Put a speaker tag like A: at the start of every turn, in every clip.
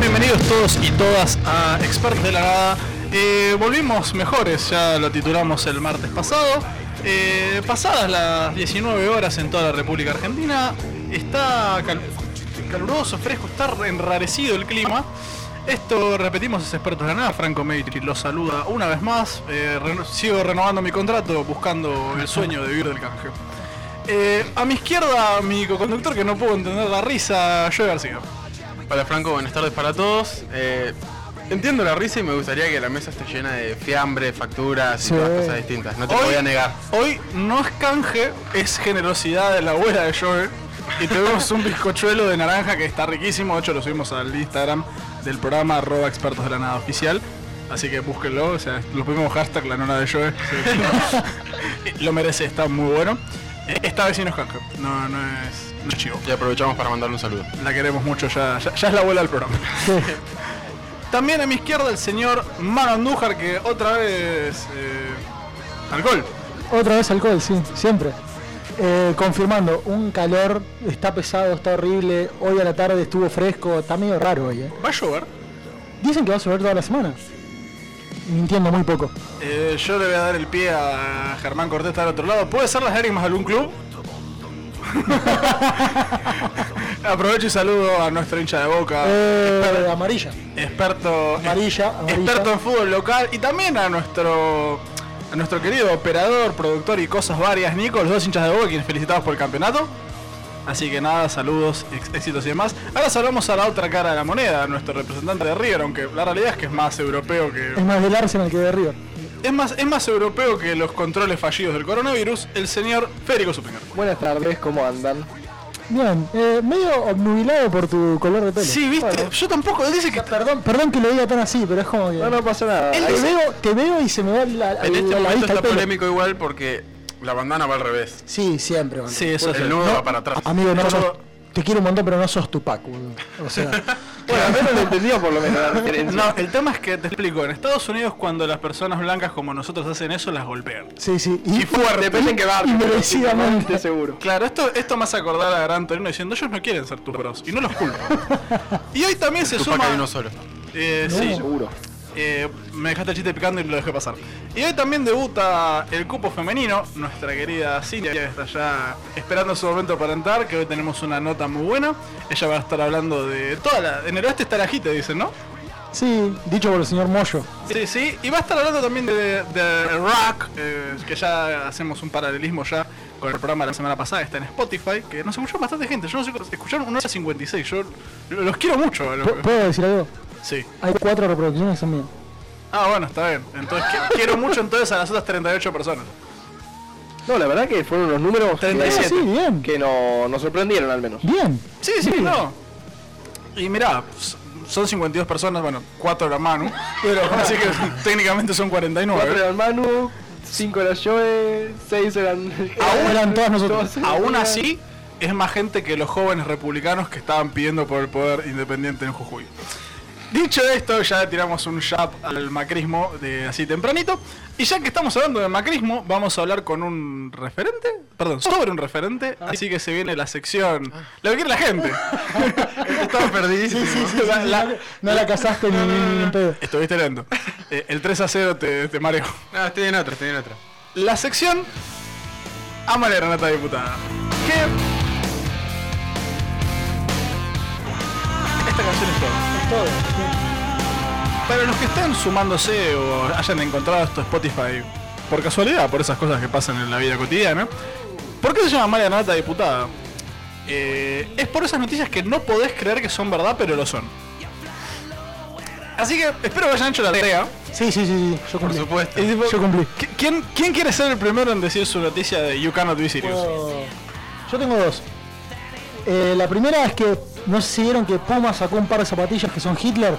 A: Bienvenidos todos y todas a Expertos de la Nada. Eh, volvimos mejores, ya lo titulamos el martes pasado. Eh, pasadas las 19 horas en toda la República Argentina, está cal- caluroso, fresco, está enrarecido el clima. Esto repetimos es Expertos de la Nada. Franco Meitri los saluda una vez más. Eh, reno- sigo renovando mi contrato buscando el sueño de vivir del canje. Eh, a mi izquierda, mi co-conductor que no puedo entender la risa, Joe García.
B: Hola Franco, buenas tardes para todos. Eh, entiendo la risa y me gustaría que la mesa esté llena de fiambre, facturas y
C: Sí.
B: todas cosas distintas. No te lo
A: Hoy-
B: voy a negar.
A: Hoy no es canje, es generosidad de la abuela de Joe. Y tenemos un bizcochuelo de naranja que está riquísimo. De hecho, lo subimos al Instagram del programa arroba expertos de la nada oficial. Así que búsquenlo. O sea, lo pusimos hashtag la nona de Joe. lo merece, está muy bueno. Eh, Esta vez sí no es canje. No, no es, no es chivo.
B: Y aprovechamos para mandarle un saludo.
A: La queremos mucho, ya, ya, ya es la abuela del programa. También a mi izquierda el señor Mano Andújar, que otra vez... eh, alcohol.
C: Otra vez alcohol, sí, siempre. Eh, confirmando, un calor, está pesado, está horrible. Hoy a la tarde estuvo fresco, está medio raro hoy. eh.
A: ¿Va a llover?
C: Dicen que va a llover toda la semana. Mintiendo muy poco.
A: Eh, yo le voy a dar el pie a Germán Cortés está al otro lado. ¿Puede ser las lágrimas de algún club? Aprovecho y saludo a nuestro hincha de boca,
C: Eh, amarilla.
A: experto,
C: Amarilla, amarilla.
A: experto en fútbol local y también a nuestro a nuestro querido operador, productor y cosas varias, Nico, los dos hinchas de boca, quienes felicitados por el campeonato. Así que nada, saludos, ex- éxitos y demás. Ahora saludamos a la otra cara de la moneda, a nuestro representante de River, aunque la realidad es que es más europeo que,
C: Es más del Arsenal que de River.
A: es más, es más europeo que los controles fallidos del coronavirus, el señor Federico Zupinger.
D: Buenas tardes, ¿cómo andan?
C: Bien, eh, medio obnubilado por tu color de pelo. Ah,
A: Sí, viste, yo tampoco, él dice que...
C: Perdón, perdón que lo diga tan así, pero es como que.
D: No, no pasa nada.
C: te, veo, te veo y se me va la, la,
B: En este momento
C: la vista al
B: está
C: pelo.
B: polémico igual porque la bandana va al revés.
C: Sí, siempre. boludo.
A: Sí, eso es
B: El
A: el-
B: nudo va para atrás.
C: Amigo, no
A: Eso-
C: sos- te quiero un montón, pero no sos Tupac, boludo. O sea.
D: Bueno, al menos lo entendía por lo menos la referencia.
A: No, el tema es que, te explico, en Estados Unidos cuando las personas blancas como nosotros hacen eso, las golpean.
C: Sí, sí. Y,
A: fuerte,
D: Depende en qué barrio.
C: Y merecidamente.
D: pero seguro.
A: Claro, esto, esto me hace acordar a Gran Torino diciendo, ellos no quieren ser tus bros, y no los culpo. y hoy también se
B: Tu
A: suma...
B: hay uno solo.
A: Eh,
C: No.
A: Sí,
D: Seguro.
A: Eh, me dejaste el chiste picando y lo dejé pasar. Y hoy también debuta el cupo femenino, nuestra querida Cintia, que está ya esperando su momento para entrar, que hoy tenemos una nota muy buena. Ella va a estar hablando de toda la... En el oeste está la jita, dicen, ¿no?
C: Sí, dicho por el señor Moyo.
A: Sí, sí. Y va a estar hablando también de, de rock, eh, que ya hacemos un paralelismo ya con el programa de la semana pasada, está en Spotify, que nos escuchó bastante gente. Yo no sé, escucharon una hora 56, yo los quiero mucho. a los-
C: ¿Pu- ¿Puedo decir algo?
A: Sí.
C: Hay cuatro reproducciones también.
A: Ah, bueno, está bien. Entonces, qui- quiero mucho entonces a las otras 38 personas.
D: No, la verdad que fueron unos números que-
A: 37.
C: sí, bien.
D: que no, nos sorprendieron al menos.
C: Bien.
A: Sí, sí, no. Y mirá, s- son 52 personas, bueno, 4 era Manu, pero así que técnicamente son 49.
D: Cuatro eran Manu, cinco eran Joe, seis eran...
C: Aún eran todas nosotros.
D: Todas-
A: Aún así, es más gente que los jóvenes republicanos que estaban pidiendo por el poder independiente en Jujuy. Dicho esto, ya tiramos un jab al macrismo de así tempranito. Y ya que estamos hablando de macrismo, vamos a hablar con un referente. Perdón, sobre un referente. Así que se viene la sección. Lo que quiere la gente.
B: Estaba perdidísimo.
A: La- la-
C: No la casaste ni, ni, ni en pedo.
A: Estuviste lento. Eh, el 3 a 0 te, te mareó.
B: No, Ah, estoy en otra, estoy en otra.
A: La sección. Amale Renata Diputada. Que. Esta canción es todo. Para los que están sumándose o hayan encontrado esto Spotify por casualidad, por esas cosas que pasan en la vida cotidiana, ¿por qué se llama María Nata Diputada? Eh, es por esas noticias que no podés creer que son verdad, pero lo son. Así que espero que hayan hecho la tarea.
C: Sí, sí, sí, sí. Yo
B: Por
C: cumplí.
B: supuesto.
A: Y tipo,
C: Yo cumplí.
A: ¿qui- ¿Quién, quién quiere ser el primero en decir su noticia de You Cannot Be Serious?
C: Oh. Yo tengo dos. Eh, la primera es que no sé si vieron que Puma sacó un par de zapatillas que son Hitler.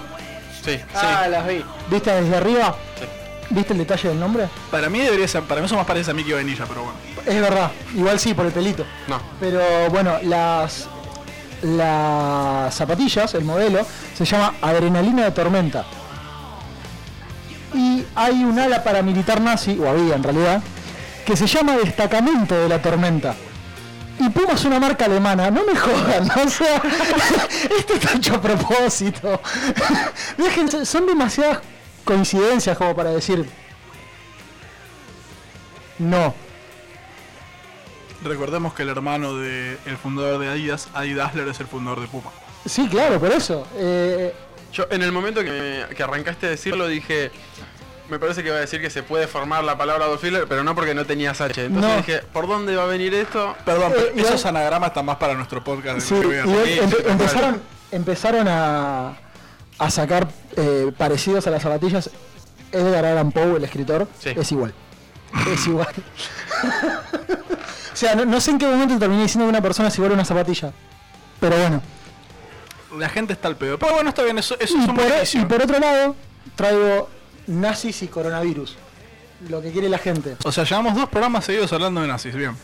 B: Sí, sí.
D: Ah, las vi.
C: ¿Viste desde arriba?
B: Sí.
C: ¿Viste el detalle del nombre?
A: Para mí debería ser, para mí son más parecidas a Mickey Vanilla, pero bueno.
C: Es verdad. Igual sí, por el pelito.
B: No.
C: Pero bueno, las las zapatillas, el modelo, se llama Adrenalina de Tormenta. y hay un ala paramilitar nazi, o había en realidad, que se llama Destacamento de la Tormenta. Y Puma es una marca alemana, no me jodan, o sea, esto está hecho a propósito. Déjense, son demasiadas coincidencias como para decir. No,
A: Recordemos que el hermano del el fundador de Adidas, Adi Dassler, es el fundador de Puma.
C: sí, claro, por eso. eh,
B: Yo en el momento que, que arrancaste a decirlo dije, me parece que iba a decir que se puede formar la palabra Adolf Hitler, pero no porque no tenías H. Entonces
C: No.
B: dije, ¿por dónde va a venir esto?
A: Perdón,
C: Eh,
A: pero
C: igual-
A: esos anagramas están más para nuestro podcast. de
C: Sí,
A: Noche Verde.
C: y hoy
B: sí,
C: empe-
B: sí,
C: empezaron, empezaron a, a sacar eh, parecidos a las zapatillas. Edgar Allan Poe, el escritor,
B: Sí.
C: es igual. Es igual. o sea, no, no sé en qué momento terminé diciendo que una persona es igual a una zapatilla. Pero bueno.
A: La gente está al pedo. Pero bueno, está bien, eso, eso
C: Y
A: es un
C: por, e-
A: buen inicio.
C: y por otro lado, traigo nazis y coronavirus. Lo que quiere la gente.
A: O sea, llevamos dos programas seguidos hablando de nazis, bien.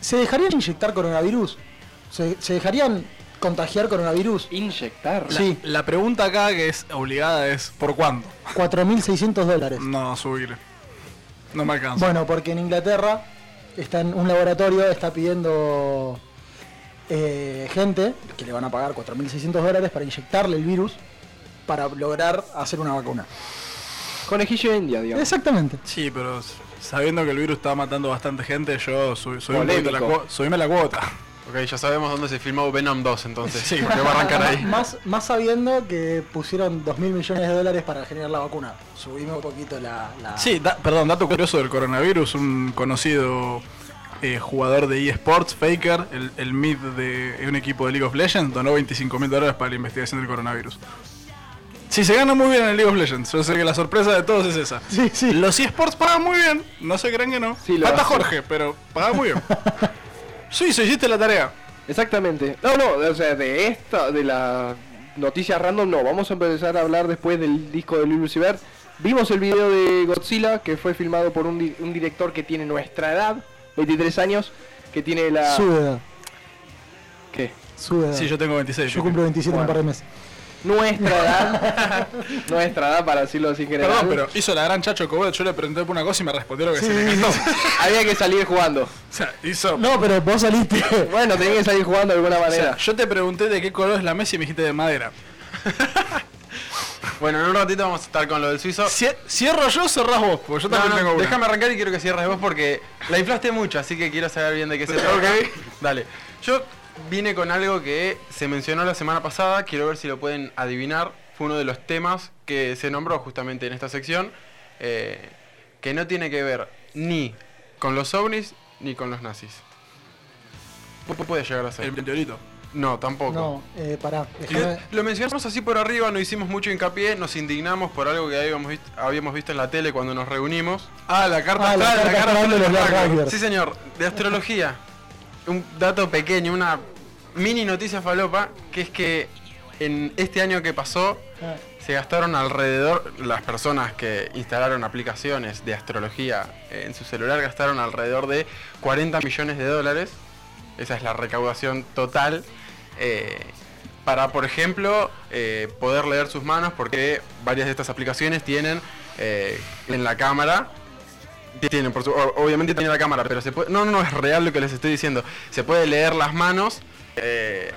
C: ¿Se dejarían inyectar coronavirus? ¿Se, se dejarían contagiar coronavirus?
D: Inyectar.
C: Sí.
A: La pregunta acá que es obligada es, ¿por cuándo?
C: 4.600 dólares.
A: No, subir. No me alcanza.
C: Bueno, porque en Inglaterra está en un laboratorio, está pidiendo eh, gente que le van a pagar 4.600 dólares para inyectarle el virus para lograr hacer una vacuna.
D: Conejillo de India, digamos.
C: Exactamente.
A: Sí, pero s- sabiendo que el virus está matando bastante gente, yo su- subí un
D: Polémico.
A: poquito la cuo- subime la cuota.
B: Ok, ya sabemos dónde se filmó Venom 2, entonces.
A: Sí.
B: porque va a arrancar ahí.
C: Más, más sabiendo que pusieron 2.000 millones de dólares para generar la vacuna. Subimos un poquito la... la-
A: Sí, da- perdón, dato curioso del coronavirus, un conocido eh, jugador de eSports, Faker, el, el mid de un equipo de League of Legends, donó 25 mil dólares para la investigación del coronavirus. Sí, se gana muy bien en el League of Legends, yo sé que la sorpresa de todos es esa.
C: Sí, sí.
A: Los eSports pagan muy bien, no se crean que no.
D: Sí, lo
A: Falta
D: hace.
A: Jorge, pero pagan muy bien. sí, se hiciste la tarea.
D: Exactamente. No, no, o sea, de esta, de la noticia random, no. Vamos a empezar a hablar después del disco de Lil Lucifer. Vimos el video de Godzilla, que fue filmado por un, di- un director que tiene nuestra edad, 23 años, que tiene la...
C: Su edad,
D: ¿Qué?
C: su edad.
A: Sí, yo tengo 26.
C: Yo cumplo 27 en un par de meses.
D: Nuestra edad. nuestra edad, para decirlo así en general.
A: Perdón, pero hizo la gran chacho Cobot, yo le pregunté por una cosa y me respondió lo que se le quitó. o
D: Había que salir jugando.
A: sea, hizo...
C: No, pero vos saliste.
D: Bueno, tenía que salir jugando de alguna
A: O sea,
D: manera.
A: yo te pregunté de qué color es la mesa y me dijiste de madera.
B: Bueno, en un ratito vamos a estar con lo del suizo.
A: Cie- Cierro yo o cerrás vos, porque yo
B: No,
A: también
B: no,
A: tengo una.
B: déjame arrancar y quiero que cierres vos porque la inflaste mucho, así que quiero saber bien de qué se trata. Dale. Yo vine con algo que se mencionó la semana pasada, quiero ver si lo pueden adivinar. Fue uno de los temas que se nombró justamente en esta sección, eh, que no tiene que ver ni con los ovnis ni con los nazis. ¿Qué puede llegar a
A: El
B: ser?
A: meteorito.
B: No, tampoco.
C: No, eh, pará.
B: Lo-
C: Déjame...
B: Lo mencionamos así por arriba, no hicimos mucho hincapié, nos indignamos por algo que habíamos vist- habíamos visto en la tele cuando nos reunimos.
A: Ah, la carta
C: Ah, la
A: astral, la,
C: carta
A: carta
C: astral de los
A: astral.
C: Black Rider.
B: Sí, señor, de astrología. Un dato pequeño, una mini noticia falopa, que es que en este año que pasó
C: Ah.
B: se gastaron alrededor, las personas que instalaron aplicaciones de astrología en su celular gastaron alrededor de 40 millones de dólares. Esa es la recaudación total. eh, para, por ejemplo, eh, poder leer sus manos, porque varias de estas aplicaciones tienen eh, en la cámara tienen, por su- o- obviamente tiene la cámara, pero se puede. No, no, no, es real lo que les estoy diciendo. Se puede leer las manos. eh,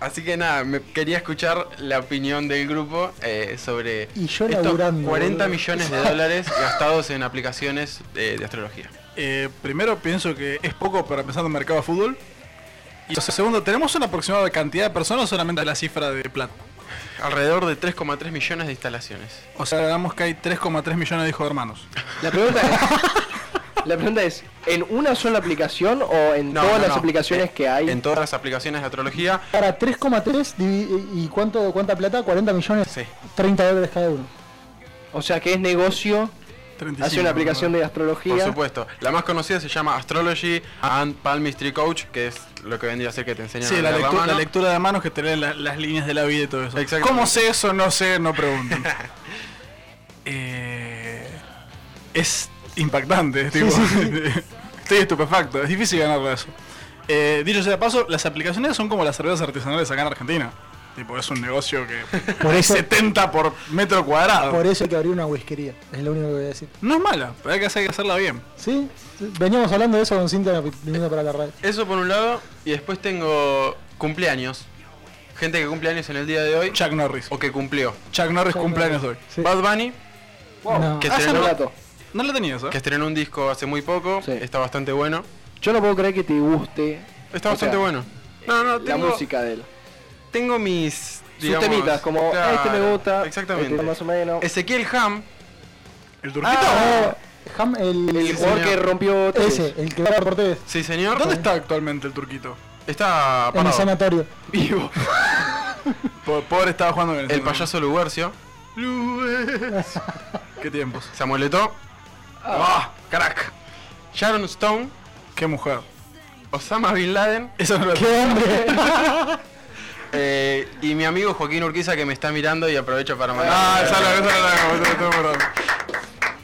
B: así que nada, me quería escuchar la opinión del grupo eh, sobre
C: Y yo
B: estos
C: laburando,
B: 40
C: boludo.
B: millones de dólares gastados en aplicaciones eh, de astrología.
A: Eh, primero pienso que es poco para pensar en el mercado de fútbol. Y o sea, segundo, ¿tenemos una aproximada cantidad de personas o solamente la cifra de plata?
B: Alrededor de 3,3 millones de instalaciones.
A: O sea, digamos que hay 3,3 millones de hijos de hermanos.
D: La pregunta es, la pregunta es, ¿en una sola aplicación o en
B: No,
D: todas
B: no,
D: las
B: no.
D: aplicaciones que hay?
B: En todas las aplicaciones de astrología.
C: Para 3,3 divi- y cuánto cuánta plata? 40 millones,
B: Sí.
C: 30 dólares cada uno.
D: O sea, que es negocio
A: 35,
D: hacer una aplicación de
B: Por
D: astrología.
B: supuesto. La más conocida se llama Astrology and Palmistry Coach, que es lo que vendría a ser que te enseñan
A: Sí,
B: a
A: la,
B: leer
A: lectu- la
B: mano.
A: lectura de manos que te leen la- las líneas de la vida y todo eso.
B: Exactamente.
A: ¿Cómo sé eso? No sé, no pregunto. Eh, es impactante, tipo, estoy estupefacto, es difícil ganarlo a eso. Eh, dicho sea de paso, las aplicaciones son como las cervezas artesanales acá en Argentina. Tipo, es un negocio que
C: Por
A: hay
C: eso-
A: 70 por metro cuadrado.
C: Por eso hay que abrir una whiskería. Es lo único que voy a decir.
A: No es mala, pero hay que hacer- hay que hacerla bien.
C: ¿Sí? Veníamos hablando de eso con Cintia viniendo para la radio.
B: Eso por un lado. Y después tengo cumpleaños. Gente que cumple años en el día de hoy.
A: Chuck Norris.
B: O que cumplió.
A: Chuck Norris
C: Chuck
A: cumple años hoy.
C: Norris. Sí.
B: Bad Bunny,
D: Wow.
C: No.
B: que
A: Ah,
B: estrenó,
A: ya
D: Relato.
A: No ¿eh? la tenía esa.
B: que estrenó un disco hace muy poco.
D: Sí.
B: Está bastante bueno.
D: Yo no puedo creer que te guste
B: Está
D: O
B: bastante
D: sea,
B: bueno. No, no,
D: la
B: tengo,
D: música de él.
B: tengo mis... digamos,
D: Sus temitas, como "Ah, este me
B: claro,
D: gusta,
B: Exactamente.
D: este más o menos.
B: Ezequiel Ham,
A: ¿El turquito?
C: Ah, Ham, el,
D: el jugador
B: señor.
D: que rompió tres.
C: ese, el que va por Cortés.
B: sí señor.
A: ¿Dónde está actualmente el turquito?
B: Está
C: En el
B: parado.
C: sanatorio.
A: Vivo. Po- Pobre estaba jugando en
B: El payaso Lubercio,
A: Qué tiempos.
B: Samuel Eto'o,
A: ¡Ah! ¡Crack!
B: Sharon Stone,
A: ¡Qué mujer!
B: Osama Bin Laden
A: Eso no lo
C: ¡Qué hombre!
B: eh, y mi amigo Joaquín Urquiza que me está mirando y aprovecho para mandar.
A: Ah, ya lo eso lo- eso lo- eso lo-
B: Eso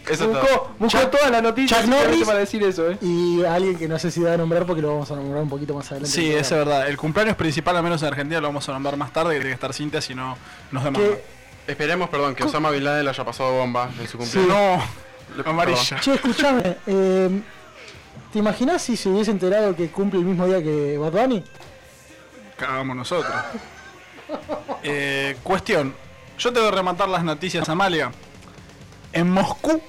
B: es todo.
D: Buscó, buscó todas las noticias
C: Chuck Norris.
D: simplemente para decir eso, eh.
C: Y alguien que no sé si da a nombrar porque lo vamos a nombrar un poquito más adelante.
A: Sí, es verdad. El cumpleaños principal, al menos en Argentina, lo vamos a nombrar más tarde, que tiene que estar Cintia, si no nos demanda.
C: Que,
B: Esperemos, perdón, que Osama Bin Laden le haya pasado bomba en su cumpleaños.
A: No,
B: Le-
A: amarilla.
C: che, escúchame. eh, ¿Te imaginas si se hubiese enterado que cumple el mismo día que Bad Bunny?
A: Cagamos nosotros. Eh, cuestión. Yo te voy a rematar las noticias, Amalia. En Moscú,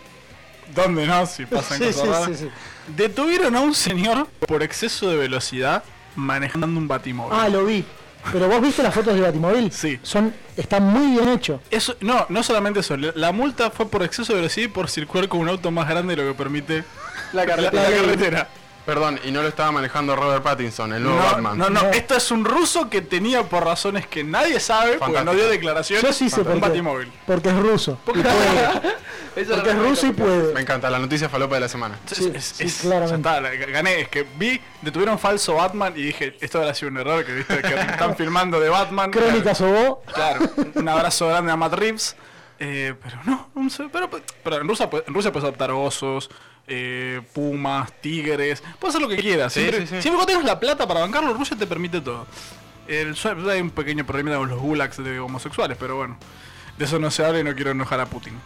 A: donde no, si pasan
C: Sí,
A: cosas
C: sí,
A: raras,
C: sí, sí.
A: detuvieron a un señor por exceso de velocidad manejando un batimóvil.
C: Ah, lo vi. Pero vos viste las fotos del Batimóvil?
A: Sí.
C: Son, está muy bien hecho.
A: Eso, no, no solamente eso. La la multa fue por exceso de velocidad y por circular con un auto más grande de lo que permite
D: La
A: la,
D: carretera.
A: la carretera.
B: Perdón, y no lo estaba manejando Robert Pattinson, el nuevo
A: no,
B: Batman.
A: No, no,
C: No.
A: esto es un ruso que tenía por razones que nadie sabe, porque no
B: Fantástico.
A: dio declaraciones,
C: Yo sí sé por
A: un
C: qué.
A: batimóvil.
C: Porque es ruso. Y puede.
D: Eso
C: Porque es ruso y
B: Me
C: puede.
B: encanta, la noticia falopa de la semana.
C: Sí,
A: Es-
C: sí,
A: es-
C: claramente.
A: ya está, la- gané, es que vi, detuvieron falso Batman y dije, esto habrá sido un error, que viste que están filmando de Batman.
C: Crónicas o vos.
A: Claro, un abrazo grande a Matt Reeves. Eh, pero no, no sé, pero, pero en, Rusia, pu- en Rusia puedes adoptar osos, eh, pumas, tigres, puedes hacer lo que quieras.
B: Sí,
A: Siempre,
B: sí, sí.
A: siempre cuando tengas la plata para bancarlo, Rusia te permite todo. El, su- hay un pequeño problema con los gulags de homosexuales, pero bueno, de eso no se habla y no quiero enojar a Putin.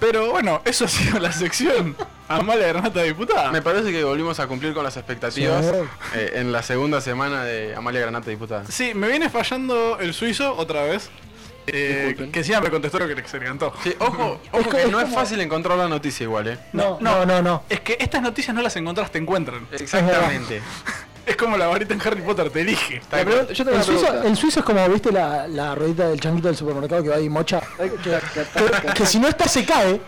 A: Pero bueno, eso ha sido la sección. Amalia Granata Diputada.
B: Me parece que volvimos a cumplir con las expectativas
C: Sí.
B: eh, en la segunda semana de Amalia Granata Diputada.
A: Sí, me viene fallando el suizo otra vez. eh,
D: Disculpen.
A: que siempre contestó lo que le- se le cantó.
B: Sí, ojo,
C: Es
B: ojo
C: co-
B: que
C: es
B: no es
C: como-
B: fácil encontrar la noticia igual, eh.
C: No, no, no, no.
A: Es que estas noticias no las encontrás, te encuentran.
B: Exactamente.
A: Es como la varita en Harry Potter, te elige.
D: La pregunta- yo tengo
C: El
D: una
C: suizo,
D: pregunta.
C: el suizo es como, viste, la, la ruedita del changuito del supermercado que va ahí mocha. Que, que si no está, se cae.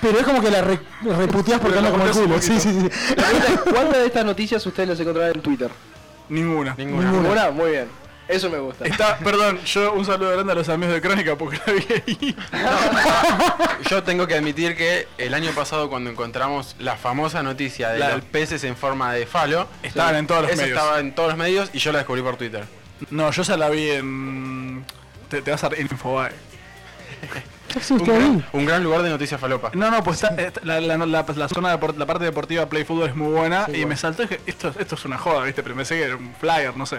C: Pero es como que la re, reputeás porque anda como el culo. Sí, sí, sí.
D: La pregunta es, ¿Cuántas de estas noticias ustedes las encontrarán en Twitter?
A: Ninguna.
B: Ninguna.
D: Ninguna, muy bien. Eso me gusta.
A: Está, perdón, yo un saludo grande a los amigos de Crónica porque la vi ahí.
B: Yo tengo que admitir que el año pasado cuando encontramos la famosa noticia de
A: La-
B: los peces en forma de falo,
A: Estaban en todos los
B: esa
A: medios.
B: estaba en todos los medios y yo la descubrí por Twitter.
A: No, yo se la vi en. Te, te vas a en Infobae.
C: ¿Qué existe
B: Un
C: ahí?
B: gran, un gran lugar de noticias falopa.
A: No, no, pues está- está- la, la- la- la zona depor- la parte deportiva Play Football es muy buena y me saltó y dije, esto, esto es una joda, viste, pero pensé que era un flyer, no sé.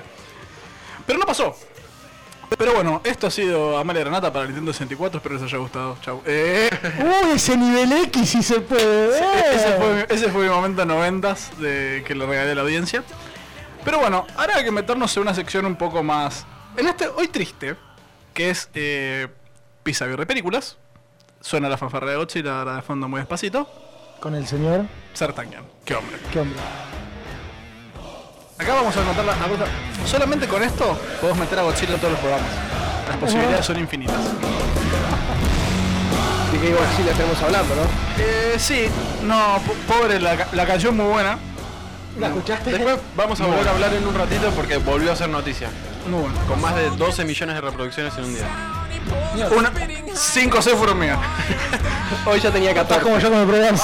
A: Pero no pasó. Pero bueno, esto ha sido Amalia Granata para Nintendo 64, espero les haya gustado. Chau. Eh,
C: Uy, ese nivel X si se puede. ver.
A: Ese fue, mi- ese fue mi momento noventas de que le regalé a la audiencia. Pero bueno, ahora hay que meternos en una sección un poco más. En este hoy triste, que es eh, Pizza Birra y Películas. Suena la fanfarra de Ochi, la de fondo muy despacito.
C: Con el señor.
A: Sertangian, qué hombre.
C: ¿Qué hombre?
A: Acá vamos a encontrar la, la cosa- Solamente con esto podemos meter a Godzilla en todos los programas. Las posibilidades son infinitas.
D: De que Godzilla estamos hablando, ¿no?
A: Eh, sí, no, po- pobre, la, ca- la canción muy buena.
C: ¿La escuchaste?
B: Después vamos a
A: No.
B: volver a hablar en un ratito porque volvió a ser noticia.
A: Muy buena.
B: Con más de 12 millones de reproducciones en un día.
A: Una, cinco o seis fueron mías.
D: Hoy ya tenía
C: Estás
D: 14.
C: como yo con el programa.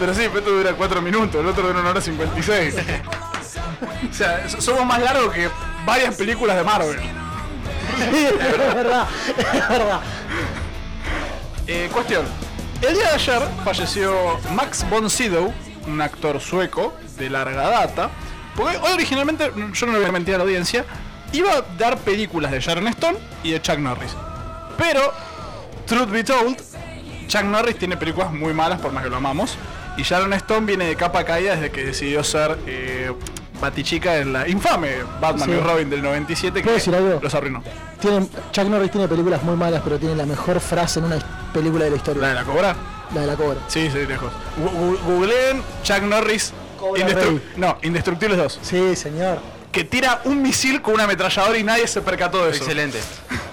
A: Pero sí, pero esto dura 4 minutos, el otro dura 1 hora 56. o sea, so- somos más largos que varias películas de Marvel.
C: Sí, es verdad, es verdad.
A: Eh, cuestión. El día de ayer falleció Max von Sydow, un actor sueco de larga data. Porque originalmente, yo no le voy a mentir a la audiencia, iba a dar películas de Sharon Stone y de Chuck Norris. Pero, truth be told, Chuck Norris tiene películas muy malas por más que lo amamos. Y Sharon Stone viene de capa caída desde que decidió ser eh, Batichica en la infame Batman
E: Sí.
A: y Robin del 97 que
E: ¿Puedo decir algo?
A: los arruinó.
E: Tienen- Chuck Norris tiene películas muy malas, pero tiene la mejor frase en una película de la historia.
A: ¿La de la cobra?
E: La de la cobra.
A: Sí, sí, lejos. Gu- gu- Googleen Chuck Norris.
E: Cobra
A: Indestructible.
E: Rey.
A: no, Indestructibles 2.
E: Sí, señor.
A: Que tira un misil con una ametralladora y nadie se percató de eso.
B: Excelente.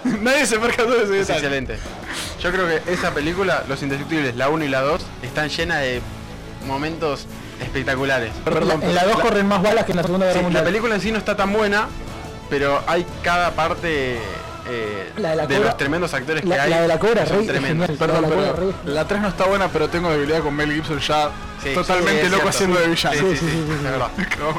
A: nadie se percató de ese
B: Es
A: detalle.
B: excelente. Yo creo que esa película, Los Indestructibles, la 1 y la 2, están llenas de momentos espectaculares.
A: Perdón,
E: en la 2 corren más balas que en la Segunda Guerra
B: Sí, la
E: Mundial.
B: película en sí no está tan buena, pero hay cada parte eh,
E: La de la
B: de
E: cobra-
B: los tremendos actores que
E: la-
B: hay.
E: la de la cobra,
B: que son
E: Rey, es
B: tremendos.
E: genial.
A: Perdón,
E: La de la
A: pero
E: Cobra Rey.
A: la 3 no está buena, pero tengo debilidad con Mel Gibson ya
B: Sí,
A: totalmente
B: sí, es
A: loco
B: cierto.
A: haciendo de villano.
B: Sí, sí, sí,
E: sí, sí, sí.
B: es verdad.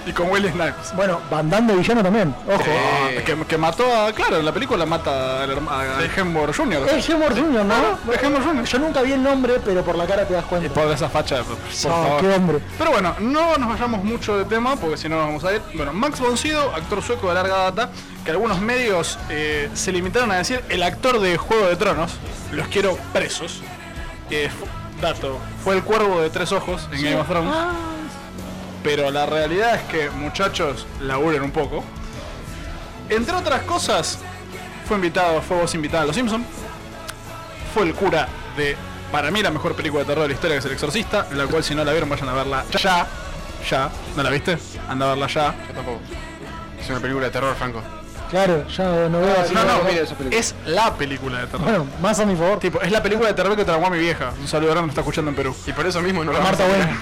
A: y con Will Snipes.
E: Bueno, Van Damme de villano también. Ojo.
A: Ah,
B: Sí.
A: que, que mató a. Claro, en la película mata al herma- a Hemsworth Jr.
E: Es Hemsworth Jr., ¿no?
A: Es Hemsworth Jr.
E: Yo nunca vi el nombre, pero por la cara te das
A: Y
E: cuenta.
A: por esa facha, por por
E: Ah,
A: favor.
E: qué hombre.
A: Pero bueno, no nos vayamos mucho de tema porque si no nos vamos a ir. Bueno, Max Boncido, actor sueco de larga data, que algunos medios eh, se limitaron a decir el actor de Juego de Tronos, los quiero presos. Que fu- dato, fue el cuervo de tres ojos en Game of Thrones. Pero la realidad es que, muchachos, laburen un poco. Entre otras cosas, fue invitado, fue voz invitada a Los Simpson. Fue el cura de, para mí, la mejor película de terror de la historia, que es El Exorcista. La cual, si no la vieron, vayan a verla ya. Ya. ¿No la viste? Anda a verla ya.
B: Yo tampoco. Es una película de terror, Franco.
E: Claro, ya no veo
D: Ah,
E: así.
A: No, no,
D: mira esa película.
A: es la película de terror.
E: Bueno, más a mi favor.
A: Tipo, es la película de terror que traumó a mi vieja. Un saludo grande, nos está escuchando en Perú.
B: Y por eso mismo no la
E: Marta,
B: vamos a-
E: bueno.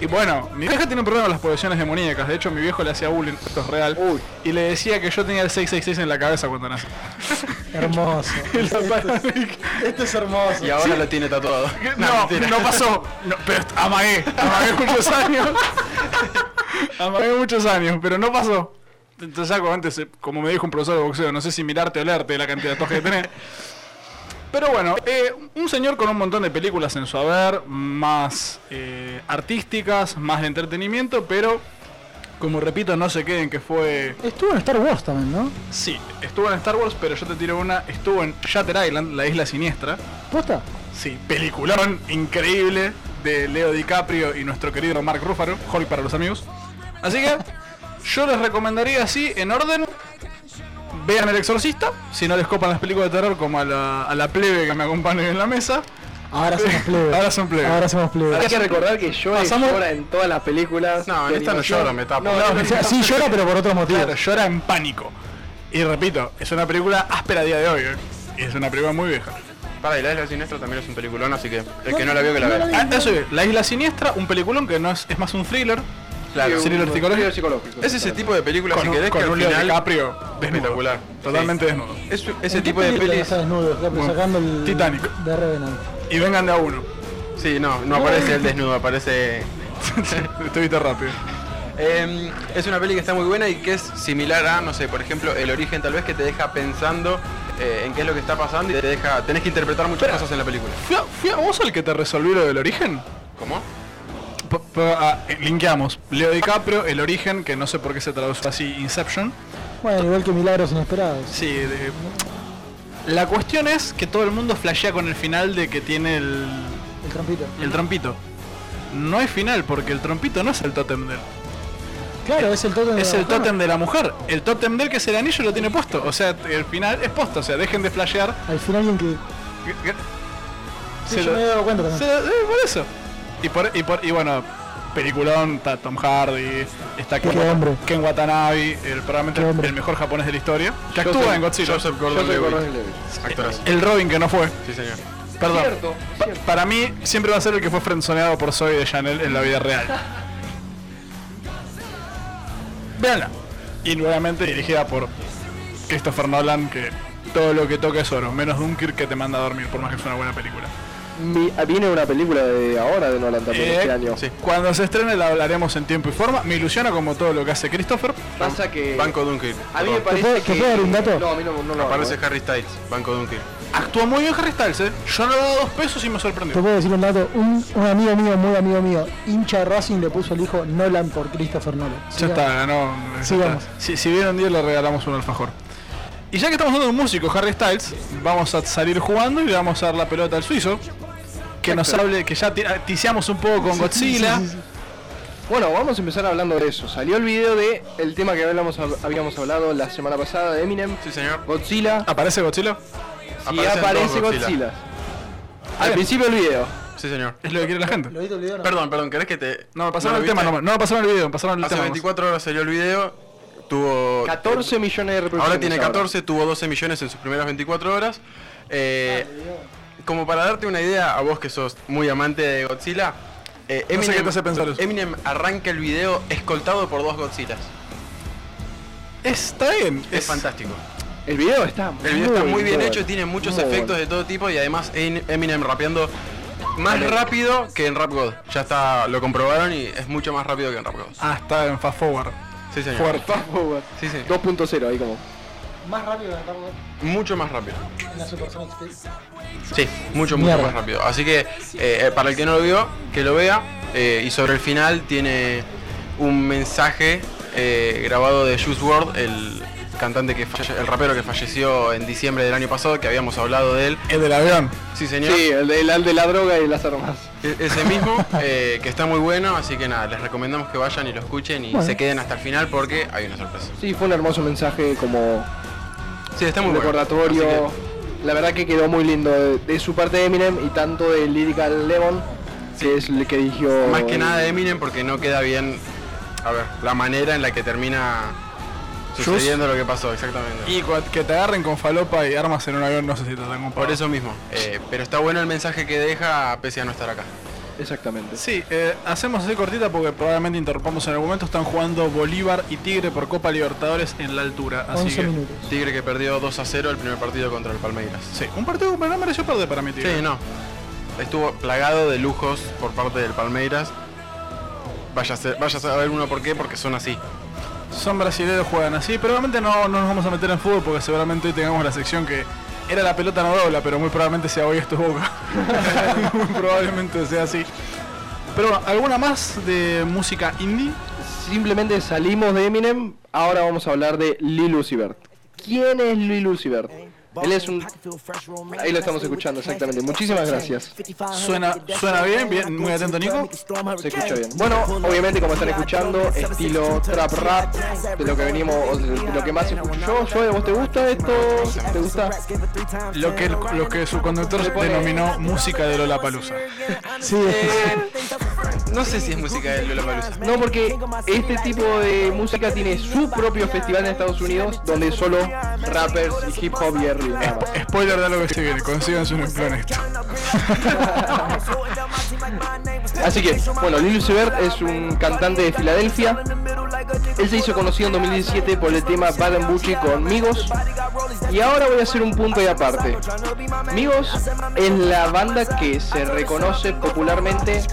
A: Y bueno, mi vieja tiene un problema con las posesiones demoníacas. De hecho, mi viejo le hacía bullying, esto es real.
D: Uy.
A: Y le decía que yo tenía el 666 en la cabeza cuando nací.
E: Hermoso. Esto es hermoso.
B: Y ahora lo tiene tatuado.
A: No,
B: mentira.
A: no pasó. No, pero amagué. Amagué muchos años. amagué muchos años, pero no pasó. Entonces, ya como antes, eh, como me dijo un profesor de boxeo, no sé si mirarte o leerte la cantidad de toques que tenés. Pero bueno, eh, un señor con un montón de películas en su haber, más eh, artísticas, más de entretenimiento, pero como repito, no se queden que fue
E: Estuvo en Star Wars también, ¿no?
A: Sí, estuvo en Star Wars, pero yo te tiro una. Estuvo en Shatter Island, la isla siniestra.
E: ¿Posta?
A: Sí, peliculón increíble de Leo DiCaprio y nuestro querido Mark Ruffalo, Hulk para los amigos. Así que yo les recomendaría así, en orden, vean El Exorcista, si no les copan las películas de terror como a la, a la plebe que me acompaña en la mesa.
E: Ahora somos plebe.
A: Ahora son plebe.
E: Ahora somos plebe.
D: Hay que recordar que yo
E: Pasamos-
D: llora en todas las películas.
B: No, en
D: de
B: esta no
D: animación.
B: lloro, me tapo.
D: No,
E: O sea, sí llora, pero por otro motivo.
A: Claro, llora en pánico. Y repito, es una película áspera a día de hoy, ¿eh? Y es una película muy vieja.
B: Para, y la isla siniestra también es un peliculón, así que el que no la vio que la
E: No la
B: vea.
E: vi.
A: Ah, eso es, La Isla Siniestra, un peliculón que no es, es más un thriller.
B: Claro.
A: Sí, thriller
D: un
A: psicológico.
D: thriller psicológico.
B: Es ese tipo de película,
A: Con
B: si
A: un-
B: querés,
A: con
B: que al
A: un Leo
B: final-
A: DiCaprio desnudo.
B: espectacular.
A: Totalmente
B: Sí.
A: desnudo.
B: Es-
E: ¿En
B: ese
E: qué
A: Este
B: tipo de
E: película
B: pelis.
E: Está desnudo, Está
A: Bueno,
E: sacando el.
A: mm, Titanic.
E: De Revenant.
A: Y vengan de a uno.
B: Sí, no, no aparece el desnudo, aparece.
A: Estuviste rápido.
B: Em, es una peli que está muy buena y que es similar a, no sé, por ejemplo, El Origen, tal vez que te deja pensando eh, en qué es lo que está pasando y te deja. tenés que interpretar muchas cosas en la película.
A: ¿Fui a, fui a vos al que te resolvió lo del origen?
B: ¿Cómo?
A: P- p- ah, eh, linkeamos. Leo DiCaprio, el origen, que no sé por qué se traduce así, Inception.
E: Bueno, igual que Milagros Inesperados.
A: Sí, de- La cuestión es que todo el mundo flashea con el final de que tiene el,
E: El trompito.
A: el trompito. No hay final, porque el trompito no es el tótem de él.
E: Claro, es el tótem. de
A: Es
E: la
A: el
E: mujer.
A: tótem de la mujer. El tótem de él que es el anillo lo tiene puesto. O sea, el final es puesto. O sea, dejen de flashear.
E: Al final alguien que. Sí,
A: Se
E: yo
A: lo-
E: me he dado cuenta
A: se
E: también.
A: lo- eh, por eso. Y, por, y, por- y bueno, peliculón, está Tom Hardy, está Ken,
E: Qué
A: Wata-
E: hombre.
A: Ken Watanabe, el, probablemente
E: Qué hombre.
A: el mejor japonés de la historia, que actúa en Godzilla.
B: Joseph
D: Joseph
B: Gordon-Levitt.
D: Gordon-Levitt.
B: Actorazo.
A: El Robin que no fue.
B: Sí, señor.
A: Perdón.
D: Cierto,
A: Pa-
D: cierto.
A: Para mí siempre va a ser el que fue frenzoneado por Zoe de Chanel en la vida real. Veanla. Y nuevamente dirigida por Christopher Nolan, que todo lo que toca es oro, menos Dunkirk que te manda a dormir, por más que es una buena película.
D: Mi- ah, viene una película de ahora de Nolan también
A: Eh,
D: este año.
B: sí.
A: Cuando se estrene la hablaremos en tiempo y forma. Me ilusiona como todo lo que hace Christopher.
D: Pasa que.
B: Banco Dunkirk.
D: A mí me
B: Perdón.
D: parece
E: puedo- te
D: que.
E: puedo dar un dato?
D: No, a mí no, no lo hago,
B: Aparece
D: eh.
B: Harry Styles, Banco Dunkirk.
A: Actúa muy bien Harry Styles, ¿eh? Yo no le he dado dos pesos y me sorprendió.
E: Te puedo decir un dato, un, un amigo mío, muy amigo mío, hincha de Racing le puso el hijo Nolan por Christopher Nolan.
A: Ya está, ganó. ya
E: Sigamos.
A: está. Si, si viene un día le regalamos un alfajor. Y ya que estamos hablando de un músico, Harry Styles, vamos a salir jugando y le vamos a dar la pelota al suizo. Que nos hable, que ya ti- ah, tiseamos un poco con Godzilla.
E: sí, sí, sí.
D: Bueno, vamos a empezar hablando de eso. Salió el video de el tema que hablamos- habíamos hablado la semana pasada de Eminem,
B: Sí, señor.
D: Godzilla,
A: ¿Aparece Godzilla?
D: y
B: Aparecen
D: aparece
B: dos
D: Godzilla.
B: Godzilla.
A: A
D: Al
A: ver.
D: principio del video.
B: Sí, señor.
A: Es lo que quiere la gente.
E: ¿Lo viste el video? No?
B: Perdón, perdón, ¿querés que te.?
A: No, me pasaron
B: lo
A: el tema, no,
B: viste?
A: me- no me pasaron el video, me pasaron el
B: Hace
A: tema.
B: 24 horas salió el video. Tuvo.
D: 14 millones de reproducciones.
B: Ahora tiene 14, tuvo 12 millones en sus primeras 24 horas.
D: Ah,
B: Eh, como para darte una idea, a vos que sos muy amante de Godzilla, eh,
A: No sé
B: Eminem,
A: qué te hace pensar eso.
B: Eminem arranca el video escoltado por dos Godzillas.
A: Está bien.
B: Es, fantástico.
D: El video está
B: El video está muy bien
D: bueno.
B: hecho, tiene muchos
D: Muy
B: efectos
D: bueno.
B: de todo tipo y además En- Eminem rapeando más rápido que en Rap God. Ya está, lo comprobaron y es mucho más rápido que en Rap God.
A: Ah, está en Fast Forward.
B: Sí, señor.
A: Fuerte.
D: Fast forward.
B: Sí, sí.
D: 2.0 ahí como.
E: Más rápido que Ricardo
B: Mucho más rápido.
E: en la Super Sonic Space.
B: Sí, mucho, mucho
E: Mierda.
B: más rápido. Así que, eh, eh, para el que no lo vio, que lo vea. eh, y sobre el final tiene un mensaje eh, grabado de Juice WRLD, el cantante que falle- el rapero que falleció en diciembre del año pasado, que habíamos hablado de él.
A: El del avión.
B: Sí, señor.
D: Sí, el de, el de la droga y las armas.
B: E- Ese mismo, eh, que está muy bueno, así que nada, les recomendamos que vayan y lo escuchen y
E: Bueno.
B: se queden hasta el final porque hay una sorpresa.
D: Sí, fue un hermoso mensaje como
B: Sí, está muy
D: un
B: bueno.
D: recordatorio.
B: Así
D: La verdad que quedó muy lindo de, de su parte de Eminem y tanto de Lyrical Lemon, que es el que dirigió.
B: que, más que nada de Eminem porque no queda bien, a ver, la manera en la que termina
A: Juice.
B: sucediendo lo que pasó, exactamente.
A: Y cua- que te agarren con falopa y armas en un avión, no sé si te tengo
B: Por eso mismo. Eh, pero está bueno el mensaje que deja pese a no estar acá.
D: Exactamente.
A: Sí, eh, hacemos así cortita porque probablemente interrumpamos en algún momento. Están jugando Bolívar y Tigre por Copa Libertadores en la altura. Así
E: 11
A: que.
E: minutos.
B: Tigre que perdió 2 a 0 el primer partido contra el Palmeiras.
A: Sí, un partido que no mereció perder para mi Tigre.
B: Sí, no. Estuvo plagado de lujos por parte del Palmeiras. Vaya a, ser- vaya a saber uno por qué, porque son así.
A: Son brasileños, juegan así. Pero obviamente no, no nos vamos a meter en fútbol porque seguramente hoy tengamos la sección que era la pelota no dobla, pero muy probablemente sea hoy esto es boca. muy probablemente sea así. Pero bueno, ¿alguna más de música indie?
D: Simplemente salimos de Eminem, ahora vamos a hablar de Lil Uzi Vert. ¿Quién es Lil Uzi Vert? Él es un...
F: Ahí lo estamos escuchando exactamente. Muchísimas gracias.
A: Suena- suena bien, bien, muy atento, Nico.
F: Se escucha bien. Bueno, obviamente como están escuchando, estilo trap rap, de lo que venimos, o de lo que más escucho yo, yo, ¿vos te gusta esto? ¿Te gusta?
A: Lo que, lo que su conductor denominó música de Lollapalooza. Eh,
E: Sí,
B: No sé si es música de Lola
D: No, porque este tipo de música tiene su propio festival en Estados Unidos, donde solo rappers y hip hop y R&B nada más.
A: Spoiler de lo que se viene, consíganse un empleo en esto.
D: Así que, bueno, Lil Uzi Vert es un cantante de Filadelfia. Él se hizo conocido en 2017 por el tema Bad and Bougie con Migos. Y ahora voy a hacer un punto y aparte. Migos es la banda que se reconoce popularmente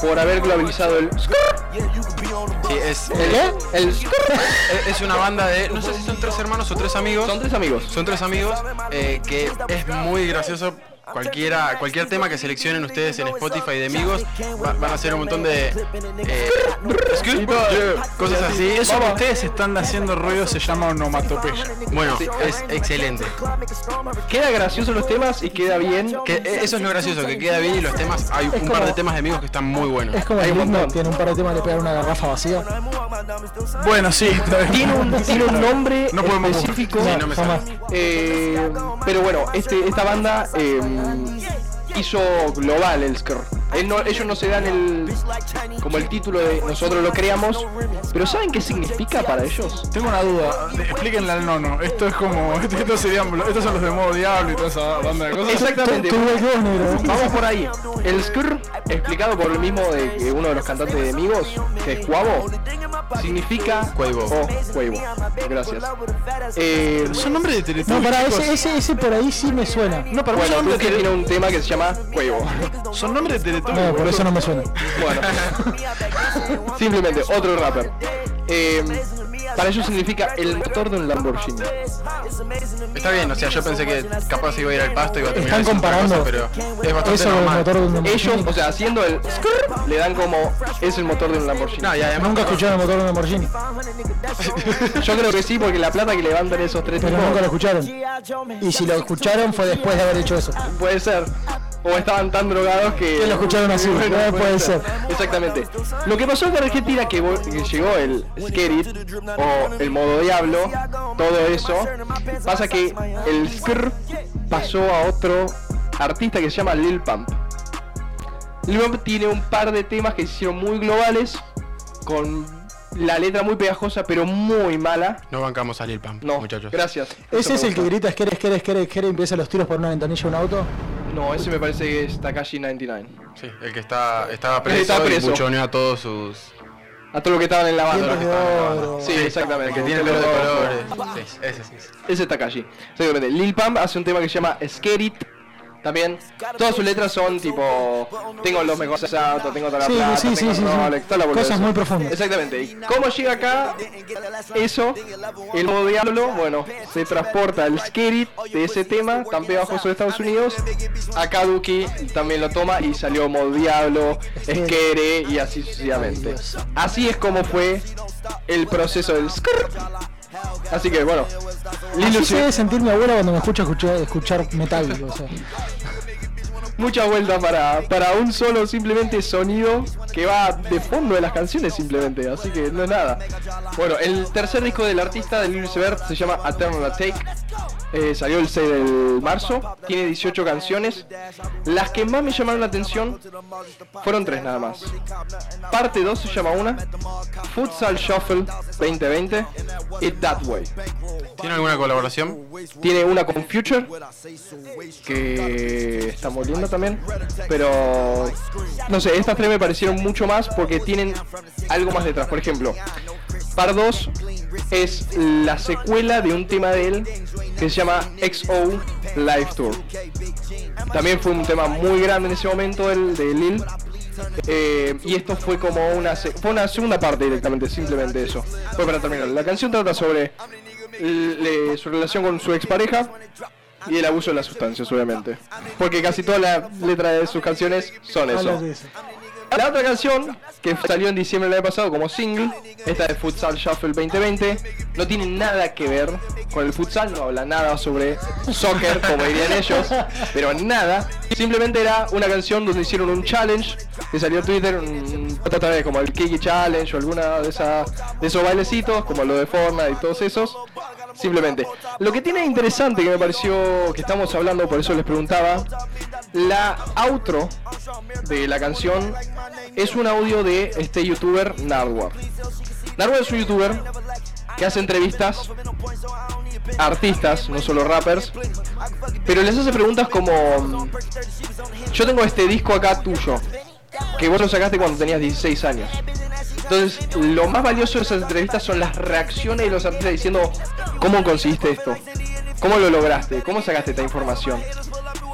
D: por haber globalizado el skrrt,
B: Sí, es,
D: el,
B: es-
D: el skrrt.
B: es una banda de. No sé si son tres hermanos o tres amigos.
D: Son tres amigos.
B: Son tres amigos eh, que es muy gracioso. Cualquiera, cualquier tema que seleccionen ustedes en Spotify de amigos va- van a ser un montón de eh, cosas así.
A: Eso que ustedes están haciendo ruido se llama onomatopeya.
B: Bueno, es excelente.
D: Queda gracioso los temas y queda bien.
B: Que eh, eso es lo gracioso, que queda bien y los temas. Hay un
E: como-
B: par de temas de amigos que están muy buenos.
E: es como
D: Hay
E: el
D: un
E: ritmo,
D: montón.
E: tiene un par de temas le pegar una garrafa vacía.
A: Bueno, sí,
D: Tiene un, tiene un nombre
A: No podemos-
D: específico.
B: Sí, no me sale.
E: jamás.
D: Eh, pero bueno, este, esta banda eh, hizo global el Skrr. Él no- ellos no se dan el como el título de nosotros lo creamos, pero ¿saben qué significa para ellos?
A: Tengo una duda, de- explíquenla al nono. Esto es como. Estos, serían, lo- estos son los de modo diablo y toda esa banda de cosas.
D: Exactamente.
E: Tuve el huevo negro.
D: Vamos por ahí. El Skrr, explicado por el mismo de que uno de los cantantes de amigos, que es Cuavo, significa
B: Cuevo.
D: o Cuevo. Gracias. Eh,
A: Son nombres de teletubbies.
E: No, pará, ese,
A: chicos.
E: ese, ese por ahí sí me suena.
A: No, para mí
D: bueno,
A: son nombres
D: Duki
A: de
D: tiene
A: tele-
D: un tema que se llama Cuevo.
A: Son nombres de teletubbies.
E: No, por eso no me suena.
D: Bueno. Simplemente, otro rapper. Eh, Para ellos significa el motor de un Lamborghini.
B: Está bien, o sea, yo pensé que capaz iba a ir al pasto y iba a terminar
E: Están
B: diciendo otra cosa,
E: comparando
B: pero es bastante
E: eso con el
B: normal.
E: motor de un Lamborghini.
D: Ellos, o sea, haciendo el skrrr, le dan como es el motor de un Lamborghini.
B: No, y además
E: Nunca escucharon el motor de un Lamborghini,
D: Yo creo que sí, porque la plata que levantan esos tres
E: pero
D: tipos
E: nunca lo escucharon. Y si lo escucharon fue después de haber hecho eso.
D: Ah, puede ser. O estaban tan drogados que.
E: Que lo escucharon así, no puede ser.
D: Exactamente. Lo que pasó en Argentina que, vol- que llegó el Skerit o el modo diablo, todo eso, pasa que el Skrr pasó a otro artista que se llama Lil Pump. Lil Pump tiene un par de temas que se hicieron muy globales, con la letra muy pegajosa pero muy mala.
B: No bancamos a Lil Pump,
D: No,
B: muchachos.
D: gracias. Eso
E: ¿Ese
D: me
E: es el
D: gusta.
E: que grita esquere, esquere, esquere, esquere y empieza los tiros por una ventanilla de un auto?
D: No, ese me parece que es Takashi 99.
B: Sí, el que está, estaba preso,
D: Está preso.
B: y buchoneó a todos sus...
D: A todos los que estaban en la banda.
E: Tiempos de oro.
D: Sí, exactamente.
B: El que tiene el pelo de colores. Sí, ese sí.
D: Ese está Takashi. Seguramente. Lil Pump hace un tema que se llama Scare It. También. Todas sus letras son tipo. Tengo los mejores autos, tengo toda la
E: Sí,
D: plata,
E: sí, sí,
D: tengo
E: sí, sí.
D: Rolex, toda la boludez.
E: Cosas muy profundas.
D: Exactamente. ¿Y cómo llega acá eso? El modo diablo, bueno, se transporta el Scare It de ese tema, tan pegajoso de Estados Unidos. Acá Duki también lo toma y salió modo diablo, Scare y así sucesivamente. Así es como fue el proceso del Skrrr. Así que bueno, Lil
E: Así
D: Uzi-
E: se debe sentir mi abuela cuando me escucha escuchar, escuchar metal. O sea.
D: muchas vueltas para, para un solo simplemente sonido que va de fondo de las canciones simplemente, así que no es nada. Bueno, el tercer disco del artista de Lil Uzi Vert se llama Eternal Take. eh, salió el 6 de marzo, tiene 18 canciones. Las que más me llamaron la atención fueron tres nada más. Parte 2 se llama una, Futsal Shuffle 2020, It That Way.
B: ¿Tiene alguna colaboración?
D: Tiene una con Future que está moliendo también, pero no sé, estas tres me parecieron mucho más porque tienen algo más detrás. Por ejemplo, Par 2 es la secuela de un tema de él que se llama XO Live Tour. También fue un tema muy grande en ese momento el de Lil. Eh, y esto fue como una, se- fue una segunda parte directamente, simplemente eso. Fue para terminar. La canción trata sobre le- su relación con su expareja y el abuso de las sustancias, obviamente. Porque casi todas las letras de sus canciones son
E: Habla
D: eso.
E: de eso.
D: La otra canción, que salió en diciembre del año pasado como single, esta de Futsal Shuffle 2020, no tiene nada que ver con el futsal, no habla nada sobre soccer, como dirían ellos, pero nada. Simplemente era una canción donde hicieron un challenge, que salió en Twitter, un- otra vez como el Kiki Challenge o alguna de, esas de esos bailecitos, como lo de Fortnite y todos esos. Simplemente. Lo que tiene interesante que me pareció que estamos hablando, por eso les preguntaba, la outro de la canción es un audio de este youtuber Narwar. Narwar es un youtuber que hace entrevistas a artistas, no solo rappers, pero les hace preguntas como yo tengo este disco acá tuyo, que vos lo sacaste cuando tenías 16 años. Entonces, lo más valioso de esas entrevistas son las reacciones de los artistas diciendo cómo conseguiste esto, cómo lo lograste, cómo sacaste esta información.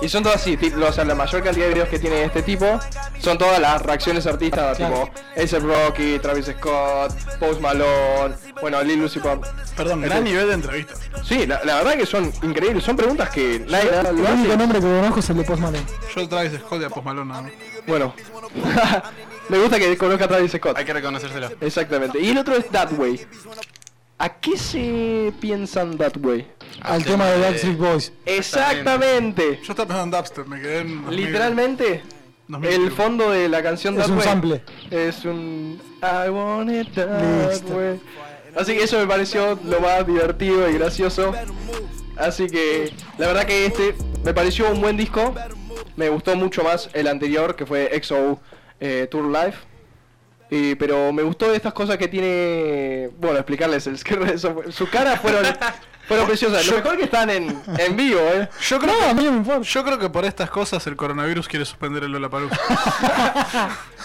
D: Y son todas así, ti- lo- o sea, la mayor cantidad de videos que tiene este tipo son todas las reacciones artistas,
E: Claro.
D: tipo A$AP Rocky, Travis Scott, Post Malone, bueno, Lil Uzi Vert.
A: Perdón, gran nivel de entrevista.
D: Sí, la, la verdad que son increíbles, son preguntas que nadie
E: El
D: lo hace.
E: único nombre que conozco es el de Post Malone.
A: Yo Travis Scott y a Post Malone, nada más.
D: Bueno, me gusta que conozca a Travis Scott.
B: Hay que reconocérselo.
D: Exactamente. Y el otro es That Way. ¿A qué se piensan That Way?
E: Al tema de Backstreet Boys.
D: Exactamente.
A: Yo estaba pensando en Dubstep, me quedé en... 2000.
D: Literalmente,
A: 2000.
D: el fondo de la canción
E: Es
D: That
E: un
D: Way
E: sample.
D: es un I want it that
E: Listo.
D: way. Así que eso me pareció lo más divertido y gracioso. Así que la verdad que este me pareció un buen disco. Me gustó mucho más el anterior que fue EXO eh, Tour Live. Y- pero me gustó estas cosas que tiene. Bueno, explicarles el Sus caras fueron, fueron preciosas. Lo mejor que están en, en vivo, eh.
A: Yo creo,
E: No, a mí no me
A: que,
E: importa.
A: yo creo que por estas cosas el coronavirus quiere suspender el Lollapalooza.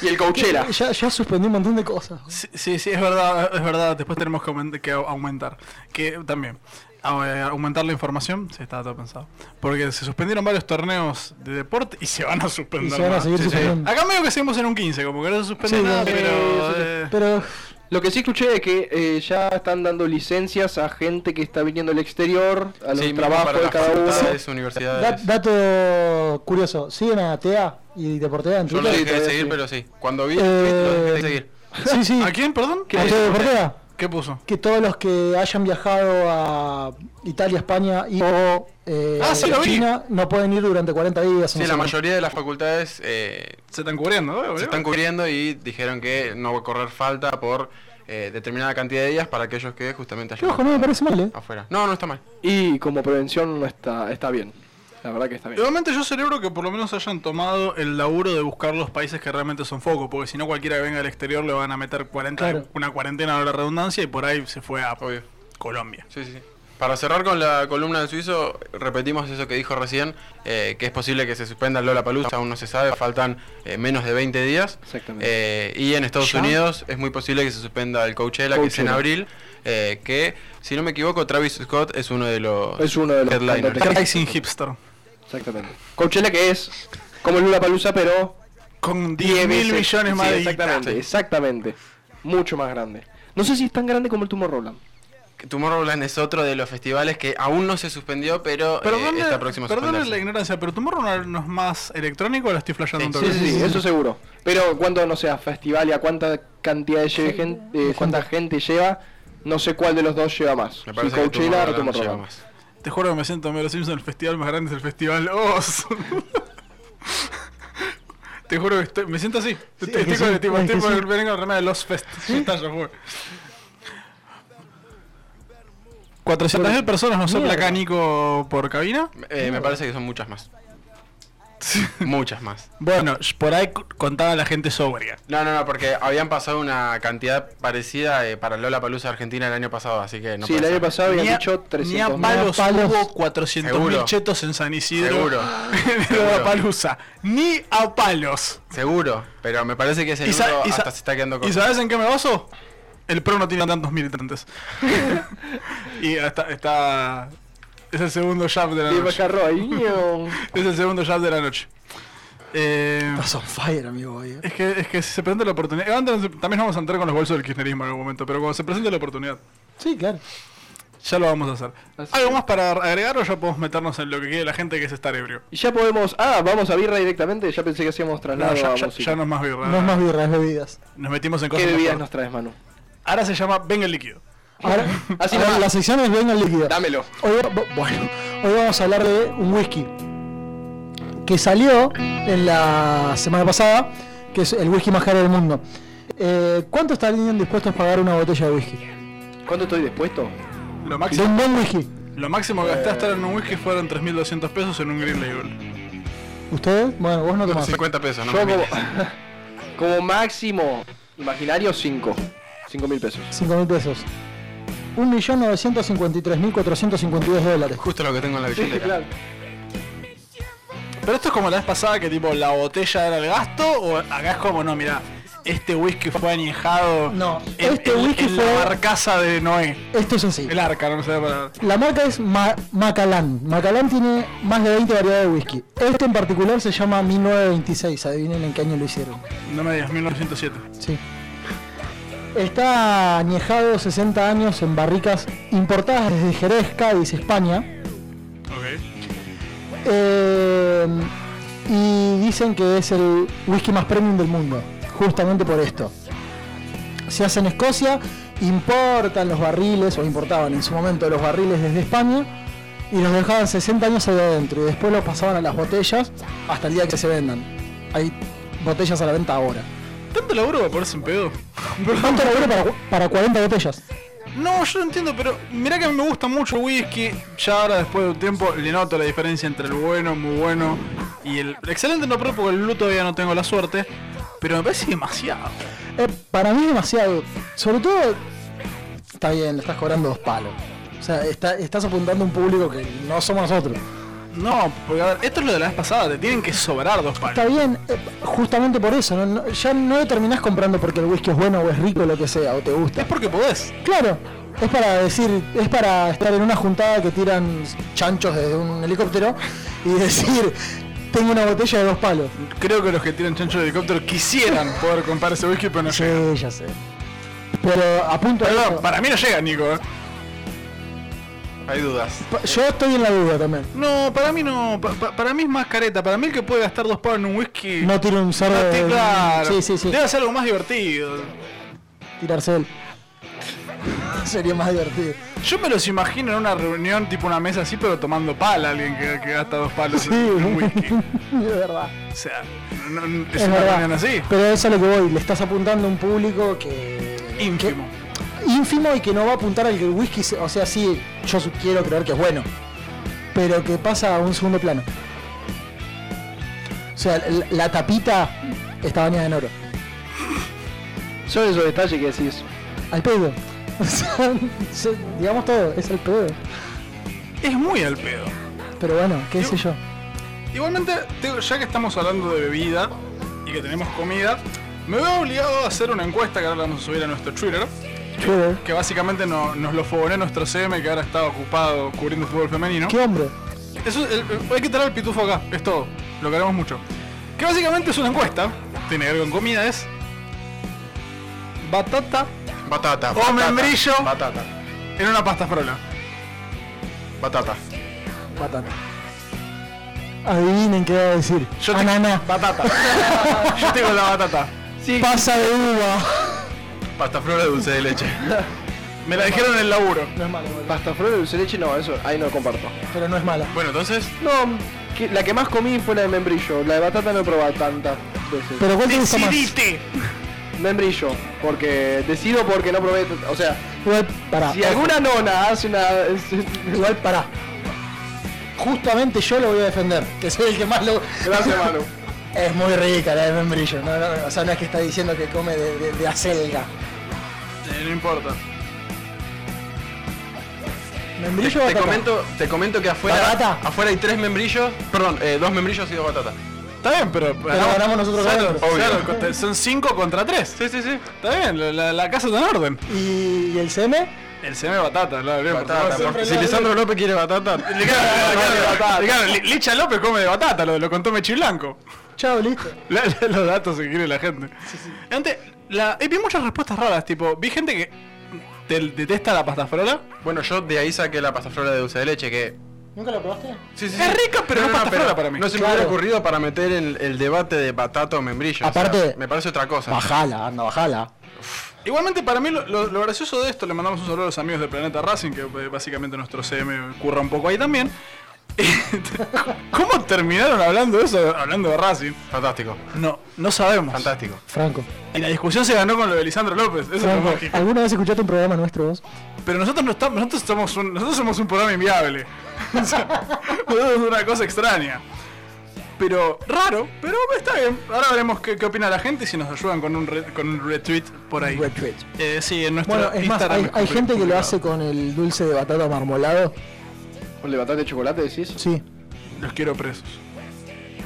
D: Y el Coachella.
E: Ya, ya suspendí un montón de cosas.
A: Sí, sí, sí, es verdad, es verdad. Después tenemos que, aument- que au- aumentar. Que también. au- eh, Aumentar la información, sí, estaba todo pensado. Porque se suspendieron varios torneos de deporte y se van a suspender.
E: Y se van a
A: más.
E: seguir suspendiendo.
A: Acá medio que seguimos en un 15, como que no se suspende
E: Sí,
A: nada,
E: sí,
A: pero.
E: sí, sí.
A: eh,
E: Pero
D: Lo que sí escuché es que eh, ya están dando licencias a gente que está viniendo del exterior, a los
B: Sí, mismo
D: trabajos
B: para
D: de
B: las
D: cada uno.
B: facultades,
C: Da-
B: universidades.
C: dato curioso, ¿siguen a TEA y Deportea en
B: Yo no
C: Twitter?
B: dejé de
D: todavía
B: seguir,
D: sí.
B: pero sí. Cuando vi,
C: Eh,
B: lo dejé de seguir.
C: Sí, sí.
A: ¿A quién, perdón?
C: ¿A ustedes Deportea?
A: ¿Qué puso?
C: Que todos los que hayan viajado a Italia, España y o eh,
A: Ah, sí, lo vi.
C: China no pueden ir durante 40 días.
B: Sí,
C: no sé
B: la
C: cómo.
B: mayoría de las facultades eh,
A: Se están cubriendo, ¿no?
B: se están cubriendo y dijeron que no va a correr falta por eh, determinada cantidad de días para aquellos que justamente
C: Que,
B: hayan
C: ojo, no me parece mal, ¿eh?
B: afuera. No, no está mal.
D: Y como prevención no está, está bien. La verdad que está bien.
A: Igualmente yo celebro que por lo menos hayan tomado el laburo de buscar los países que realmente son foco, porque si no cualquiera que venga del exterior le van a meter 40,
C: Claro.
A: una cuarentena de la redundancia y por ahí se fue a
B: Obvio.
A: Colombia.
B: Sí, sí. sí. Para cerrar con la columna del suizo, repetimos eso que dijo recién, eh, que es posible que se suspenda Lola Palusa, aún no se sabe, faltan eh, menos de 20 días.
D: Exactamente.
B: Eh, y en Estados Unidos es muy posible que se suspenda el Coachella, que es en
D: Coachella.
B: abril, eh, que si no me equivoco Travis Scott es uno de los...
D: es uno de los
B: Headliners.
D: cantantes-
A: Rising Hipster.
D: Exactamente. Coachella que es como el Lula Palusa, pero
A: Con 10
D: 10
A: mil
D: veces.
A: millones
D: Sí,
A: más de
D: Exactamente,
B: guita.
D: exactamente. Mucho más grande. No sé si es tan grande como el tumor Roland.
B: Tomorrowland es otro de los festivales que aún no se suspendió, pero eh,
A: Perdónenme
B: está próximo a
A: perdónenme la
B: suspenderse.
A: ignorancia, pero tu morro no, no es más electrónico o la estoy flasheando
B: Sí,
A: un
B: sí,
A: toque?
D: Sí, sí, sí, eso seguro. Pero cuánto, no sea festival y a cuánta cantidad de lle- gente, eh,
C: gente.
D: cuánta gente lleva, no sé cuál de los dos lleva más.
B: Me
D: Si
B: parece que
D: Coachella o
B: Tomorrowland
D: tumor
B: lleva
D: Roland.
B: más.
A: Te juro que me siento Mero Simpson, el festival más grande es el festival Oz. Te juro que estoy- me siento así. estoy
C: es que
A: estoy con
C: sí,
A: el tipo,
C: es
A: estoy
C: que
A: con
C: sí.
A: el vengo con la remera de Los Fest. Ya está, ya fue. 400.000 personas nos sopla acá Nico por cabina.
B: Eh, me parece que son muchas más. muchas más.
A: Bueno, por ahí contaba la gente sobria.
B: No, no, no, porque habían pasado una cantidad parecida eh, para Lola Palusa Argentina el año pasado, así que no
D: sí, el
B: puede
D: año
B: ser.
D: pasado habían
A: Ni a,
D: dicho
A: ni a
D: 300
A: palos,
C: palos.
A: hubo 400.000
B: Seguro.
A: chetos en San Isidro.
B: Seguro.
A: de la palusa. Ni a palos.
B: Seguro, pero me parece que ese
A: ¿Y, sa-
B: número
A: y sa-
B: hasta se está quedando
A: ¿Y
B: corto.
A: sabes en qué me baso? El PRO no tiene tantos militantes. y hasta está. Es el segundo jab de la
D: Diego
A: noche.
D: Carroño.
A: Es el segundo jab de la noche. Eh,
C: Estás on fire, amigo. hoy, eh.
A: es que, es que si se presenta la oportunidad. Igual También también vamos a entrar con los bolsos del kirchnerismo en algún momento, pero cuando se presente la oportunidad,
C: Sí, claro.
A: ya lo vamos a hacer.
D: Así
A: ¿Algo
D: es.
A: más para agregar o ya podemos meternos en lo que quiere la gente que es estar ebrio?
D: Y ya podemos. Ah, vamos a birra directamente. Ya pensé que hacíamos traslado
A: No, ya,
D: a
A: ya-
D: música.
A: ya no es más birra.
C: No es más birra, es bebidas.
A: Nos metimos en cosas.
D: ¿Qué
A: más
D: bebidas
A: fuertes.
D: nos traes, Manu?
A: Ahora se llama Venga el líquido.
C: Ahora,
D: Así
C: ahora
D: nomás.
C: la sección es venga el líquido.
D: Dámelo.
C: Hoy, va- bu- bueno, hoy vamos a hablar de un whisky que salió en la semana pasada, que es el whisky más caro del mundo. Eh, ¿Cuánto estarían dispuestos a pagar una botella de whisky?
D: ¿Cuánto estoy dispuesto?
A: Lo
C: De
A: máximo.
C: un buen whisky.
A: Lo máximo que gastaste en un whisky fueron 3.200 pesos en un Green Label.
C: ¿Ustedes? Bueno, vos no tomás.
B: 50 pesos, no
D: Yo
B: me
D: como,
B: mires.
D: como máximo imaginario 5. 5 mil pesos.
C: 5 mil pesos. 1.953.452 dólares.
B: Justo lo que tengo en la billetera.
A: Pero esto es como la vez pasada que tipo la botella era el gasto o acá es como no, mirá, este whisky fue añejado
C: No,
A: en,
C: este
A: en-
C: whisky
A: en la
C: fue-
A: barcaza de Noé.
C: Esto es así.
A: El arca, no sé para.
C: La marca es Ma- Macallan. Macallan tiene más de 20 variedades de whisky. Este en particular se llama 1926. Adivinen en qué año lo hicieron.
A: No me digas, 1907.
C: Sí. Está añejado 60 años en barricas importadas desde Jerez, Cádiz, España.
A: Ok.
C: Eh, y dicen que es el whisky más premium del mundo, justamente por esto. Se hace en Escocia, importan los barriles, o importaban en su momento los barriles desde España, y los dejaban 60 años ahí adentro, y después los pasaban a las botellas hasta el día que se vendan. Hay botellas a la venta ahora.
A: ¿Tanto laburo para ponerse en pedo?
C: ¿Cuánto laburo para, cu- para 40 botellas?
A: No, yo no entiendo, pero mirá que a mí me gusta mucho el whisky. Ya ahora, después de un tiempo, le noto la diferencia entre el bueno, muy bueno y el excelente. No pruebo porque el blue todavía no tengo la suerte, pero me parece demasiado.
C: Eh, para mí demasiado. Sobre todo, está bien, le estás cobrando dos palos. O sea, está- estás apuntando a un público que no somos nosotros.
A: No, porque a ver, esto es lo de la vez pasada, te tienen que sobrar dos
C: Está
A: palos.
C: bien, eh, justamente por eso, no- no- ya no lo terminás comprando porque el whisky es bueno o es rico, lo que sea, o te
A: Es
C: gusta.
A: porque podés.
C: Claro, es para decir, es para estar en una juntada que tiran chanchos desde un helicóptero y decir, tengo una botella de dos palos.
A: Creo que los que tiran chancho de helicóptero quisieran poder comprar ese whisky, pero no
C: Sí,
A: llegan.
C: ya sé. Pero a punto de
A: Perdón,
C: eso,
A: para mí no llega, Nico. eh.
B: Hay dudas.
C: pa- Yo estoy en la duda también.
A: No, para mí no. pa- pa- para mí es más careta. Para mí el que puede gastar dos pavos en un whisky.
C: No tiro un cerdo.
A: No te-
C: de-
A: claro.
C: Sí, sí, sí.
A: Debe ser algo más divertido.
C: Tirarse él. Sería más divertido.
A: Yo me los imagino en una reunión, tipo una mesa así, pero tomando pala alguien que, que gasta dos palos
C: Sí,
A: en un whisky.
C: es verdad.
A: O sea, no- no- es,
C: Es
A: una
C: verdad.
A: reunión así.
C: Pero eso es a lo que voy. Le estás apuntando a un público que.
A: Ínfimo.
C: que- ínfimo y que no va a apuntar al que el whisky. se- o sea, sí, yo su- quiero creer que es bueno. Pero que pasa a un segundo plano. O sea, la, la tapita está bañada en oro.
D: Son esos detalles que decís.
C: Al pedo. O sea, se- digamos todo, es al pedo.
A: Es muy al pedo.
C: Pero bueno, qué sé yo.
A: Igualmente, te- ya que estamos hablando de bebida y que tenemos comida, me veo obligado a hacer una encuesta que ahora la vamos a subir a nuestro Twitter.
C: Yo,
A: Que básicamente no- nos lo fogoné nuestro CM que ahora está ocupado cubriendo el fútbol femenino.
C: ¿Qué hombre?
A: Eso, el- el- hay que traer el pitufo acá, es todo. Lo queremos mucho. Que básicamente es una encuesta, tiene que ver con comida, es. Batata
B: Batata.
A: O
B: batata,
A: membrillo.
B: Batata.
A: en una pasta frola.
B: Batata.
C: Patata. Adivinen qué va a decir.
A: Yo te-
C: Ananá.
A: Batata. Yo tengo la batata.
C: Pasa de uva.
B: Pasta flora de dulce de leche.
A: Me la dijeron en el laburo.
C: No es mala, igual,
D: Pasta flor de dulce de leche, no, eso ahí no comparto.
C: pero no es mala.
B: Bueno, entonces,
D: No, que- la que más comí fue la de membrillo. La de batata no he probado tantas veces.
C: Pero ¿cuál te gusta más?
A: Decidite.
D: membrillo, porque decido porque no probé. t- O sea,
C: Igual para.
D: si alguna nona hace una.
C: Igual para. Justamente yo lo voy a defender, que soy el que más lo.
D: Gracias, Manu.
C: Es muy rica la de membrillo. No, no, no, o sea, no es que está diciendo que come de, de- de acelga.
A: Eh, no importa.
B: te,
C: Membrillo
B: te
C: batata?
B: comento, te comento que afuera,
C: Batata.
B: afuera hay tres membrillos, perdón, eh, dos membrillos y dos batatas.
A: Está bien, pero.
C: ganamos nosotros
A: claro,
C: adentro.
A: claro,
B: Obvio.
A: contra- son 5 contra 3. Sí, sí, sí. Está bien, la, la- la casa está en orden.
C: ¿Y, y el CM?
A: El CM batata, lo hablé por
B: Batata,
A: favor.
B: porque si Lisandro López quiere batata,
A: Le claro, le claro, le claro, Li- Licha López come de batata, lo, lo contó Mechi Blanco.
C: Chao, listo.
A: La- la- los datos que quiere la gente. Antes, la, eh, vi muchas respuestas raras, tipo, vi gente que te- detesta la pasta frola.
B: Bueno, yo de ahí saqué la pasta flora de dulce de leche que...
C: ¿Nunca lo probaste?
B: Sí, sí,
A: Es rica, pero no pasta flora para mí.
B: No se me
C: Claro.
B: hubiera ocurrido para meter el, el debate de batata o membrillo. o sea,
C: Aparte-
B: me parece otra cosa.
C: Bajala, anda, bajala.
A: Igualmente, para mí, lo, lo- lo gracioso de esto, le mandamos un saludo a los amigos de Planeta Racing, que eh, básicamente nuestro CM curra un poco ahí también. ¿Cómo terminaron hablando de eso, hablando de Racing?
B: Fantástico,
A: No, no sabemos.
B: fantástico.
C: Franco.
A: Y la discusión se ganó con lo de Lisandro López, eso es lo
C: Franco,
A: mágico.
C: ¿alguna vez escuchaste un programa nuestro vos?
A: Pero nosotros no estamos, nosotros somos un, nosotros somos un programa inviable. O sea, nosotros somos una cosa extraña. Pero raro, pero está bien. Ahora veremos qué, qué opina la gente y si nos ayudan con un, re- con un retweet por ahí.
C: Retweet.
A: Eh, sí, en nuestro
C: Bueno, es más,
A: Instagram
C: hay,
A: es
C: hay
A: public-
C: gente que lo
A: publicado.
C: hace con el dulce de batata marmolado.
D: ¿Con de batata de chocolate decís?
C: Sí.
A: Los quiero presos.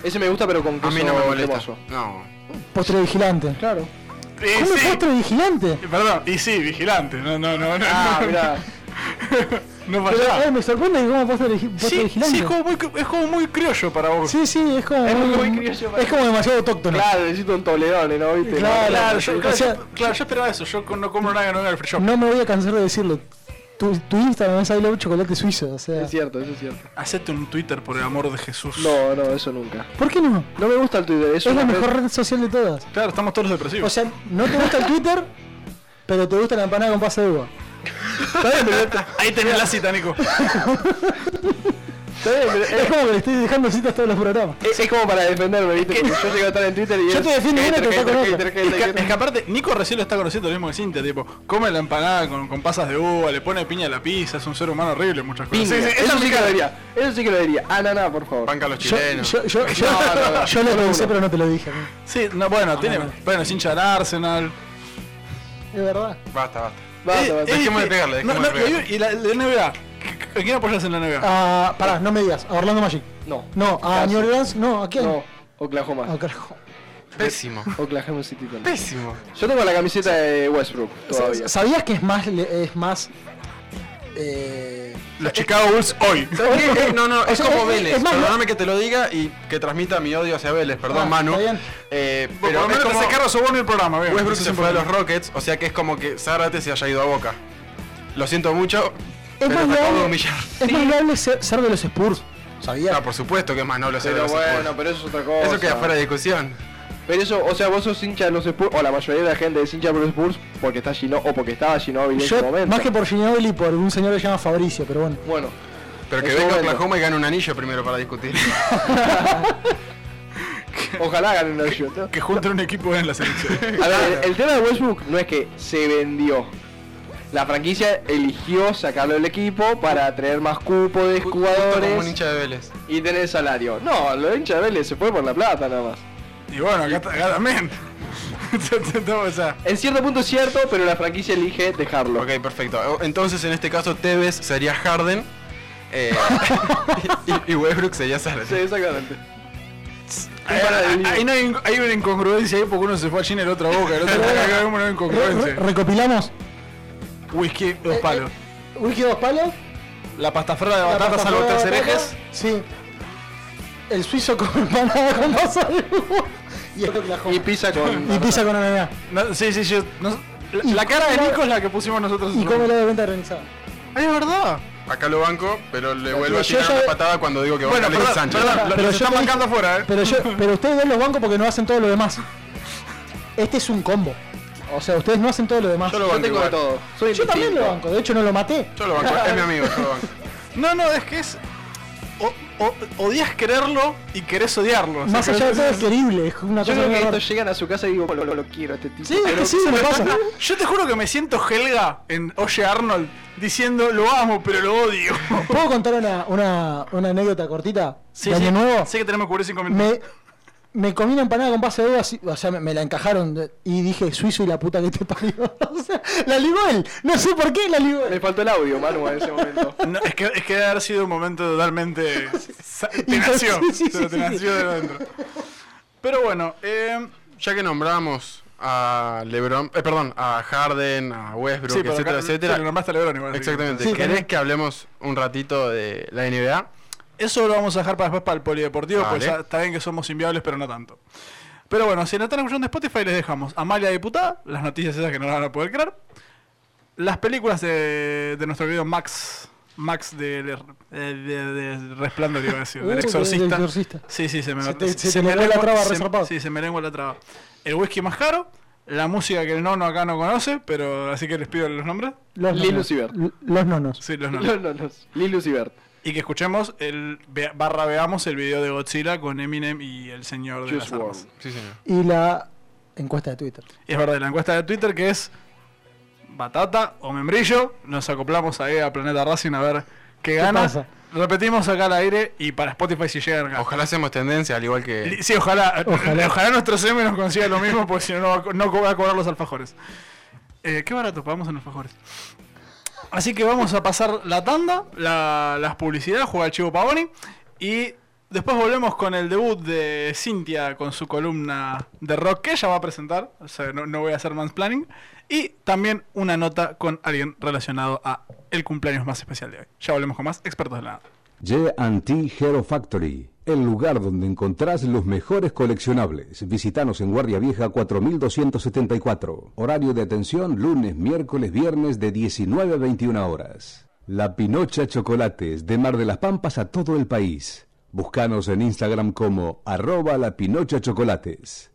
D: Ese me gusta, pero con queso
B: A mí no me molesta.
D: cremoso.
B: No.
C: Postre vigilante.
D: Claro.
A: Y
C: ¿Cómo
A: sí, Eh,
C: postre vigilante?
A: perdón, y sí, vigilante. No, no, no, no.
D: Ah,
A: no,
D: mirá.
A: no
C: Pero,
A: fallaba.
C: eh, me sorprende que como postre, vigi- postre
A: Sí,
C: vigilante.
A: sí, es como muy, es como muy criollo para vos.
C: Sí, sí, es como.
D: Es muy
C: muy-
D: criollo para-
C: es como demasiado autóctono.
D: Claro, necesito un toledone, ¿no? ¿Viste?
C: Claro,
A: Claro,
C: o
A: yo, claro,
C: sea,
A: yo- claro, yo esperaba eso. Yo con- no como nada que no venga el free shop.
C: No me voy a cansar de decirlo. Tu, tu Instagram es I love chocolate suizo. O sea,
D: Es cierto, eso es cierto.
A: Hacete un Twitter por el amor de Jesús.
D: No, no, eso nunca.
C: ¿por qué no?
D: No me gusta el Twitter, eso
C: Es la mejor red social de todas.
A: Claro, estamos todos depresivos.
C: O sea, no te gusta el Twitter, pero te gusta la empanada con pase de uva.
A: Ahí tenés la cita, Nico.
C: Es como que le estoy dejando citas a todos los programas.
D: Es, es como para defenderme, ¿viste? Porque yo llego a estar en Twitter y
C: Yo
D: es-
C: te defiendo una,
D: hater,
C: te saco
D: hater,
C: otra.
D: hater, hater,
A: Es que,
D: hater.
A: es que aparte, Nico recién lo está conociendo lo mismo que Cintia, tipo, come la empanada con, con pasas de uva, le pone piña a la pizza, es un ser humano horrible, muchas cosas.
D: Sí, sí,
A: esa
D: eso
A: es
D: sí
A: mi
D: que lo
A: cara.
D: diría. Eso sí que lo diría. Ah, no, no, por favor.
B: Banca los
C: Yo,
B: chilenos.
C: yo, yo, yo,
D: no, no.
C: yo lo pensé, pero no te lo dije.
A: Sí, no, bueno, tiene,
C: Ah, no.
A: bueno, es hincha del Arsenal.
C: Es verdad.
B: Basta, basta.
D: Basta,
A: Eh,
D: basta.
A: eh,
B: Dejemos de
A: eh,
B: pegarle,
A: no,
B: dejemos
A: no,
B: de pegarle.
A: Y la, la NBA, ¿a quién apoyas en la NBA?
C: Ah, pará, no me digas. A Orlando Magic.
D: No.
C: No, a
D: Casi.
C: New Orleans. No, ¿a quién?
D: No, Oklahoma.
C: Ah, carajo.
B: Pésimo.
D: Oklahoma City Thunder.
B: Pésimo.
D: Yo tengo la camiseta de Westbrook
C: Sa-
D: todavía.
C: ¿Sabías que es más, le- es más eh,
A: Los Chicago Bulls hoy.
B: ¿Sabes qué? Eh, No, no, es
C: sea,
B: como
C: es-
B: Vélez.
C: es más,
B: Perdóname que te lo diga y que transmita mi odio hacia Vélez. Perdón,
C: Ah,
B: Manu.
C: está bien.
B: Eh,
A: Pero
B: pero
A: por
B: es
A: lo
B: como
A: menos Carlos en el programa, bien.
B: Westbrook
A: Eso
B: se
A: es
B: fue a los
A: importante.
B: Rockets, o sea que es como que Zárate se haya ido a Boca. Lo siento mucho,
C: Es
B: pero te
C: más
B: acabo de
C: leal.
B: humillar.
C: es más loable ser, ser de los Spurs. ¿Sabías?
B: No, por supuesto que es más no lo sé. de
D: Pero
B: los
D: bueno,
B: Spurs.
D: pero eso es otra cosa.
B: Eso queda fuera de discusión.
D: Pero eso, o sea, vos sos hincha de los Spurs, o la mayoría de la gente es hincha de los Spurs porque está Gino, o porque estaba Ginobili en ese
C: Yo,
D: momento.
C: más que por Ginobili, por un señor que se llama Fabricio, pero bueno.
D: Bueno,
B: Pero que
D: Eso
B: venga
D: bueno.
B: Oklahoma y gane un anillo primero para discutir.
D: ojalá ganen una ayuda, ¿no?
A: Que junten un equipo en la selección.
D: A ver, el, el tema de Westbrook no es que se vendió. La franquicia eligió sacarlo del equipo para traer más cupo de
B: Ju- justo como un
D: jugadores
B: hincha de Vélez.
D: y tener salario. No, lo hincha de Vélez se fue por la plata nada más.
A: y bueno, acá, acá también. Estamos, o sea,
D: En cierto punto es cierto, pero la franquicia elige dejarlo.
B: Ok, perfecto. Entonces en este caso Tevez sería Harden. eh, y, y Westbrook sería Zárate.
D: Sí, exactamente.
A: ahí, ahí no hay, hay una incongruencia ahí porque uno se fue a China y el otro a Boca. El otro acá vemos una
C: Re- re-
A: incongruencia.
C: recopilamos.
A: Whisky, dos palos.
C: Wiki dos palos.
A: La pastafera de
C: la
A: batata
C: pasta
A: salvo
C: frotada
A: tres
C: de batata,
A: herejes.
C: Sí. El suizo con empanada con masa de huevo. Y el Oklahoma.
D: Y pisa con.
C: Y pizza con ananá.
A: No, sí, sí, yo. no- la,
C: Y-
A: la cara de
C: y-
A: Nico es la que pusimos nosotros.
C: Y come la de venta granizada.
A: Ah, es verdad.
B: Acá lo banco, pero le vuelvo a
C: yo
B: tirar
C: ya-
B: una patada cuando digo que va
A: Bueno,
B: a ganar Alexis
A: perdón,
B: Sánchez.
A: perdón. Lo,
C: Pero
A: los
C: yo te
A: están
C: dije-
A: bancando afuera, eh.
C: Pero yo, pero ustedes ven los bancos porque no hacen todo lo demás. Este es un combo. O sea, ustedes no hacen todo lo demás.
B: Yo lo
D: Yo
B: banco
D: tengo de
B: igual.
D: todo. Soy
C: Yo también lo
D: indistinto.
C: banco, de hecho no lo maté.
B: Yo lo banco, es mi amigo, yo lo banco.
A: No, no, es que es. O, o- odias quererlo y querés odiarlo. O sea,
C: Más allá de todo es querible, es una
D: Yo
C: cosa
D: creo que
C: muy rara.
D: estos llegan a su casa y digo, no, no lo quiero a este tipo.
C: Sí, es que sí, me pasa.
A: Yo te juro que me siento Helga en Oye Arnold diciendo lo amo pero lo odio.
C: ¿Puedo contar una, una, una anécdota cortita?
A: Sí,
C: de
A: sí,
C: año nuevo?
A: Sé que tenemos que cubrir 5 minutos.
C: Me, me comí una empanada con pase de uva, así- o sea, me, me la encajaron de- y dije, suizo y la puta que te parió. O sea, la ligó él, no sé por qué la ligó
D: Me
C: él.
D: faltó el audio, Manu, en ese momento.
A: No, es, que, es que debe haber sido un momento totalmente. sa- Te nació.
C: Sí, sí,
A: te
C: sí,
A: lo- te
C: sí.
A: nació de adentro. Pero bueno, eh,
B: Ya que nombramos a LeBron, eh, perdón, a Harden, a Westbrook,
A: sí, pero
B: etcétera,
A: acá-
B: etcétera.
A: sí, lo nombraste a LeBron igual, así que-
B: Exactamente.
C: Sí,
B: ¿Querés
C: también.
B: que hablemos un ratito de la NBA?
A: Eso lo vamos a dejar para después para el polideportivo,
B: Vale.
A: pues ya está bien que somos inviables, pero no tanto. Pero bueno, si no están escuchando de Spotify, les dejamos Amalia Diputada, las noticias esas que no las van a poder creer, las películas de, de nuestro querido Max, Max de, de, de- de Resplandor, iba a decir,
C: Uh,
A: del
C: de-
A: exorcista.
C: del Exorcista.
A: Sí, sí, se me,
C: Se te- se te
A: me
C: lengua la
A: lengua-
C: traba,
A: se-
C: resarpado.
A: Sí, se me lengua la traba. El whisky más caro, la música que el nono acá no conoce, pero así que les pido los nombres.
C: Los
D: Lil
C: nonos.
D: Lucifer.
C: L- Los nonos.
A: Sí, los nombres.
D: No, no, no. Lil Lucibert.
A: Y que escuchemos el vea- barra veamos el video de Godzilla con Eminem y el señor de las
D: Juice
A: armas.
D: WRLD.
B: Sí, señor.
C: Y la encuesta de Twitter.
A: Y es verdad, la encuesta de Twitter que es batata o membrillo. Nos acoplamos ahí a Planeta Racing a ver qué, gana.
C: pasa?
A: Repetimos acá al aire y para Spotify si llegan acá.
B: Ojalá hacemos tendencia, al igual
A: Li-
B: que.
A: Sí, ojalá, ojalá.
C: Ojalá.
A: nuestro CM nos consiga lo mismo porque si no, no va a co- no co- va a cobrar los alfajores. Eh, qué barato, pagamos en alfajores. Así que vamos a pasar la tanda, la- las publicidades, juega el Chivo Pavoni. Y después volvemos con el debut de Cintia con su columna de rock que ella va a presentar. O sea, no, no voy a hacer mansplaining. Y también una nota con alguien relacionado a el cumpleaños más especial de hoy. Ya volvemos con más expertos de la nada.
G: J&T Hero Factory, el lugar donde encontrás los mejores coleccionables. Visítanos en Guardia Vieja 4274. Horario de atención lunes, miércoles, viernes de 19 a 21 horas. La Pinocha Chocolates de Mar de las Pampas a todo el país. Buscanos en Instagram como arroba la Pinocha Chocolates.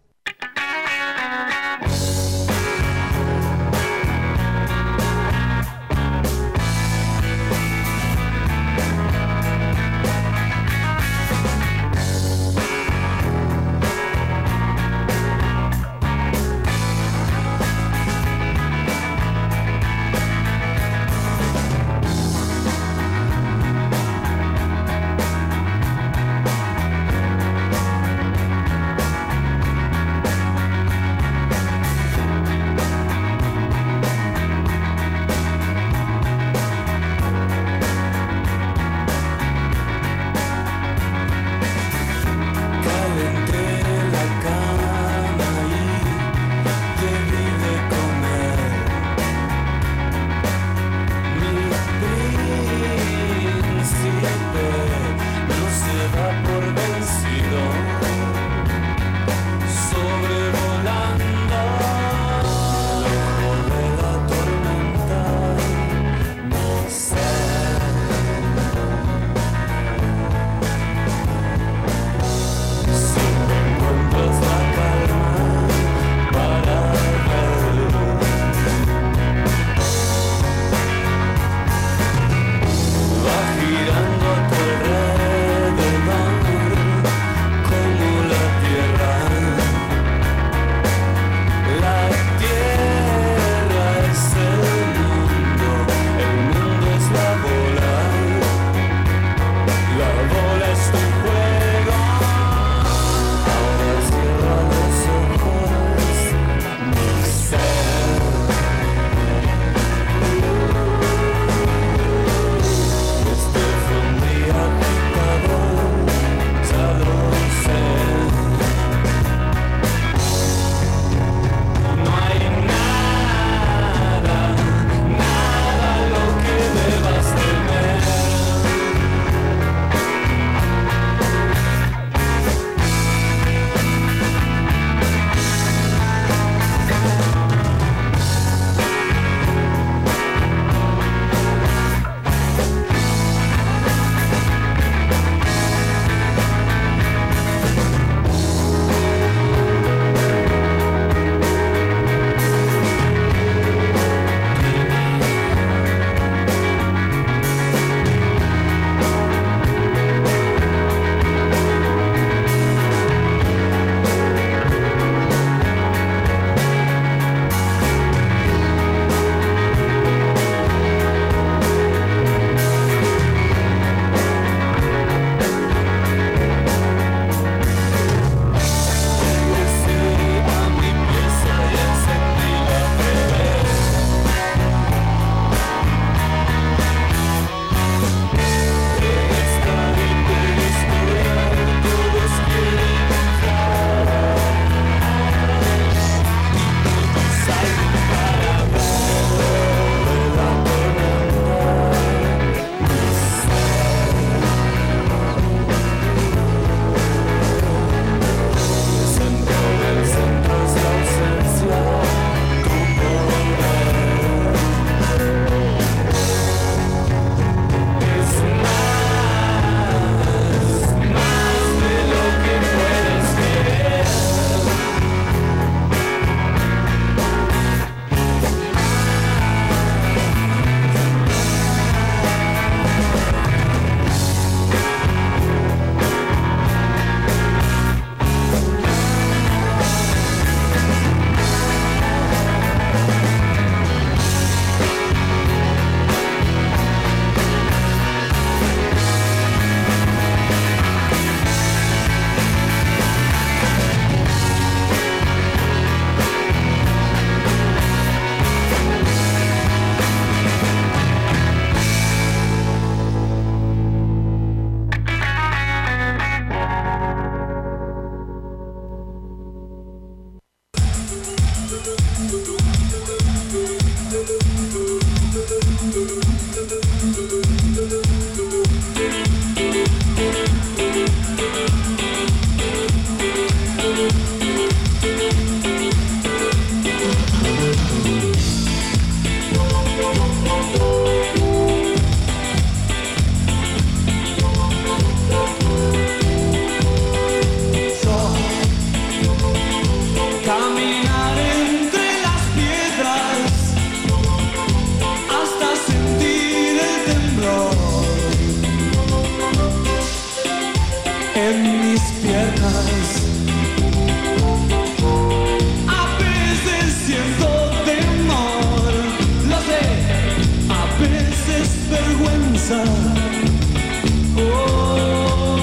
H: Oh.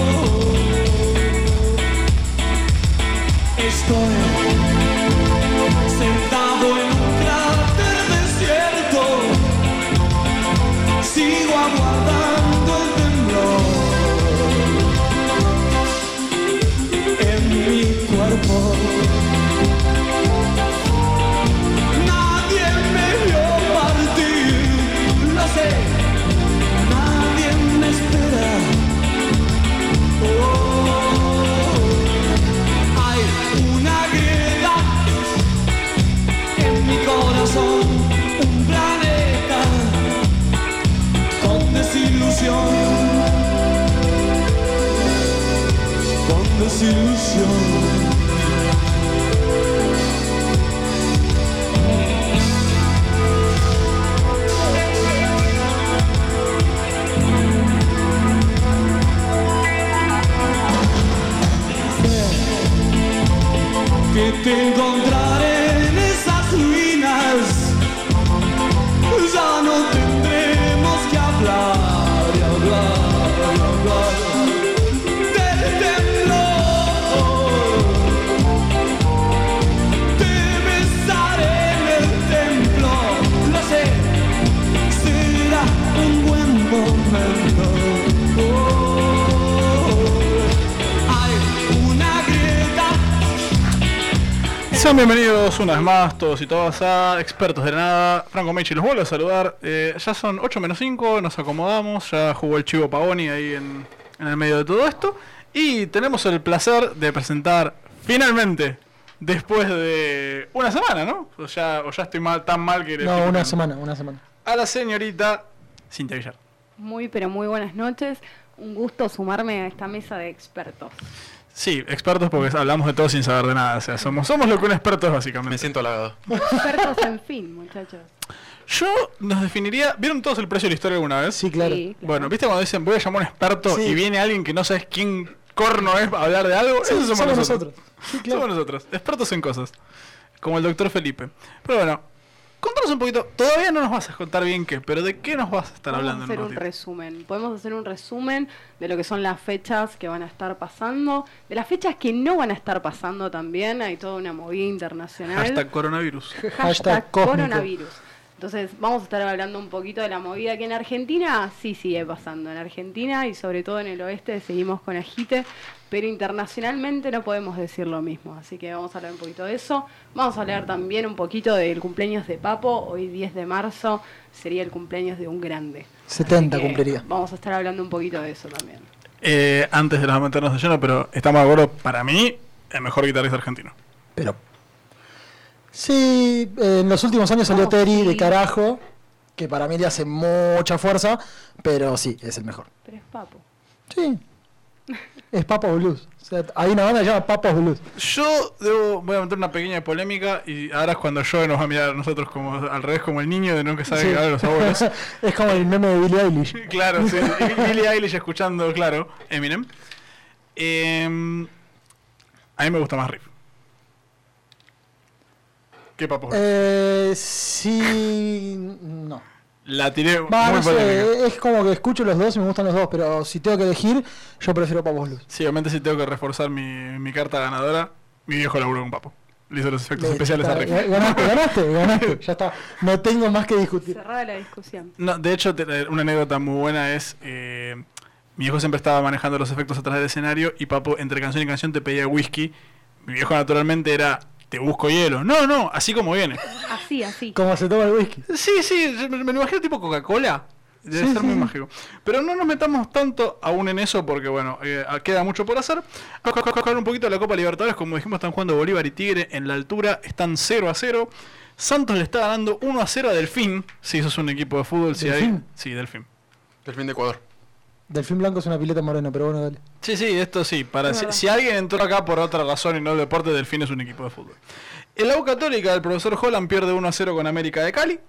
H: estoy sentado en un cráter desierto. Sigo aguardando el temblor en mi cuerpo. Nadie me vio partir, lo sé. Nadie me espera. Oh. Hay una grieta en mi corazón, un planeta con desilusión, con desilusión. que te encontraré en esas ruinas. Ya no tendremos que hablar y hablar y hablar del temblor. Te besaré en el templo, lo sé, será un buen momento. Oh, Hay una grieta
A: Sean bienvenidos una vez más todos y todas a Expertos de la Nada. Franco Mechi los vuelve a saludar. Eh, ya son 8 menos 5, nos acomodamos, ya jugó el chivo Pavoni ahí en, en el medio de todo esto. Y tenemos el placer de presentar finalmente, después de una semana, ¿no? O ya, o ya estoy mal, tan mal que... le
C: No,
A: estoy
C: una
A: picando.
C: semana, una semana.
A: A la señorita Cintia Villar.
I: Muy, pero muy buenas noches. Un gusto sumarme a esta mesa de expertos.
A: Sí, expertos porque hablamos de todo sin saber de nada. O sea, somos, somos lo que un experto es básicamente.
B: Me siento halagado.
I: Expertos en fin, muchachos.
A: Yo nos definiría... ¿Vieron todos el precio de la historia alguna vez?
C: Sí, claro.
I: Sí, claro.
A: Bueno, ¿viste cuando dicen voy a llamar a un experto
C: Sí.
A: y viene alguien que no sabes quién corno es para hablar de algo?
C: Sí,
A: Eso somos,
C: somos
A: nosotros.
C: nosotros. Sí, claro.
A: Somos nosotros, expertos en cosas. Como el doctor Felipe. Pero bueno, contanos un poquito. Todavía no nos vas a contar bien qué, pero ¿de qué nos vas a estar
I: Podemos
A: hablando en
I: hacer
A: un
I: un
A: ratito?
I: resumen. Podemos hacer un resumen de lo que son las fechas que van a estar pasando, de las fechas que no van a estar pasando también. Hay toda una movida internacional.
A: Hashtag coronavirus.
I: Hashtag
C: Hashtag cósmico.
I: coronavirus. Entonces, vamos a estar hablando un poquito de la movida que en Argentina sí sigue pasando. En Argentina y sobre todo en el oeste seguimos con agite, pero internacionalmente no podemos decir lo mismo. Así que vamos a hablar un poquito de eso. Vamos a hablar también un poquito del cumpleaños de Papo. Hoy 10 de marzo sería el cumpleaños de un grande. Así
C: 70
I: que
C: cumpliría.
I: Vamos a estar hablando un poquito de eso también.
A: Eh, antes de nos meternos de lleno, pero estamos de acuerdo, para mí, el mejor guitarrista argentino.
C: Pero. Sí, eh, en los últimos años salió
I: No,
C: Terry de
I: sí.
C: carajo, que para mí le hace mucha fuerza, pero sí, es el mejor.
I: Pero es Papo.
C: Sí. Es Papo Blues. O sea, hay una banda que se llama Papo Blues.
A: Yo debo, voy a meter una pequeña polémica y ahora es cuando yo nos va a mirar a nosotros como al revés, como el niño de nunca sabe
C: Sí.
A: que hablan los abuelos.
C: es como el meme de Billie Eilish.
A: Claro, sí. Y Billie Eilish escuchando, claro, Eminem. Em, a mí me gusta más Riff. ¿Qué papo?
C: Eh, sí, no.
A: la tiré
C: Va,
A: muy
C: no
A: polémica.
C: sé, eh, es como que escucho los dos y me gustan los dos, pero si tengo que elegir, yo prefiero Papo Blues.
A: Sí, obviamente si tengo que reforzar mi, mi carta ganadora, mi viejo laburó con papo. Le hizo los efectos
C: Eh,
A: especiales a
C: está,
A: Riff.
C: ga- Ganaste, ganaste, ganaste. Ya está. No tengo más que discutir.
I: Cerrada la discusión.
A: No, de hecho, te- una anécdota muy buena es. eh, mi viejo siempre estaba manejando los efectos atrás del escenario y papo, entre canción y canción, te pedía whisky. Mi viejo, naturalmente, era. Te busco hielo. No, no, así como viene.
I: Así, así.
C: Como se toma el whisky.
A: Sí, sí, yo me me lo imagino tipo Coca-Cola. Debe
C: Sí,
A: ser
C: sí,
A: muy
C: sí.
A: mágico. Pero no nos metamos tanto aún en eso porque, bueno, eh, queda mucho por hacer. Vamos a jugar un poquito de la Copa Libertadores. Como dijimos, están jugando Bolívar y Tigre en la altura. Están 0 a 0. Santos le está ganando 1 a 0 a Delfín. Si eso es un equipo de fútbol, si hay.
C: ¿Delfín?
A: Sí, Delfín.
B: Del fin de Ecuador.
C: Delfín Blanco es una pileta moreno, pero bueno, dale.
A: Sí, sí, esto sí. Para, si,
I: verdad.
A: si alguien entró acá por otra razón y no el deporte, Delfín es un equipo de fútbol. El AU Católica del profesor Holland pierde 1 a 0 con América de Cali.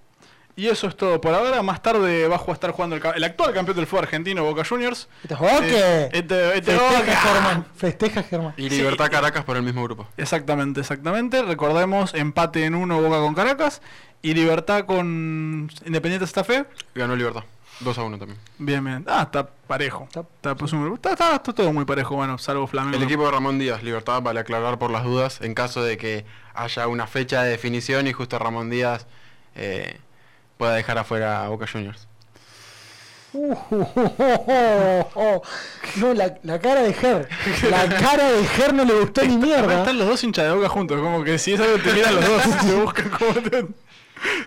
A: Y eso es todo por ahora. Más tarde va a estar jugando el, ca- el actual campeón del fútbol argentino, Boca Juniors.
C: Este es
A: Eh,
C: Boque.
A: este- este
C: Festeja,
A: Boca.
C: Germán. Festeja, Germán.
B: Y Libertad Caracas por el mismo grupo.
A: Exactamente, exactamente. Recordemos, empate en uno Boca con Caracas y Libertad con Independiente Santa Fe.
B: Ganó Libertad. 2 a 1 también.
A: Bien, bien. Ah, está parejo. Está, pues, un- está- está- está todo muy parejo, bueno, salvo Flamengo.
B: El equipo de Ramón Díaz, Libertad, vale aclarar por las dudas, en caso de que haya una fecha de definición y justo Ramón Díaz eh, pueda dejar afuera a Boca Juniors.
C: Uh, uh, uh, uh, uh, uh. No, la, la cara de Ger. La cara de Ger no le gustó ni
A: Acá
C: mierda.
A: están los dos hinchas de boca juntos, como que si es algo te miran los dos, te buscan como te,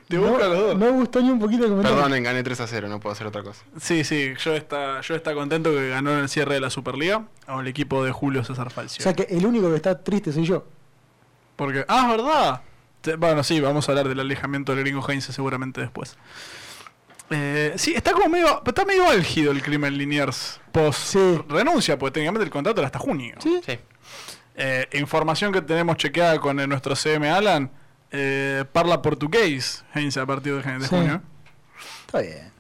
A: te
C: No,
A: buscan los dos.
C: no me gustó ni un poquito el comentario.
B: Perdonen, gané 3 a 0, no puedo hacer otra cosa.
A: Sí, sí, yo está, yo está contento que ganó en el cierre de la Superliga al equipo de Julio César Falcio.
C: O sea que el único que está triste soy yo.
A: Porque, ah, es verdad. Te- Bueno, sí, vamos a hablar del alejamiento del gringo Heinze seguramente después. Eh, sí, está como medio, está medio álgido el crimen Liniers post
C: Sí.
A: renuncia, porque técnicamente el contrato era hasta junio.
B: Sí.
A: Eh, información que tenemos chequeada con eh, nuestro CM Alan, eh, parla portugués Heinze a partir de, de
C: Sí.
A: junio.
C: Está bien.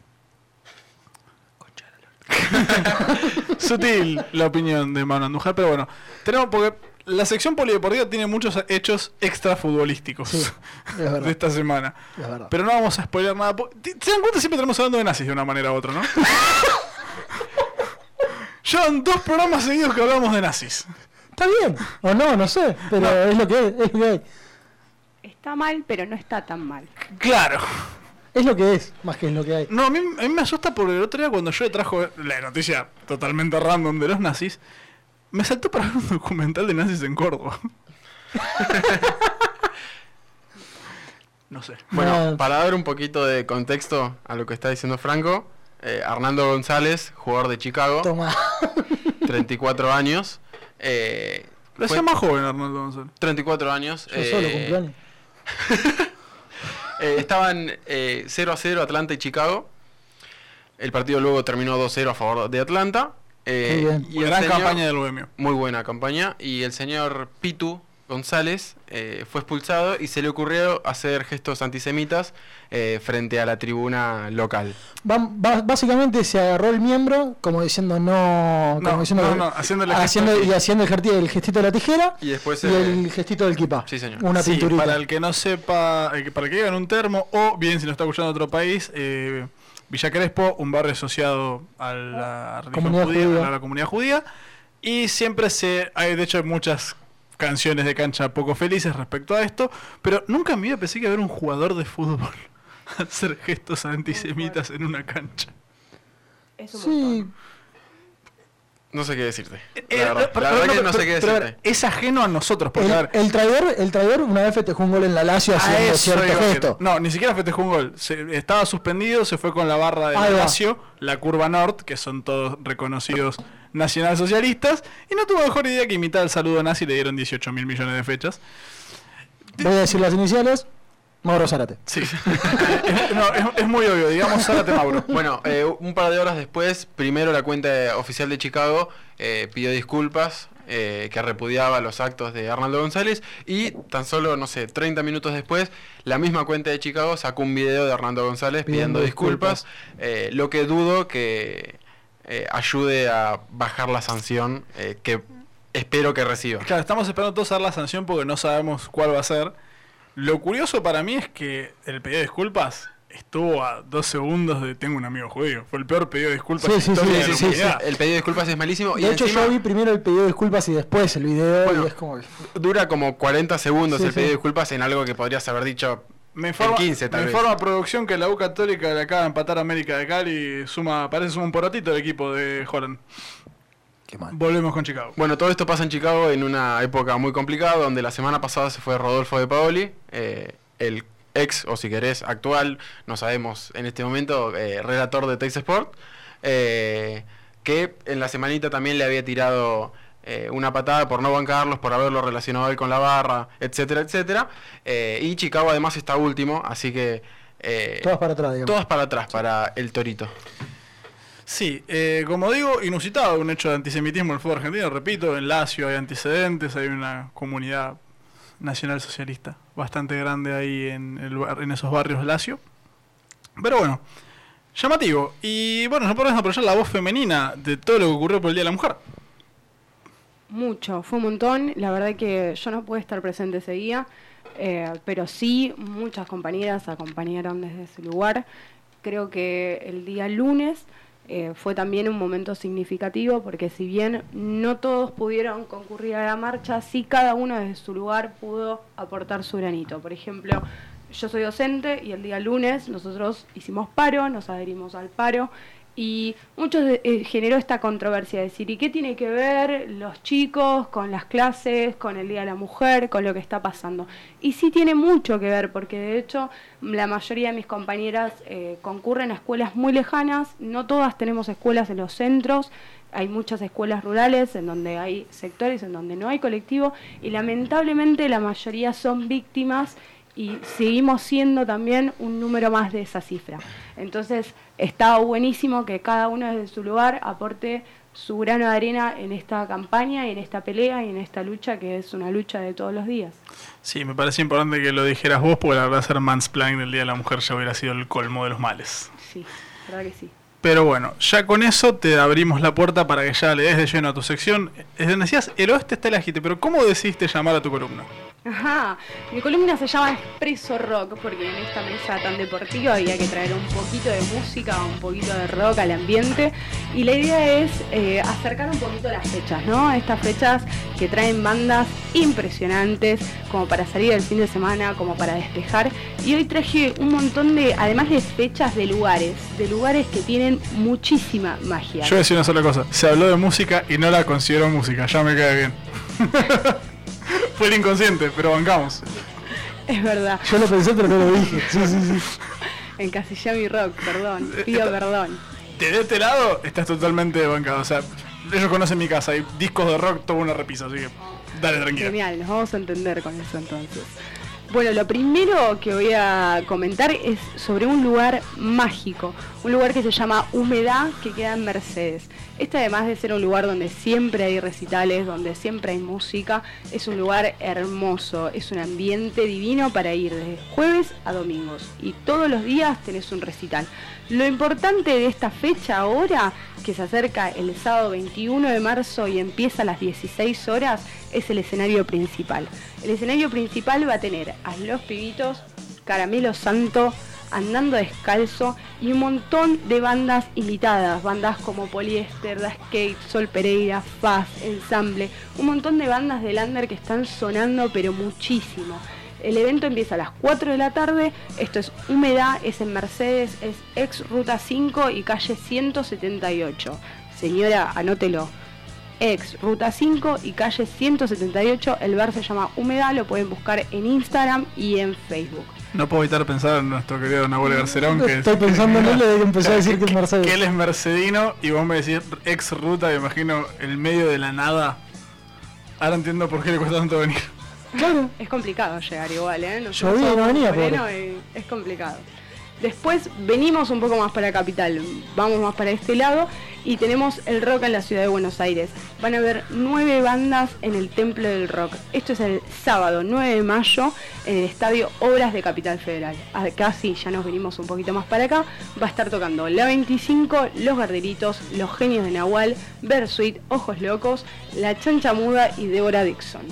A: Sutil la opinión de Manu Andújar, pero bueno, tenemos porque la sección polideportiva tiene muchos hechos extra futbolísticos
C: Sí, es verdad.
A: de esta semana.
C: Es verdad.
A: Pero no vamos a spoiler nada. po- ¿Te- ¿Se dan cuenta? Siempre tenemos hablando de nazis de una manera u otra, ¿no? Llevan dos programas seguidos que hablamos de nazis.
C: Está bien. O no, no sé. Pero es lo que es. Es lo que, hay.
I: Está mal, pero no está tan mal.
A: Claro.
C: es lo que es. Más que es lo que hay.
A: No, a mí, a mí me asusta porque el otro día cuando yo le trajo la noticia totalmente random de los nazis, me saltó para ver un documental de nazis en Córdoba. no sé.
B: Bueno,
C: No.
B: para dar un poquito de contexto a lo que está diciendo Franco, eh, Arnaldo González, jugador de Chicago,
C: Toma.
B: 34 años. eh,
A: Lo
B: fue-
A: hacía más joven Arnaldo González.
B: 34 años.
C: Yo solo
B: eh,
C: cumpleaños.
B: Eh, estaban eh, 0 a 0 Atlanta y Chicago. El partido luego terminó 2-0 a favor de Atlanta. Eh,
C: Qué bien.
B: y el
A: Gran
B: señor-
A: campaña del Bohemio.
B: Muy buena campaña. Y el señor Pitu González eh, fue expulsado y se le ocurrió hacer gestos antisemitas eh, frente a la tribuna local.
C: Ba- ba- básicamente se agarró el miembro como diciendo no, como
A: No,
C: diciendo
A: no,
C: que-
A: no, haciéndole el
C: haciendo-
A: gesto, sí.
C: y haciendo el, gerti- el gestito de la tijera
B: Y después,
C: y
B: eh,
C: el gestito del kipa
B: Sí, señor.
C: una
A: Sí,
C: pinturita
A: para el que no sepa, eh, que- para el que viva en un termo, o bien si lo está escuchando en otro país, eh, Villa Crespo, un barrio asociado a la religión
C: Comunidad
A: judía,
C: judía.
A: a la comunidad judía, y siempre se, hay de hecho hay muchas canciones de cancha poco felices respecto a esto, pero nunca en mi vida pensé que haber un jugador de fútbol hacer gestos antisemitas en una cancha.
I: Es un
C: sí
B: No sé qué decirte.
A: Eh,
B: La verdad,
A: pero-
B: la verdad
A: pero-
B: que no sé qué
A: pero- pero a ver,
B: decirte.
A: es ajeno a nosotros, porque a
C: el,
A: ver,
C: el traidor el traidor una vez festejó un gol en la Lazio haciendo
A: eso iba
C: cierto
A: a decir.
C: gesto
A: No, ni siquiera festejó un gol. Se- estaba suspendido, se fue con la barra de
C: Ahí va.
A: Lazio, la curva Nord, que son todos reconocidos nacionalsocialistas, y no tuvo mejor idea que imitar el saludo nazi, le dieron 18 mil millones de fechas.
C: voy a decir las iniciales Mauro Zárate
A: Sí. no, es, es muy obvio, digamos, Zárate Mauro.
B: Bueno, eh, un par de horas después, primero la cuenta oficial de Chicago eh, pidió disculpas, eh, que repudiaba los actos de Arnaldo González, y tan solo, no sé, 30 minutos después, la misma cuenta de Chicago sacó un video de Arnaldo González pidiendo,
C: Pidiendo
B: disculpas, eh, lo que dudo que eh, ayude a bajar la sanción eh, que espero que reciba.
A: Claro, estamos esperando todos a dar la sanción porque no sabemos cuál va a ser. Lo curioso para mí es que el pedido de disculpas estuvo a dos segundos de tengo un amigo judío. Fue el peor pedido de disculpas
C: Sí,
A: en
C: sí,
A: la historia
C: sí,
A: de la
C: sí, sí,
A: humanidad.
B: El pedido de disculpas es malísimo. y
C: de hecho
B: encima-
C: yo vi primero el pedido de disculpas y después el video
B: Bueno,
C: y es como que-
B: Dura como 40 segundos
C: Sí,
B: el pedido
C: sí.
B: de disculpas en algo que podrías haber dicho
A: Me informa,
B: en 15 tal
A: me
B: vez.
A: informa producción que la U Católica le acaba de empatar a América de Cali y suma, parece suma un porotito el equipo de Holland.
C: qué mal
A: Volvemos con Chicago.
B: Bueno, todo esto pasa en Chicago en una época muy complicada, donde la semana pasada se fue Rodolfo de Paoli, eh, el ex, o si querés, actual, no sabemos en este momento, eh, relator de Texas Sport, eh, que en la semanita también le había tirado eh, una patada por no bancarlos, por haberlo relacionado él con la barra, etcétera, etcétera. Eh, y Chicago además está último, así que... eh,
C: todas para atrás digamos
B: todas para atrás, para el torito.
A: Sí, eh, como digo, inusitado un hecho de antisemitismo en el fútbol argentino. Repito, en Lazio hay antecedentes, hay una comunidad nacionalsocialista bastante grande ahí en, el bar- en esos barrios Lazio. Pero bueno, llamativo. Y bueno, no podemos aprovechar la voz femenina de todo lo que ocurrió por el Día de la Mujer.
I: Mucho, fue un montón. La verdad que yo no pude estar presente ese día, eh, pero sí muchas compañeras acompañaron desde su lugar. Creo que el día lunes eh, fue también un momento significativo porque si bien no todos pudieron concurrir a la marcha, sí cada uno desde su lugar pudo aportar su granito. Por ejemplo, yo soy docente y el día lunes nosotros hicimos paro, nos adherimos al paro y muchos de- eh, generó esta controversia, de decir, ¿y qué tiene que ver los chicos con las clases, con el Día de la Mujer, con lo que está pasando? Y sí tiene mucho que ver, porque de hecho la mayoría de mis compañeras eh, concurren a escuelas muy lejanas, no todas tenemos escuelas en los centros, hay muchas escuelas rurales en donde hay sectores en donde no hay colectivo y lamentablemente la mayoría son víctimas y seguimos siendo también un número más de esa cifra. Entonces, está buenísimo que cada uno desde su lugar aporte su grano de arena en esta campaña y en esta pelea y en esta lucha que es una lucha de todos los días.
A: Sí, me parece importante que lo dijeras vos, porque la verdad ser mansplaining del Día de la Mujer ya hubiera sido el colmo de los males.
I: Sí, la verdad que sí.
A: Pero bueno, ya con eso te abrimos la puerta para que ya le des de lleno a tu sección. Es donde decías, el oeste está el agite, pero ¿cómo decidiste llamar a tu columna?
I: Ajá, mi columna se llama Expreso Rock porque en esta mesa tan deportiva había que traer un poquito de música, un poquito de rock al ambiente y la idea es eh, acercar un poquito las fechas, ¿no? Estas fechas que traen bandas impresionantes como para salir el fin de semana, como para despejar y hoy traje un montón de, además de fechas, de lugares, de lugares que tienen muchísima magia.
A: Yo voy a decir una sola cosa. Se habló de música y no la considero música. Ya me cae bien. Fue el inconsciente, pero bancamos.
I: Es verdad,
C: Yo lo pensé, pero no lo dije. Sí, sí, sí.
I: encasillé mi rock, perdón, pido perdón.
A: De este lado estás totalmente bancado. O sea, ellos conocen mi casa. Hay discos de rock, toda una repisa. Así que dale tranquila.
I: Genial, nos vamos a entender con eso entonces. Bueno, lo primero que voy a comentar es sobre un lugar mágico, un lugar que se llama Humedad, que queda en Mercedes. Este además de ser un lugar donde siempre hay recitales, donde siempre hay música, es un lugar hermoso, es un ambiente divino para ir desde jueves a domingos y todos los días tenés un recital. Lo importante de esta fecha ahora, que se acerca el sábado 21 de marzo y empieza a las 16 horas, es el escenario principal. El escenario principal va a tener a los pibitos, Caramelo Santo, Andando Descalzo y un montón de bandas invitadas, bandas como Poliéster, Da Skate, Sol Pereira, Faz, Ensamble, un montón de bandas de Lander que están sonando pero muchísimo. El evento empieza a las 4 de la tarde, esto es Humedad, es en Mercedes, es ex Ruta 5 y calle 178. Señora, anótelo. Ex Ruta 5 y calle 178, el bar se llama Humedad, lo pueden buscar en Instagram y en Facebook.
A: No puedo evitar pensar en nuestro querido Nahuel Garcerón, que es-
C: Estoy pensando en él desde que empezó a decir que es Mercedes.
A: que él es mercedino y vos me decís ex ruta, me imagino, el medio de la nada. Ahora entiendo por qué le cuesta tanto venir.
C: Claro.
I: Es complicado llegar igual, ¿eh? Nosotros
C: Llovía y no
I: somos
C: venía,
I: Moreno y es complicado. Después venimos un poco más para Capital, vamos más para este lado y tenemos el rock en la ciudad de Buenos Aires. Van a haber nueve bandas en el Templo del Rock. Esto es el sábado 9 de mayo en el Estadio Obras de Capital Federal. Acá sí, ya nos venimos un poquito más para acá. Va a estar tocando La 25, Los Garderitos, Los Genios de Nahual, Bersuit, Ojos Locos, La Chancha Muda y Débora Dixon.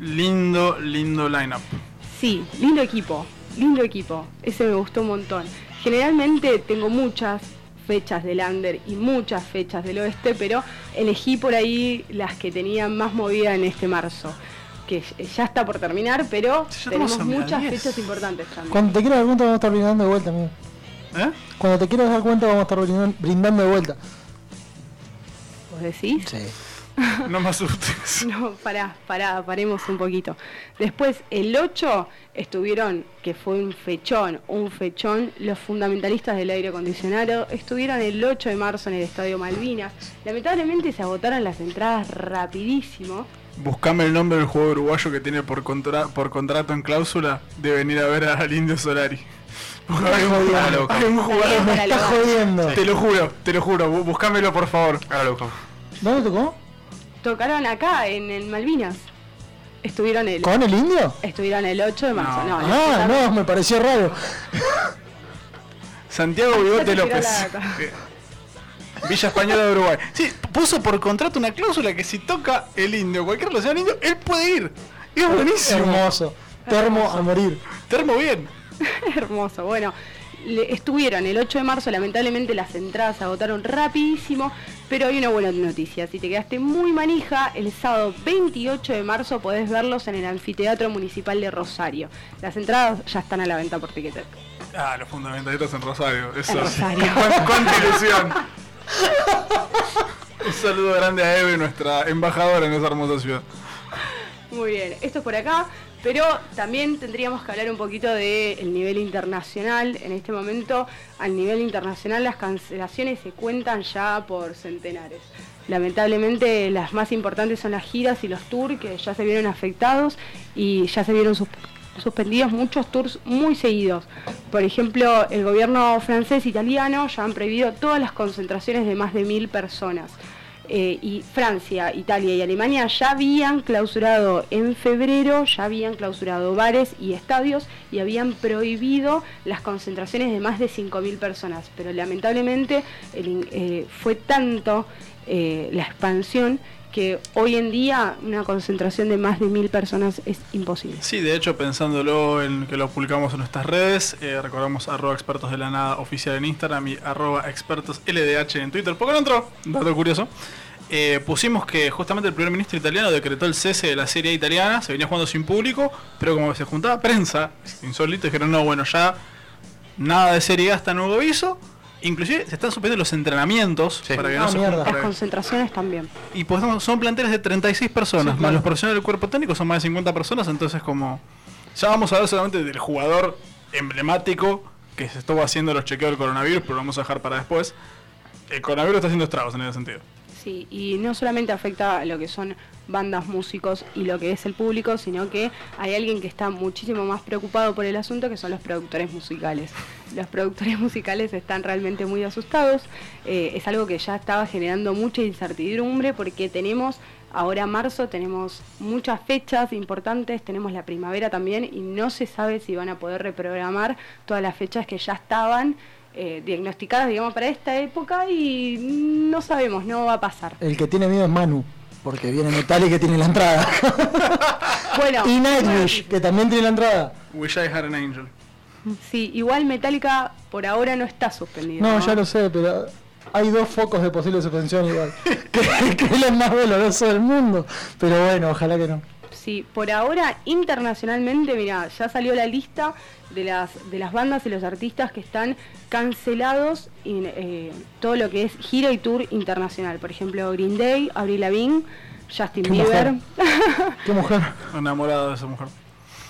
A: Lindo, lindo lineup.
I: Sí, lindo equipo, lindo equipo. Ese me gustó un montón. Generalmente tengo muchas fechas del under y muchas fechas del oeste, pero elegí por ahí las que tenían más movida en este marzo, que ya está por terminar, pero
A: Ya estamos
I: tenemos
A: en la
I: muchas
A: 10.
I: fechas importantes también.
C: Cuando te quieras dar cuenta, vamos a estar brindando de vuelta, amigo.
A: ¿Eh?
C: Cuando te quieras dar cuenta, vamos a estar brindan- brindando de vuelta.
I: ¿Vos decís?
A: No me asustes.
I: No, pará, pará, paremos un poquito. Después, el 8 estuvieron, que fue un fechón, un fechón, los fundamentalistas del aire acondicionado. Estuvieron el 8 de marzo en el Estadio Malvinas. Lamentablemente se agotaron las entradas rapidísimo.
A: Buscame el nombre del jugador uruguayo que tiene por, contra- por contrato en cláusula de venir a ver al Indio Solari. Hay un jugador, hay un jugador-
I: Para
C: Estás
I: lo-
C: jodiendo.
A: Te lo juro, te lo juro. bu- Buscámelo, por favor.
B: Ahora lo busco.
C: ¿Dónde tocó?
I: Tocaron acá, en el Malvinas. Estuvieron el,
C: ¿Con el indio?
I: estuvieron el 8 de marzo. No,
A: No.
C: Ah, no, me pareció raro.
A: Santiago
I: Ya te
A: Bigote
I: tiró
A: López.
I: la-
A: Eh, Villa Española de Uruguay. Sí, puso por contrato una cláusula que si toca el indio, cualquier relación al indio, él puede ir. Es buenísimo.
C: Hermoso. Termo Ah, a morir.
A: Termo bien.
I: Hermoso, bueno. le- estuvieron el 8 de marzo, lamentablemente las entradas se agotaron rapidísimo, pero hay una buena noticia, si te quedaste muy manija, el sábado 28 de marzo podés verlos en el Anfiteatro Municipal de Rosario. Las entradas ya están a la venta por Ticketek.
A: Ah, los fundamentalistas en Rosario. Eso.
I: En Rosario.
A: Cuán- cuánta ilusión. Un saludo grande a Eve, nuestra embajadora en esa hermosa ciudad.
I: Muy bien, esto es por acá, pero también tendríamos que hablar un poquito del nivel internacional. En este momento, al nivel internacional, las cancelaciones se cuentan ya por centenares. Lamentablemente, las más importantes son las giras y los tours que ya se vieron afectados y ya se vieron sus- suspendidos muchos tours muy seguidos. Por ejemplo, el gobierno francés e italiano ya han prohibido todas las concentraciones de más de mil personas. Eh, y Francia, Italia y Alemania ya habían clausurado en febrero, ya habían clausurado bares y estadios y habían prohibido las concentraciones de más de 5.000 personas. Pero lamentablemente el in- eh, fue tanto eh, la expansión que hoy en día una concentración de más de 1.000 personas es imposible.
A: Sí, de hecho, pensándolo en que lo publicamos en nuestras redes, eh, recordamos arroba expertos de la nada oficial en Instagram y arroba expertos LDH en Twitter. ¿Por qué no entró? Dato curioso. Eh, pusimos que justamente el primer ministro italiano decretó el cese de la serie italiana, se venía jugando sin público, pero como se juntaba prensa, insólito, dijeron, no, bueno, ya nada de serie A hasta nuevo aviso. Inclusive se están suspendiendo los entrenamientos
B: Sí.
A: para que
C: Ah,
A: no se
C: mierda.
A: para
I: Las
A: que-
I: concentraciones también.
A: y pues son- son planteles de 36 personas, más los profesionales del cuerpo técnico son más de 50 personas, entonces como ya vamos a hablar solamente del jugador emblemático que se estuvo haciendo los chequeos del coronavirus, pero lo vamos a dejar para después. El coronavirus está haciendo estragos en ese sentido.
I: Sí, y no solamente afecta a lo que son bandas, músicos y lo que es el público, sino que hay alguien que está muchísimo más preocupado por el asunto, que son los productores musicales. Los productores musicales están realmente muy asustados. eh, es algo que ya estaba generando mucha incertidumbre porque tenemos ahora marzo, tenemos muchas fechas importantes, tenemos la primavera también y no se sabe si van a poder reprogramar todas las fechas que ya estaban. eh, diagnosticadas, digamos, para esta época y no sabemos, no va a pasar.
C: El que tiene miedo es Manu, porque viene Metal y que tiene la entrada.
I: Bueno,
C: y Nightwish, que también tiene la entrada.
A: Wish I had an angel.
I: sí, igual Metallica por ahora no está suspendido.
C: No, ya lo sé, pero hay dos focos de posible suspensión igual. que, que es lo más doloroso del mundo. Pero bueno, ojalá que no.
I: Sí, por ahora internacionalmente, mira, ya salió la lista de las de las bandas y los artistas que están cancelados en eh, todo lo que es gira y tour internacional. Por ejemplo, Green Day, Avril Lavigne, Justin
C: Qué
I: Bieber,
C: Qué mujer.
A: Enamorado de esa mujer.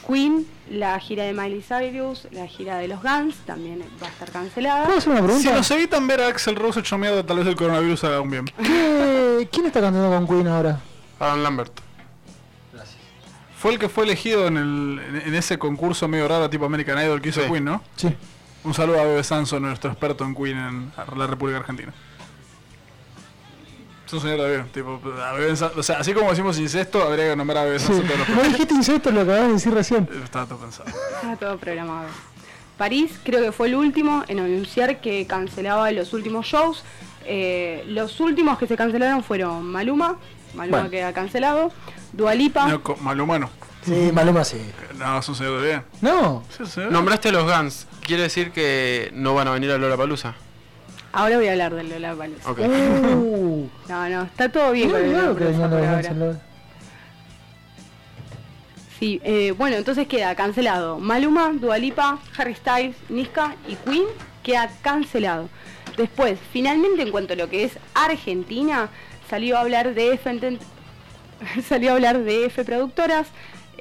I: Queen, la gira de Miley Cyrus, la gira de los Guns también va a estar cancelada.
C: ¿Puedo hacer una
A: Si
C: pregunta?
A: nos evitan ver a Axel Rose hecho mierda, tal vez el coronavirus haga un bien.
C: ¿Qué- ¿Quién está cantando con Queen ahora?
B: Aaron Lambert.
A: Fue el que fue elegido en, el, en- en ese concurso medio raro tipo American Idol que hizo
B: Sí.
A: Queen, ¿no?
C: Sí.
A: Un saludo a Bebe Sanso, nuestro experto en Queen en la República Argentina. Es un señor de bien, tipo, a Bebe Sanso- o sea, así como decimos incesto, habría que nombrar a Bebe Sanso todos los
C: No dijiste incesto, lo acabas de decir recién.
A: Estaba todo pensado.
I: Estaba todo programado. París creo que fue el último en anunciar que cancelaba los últimos shows. Eh, los últimos que se cancelaron fueron Maluma, Maluma
C: Bueno.
I: queda cancelado, Dualipa,
A: No, co- malhumano.
C: Sí, Maluma sí.
A: No, es un señor de bien.
C: No,
A: Sí, sí.
B: Nombraste a los Guns. Quiere decir que no van a venir a Lola Palusa.
I: ahora voy a hablar del Lola Palusa.
B: Ok.
C: Uh,
I: No, no, está todo bien
C: mirá,
I: con el
C: mirá lo que
I: Lollapalooza
C: venía
I: por
C: los
I: ahora.
C: Guns N' Roses.
I: Sí, eh, bueno, entonces queda cancelado Maluma, Dualipa, Harry Styles, Niska y Queen, queda cancelado. Después, finalmente en cuanto a lo que es Argentina, salió a hablar de F Enten- salió a hablar de F Productoras,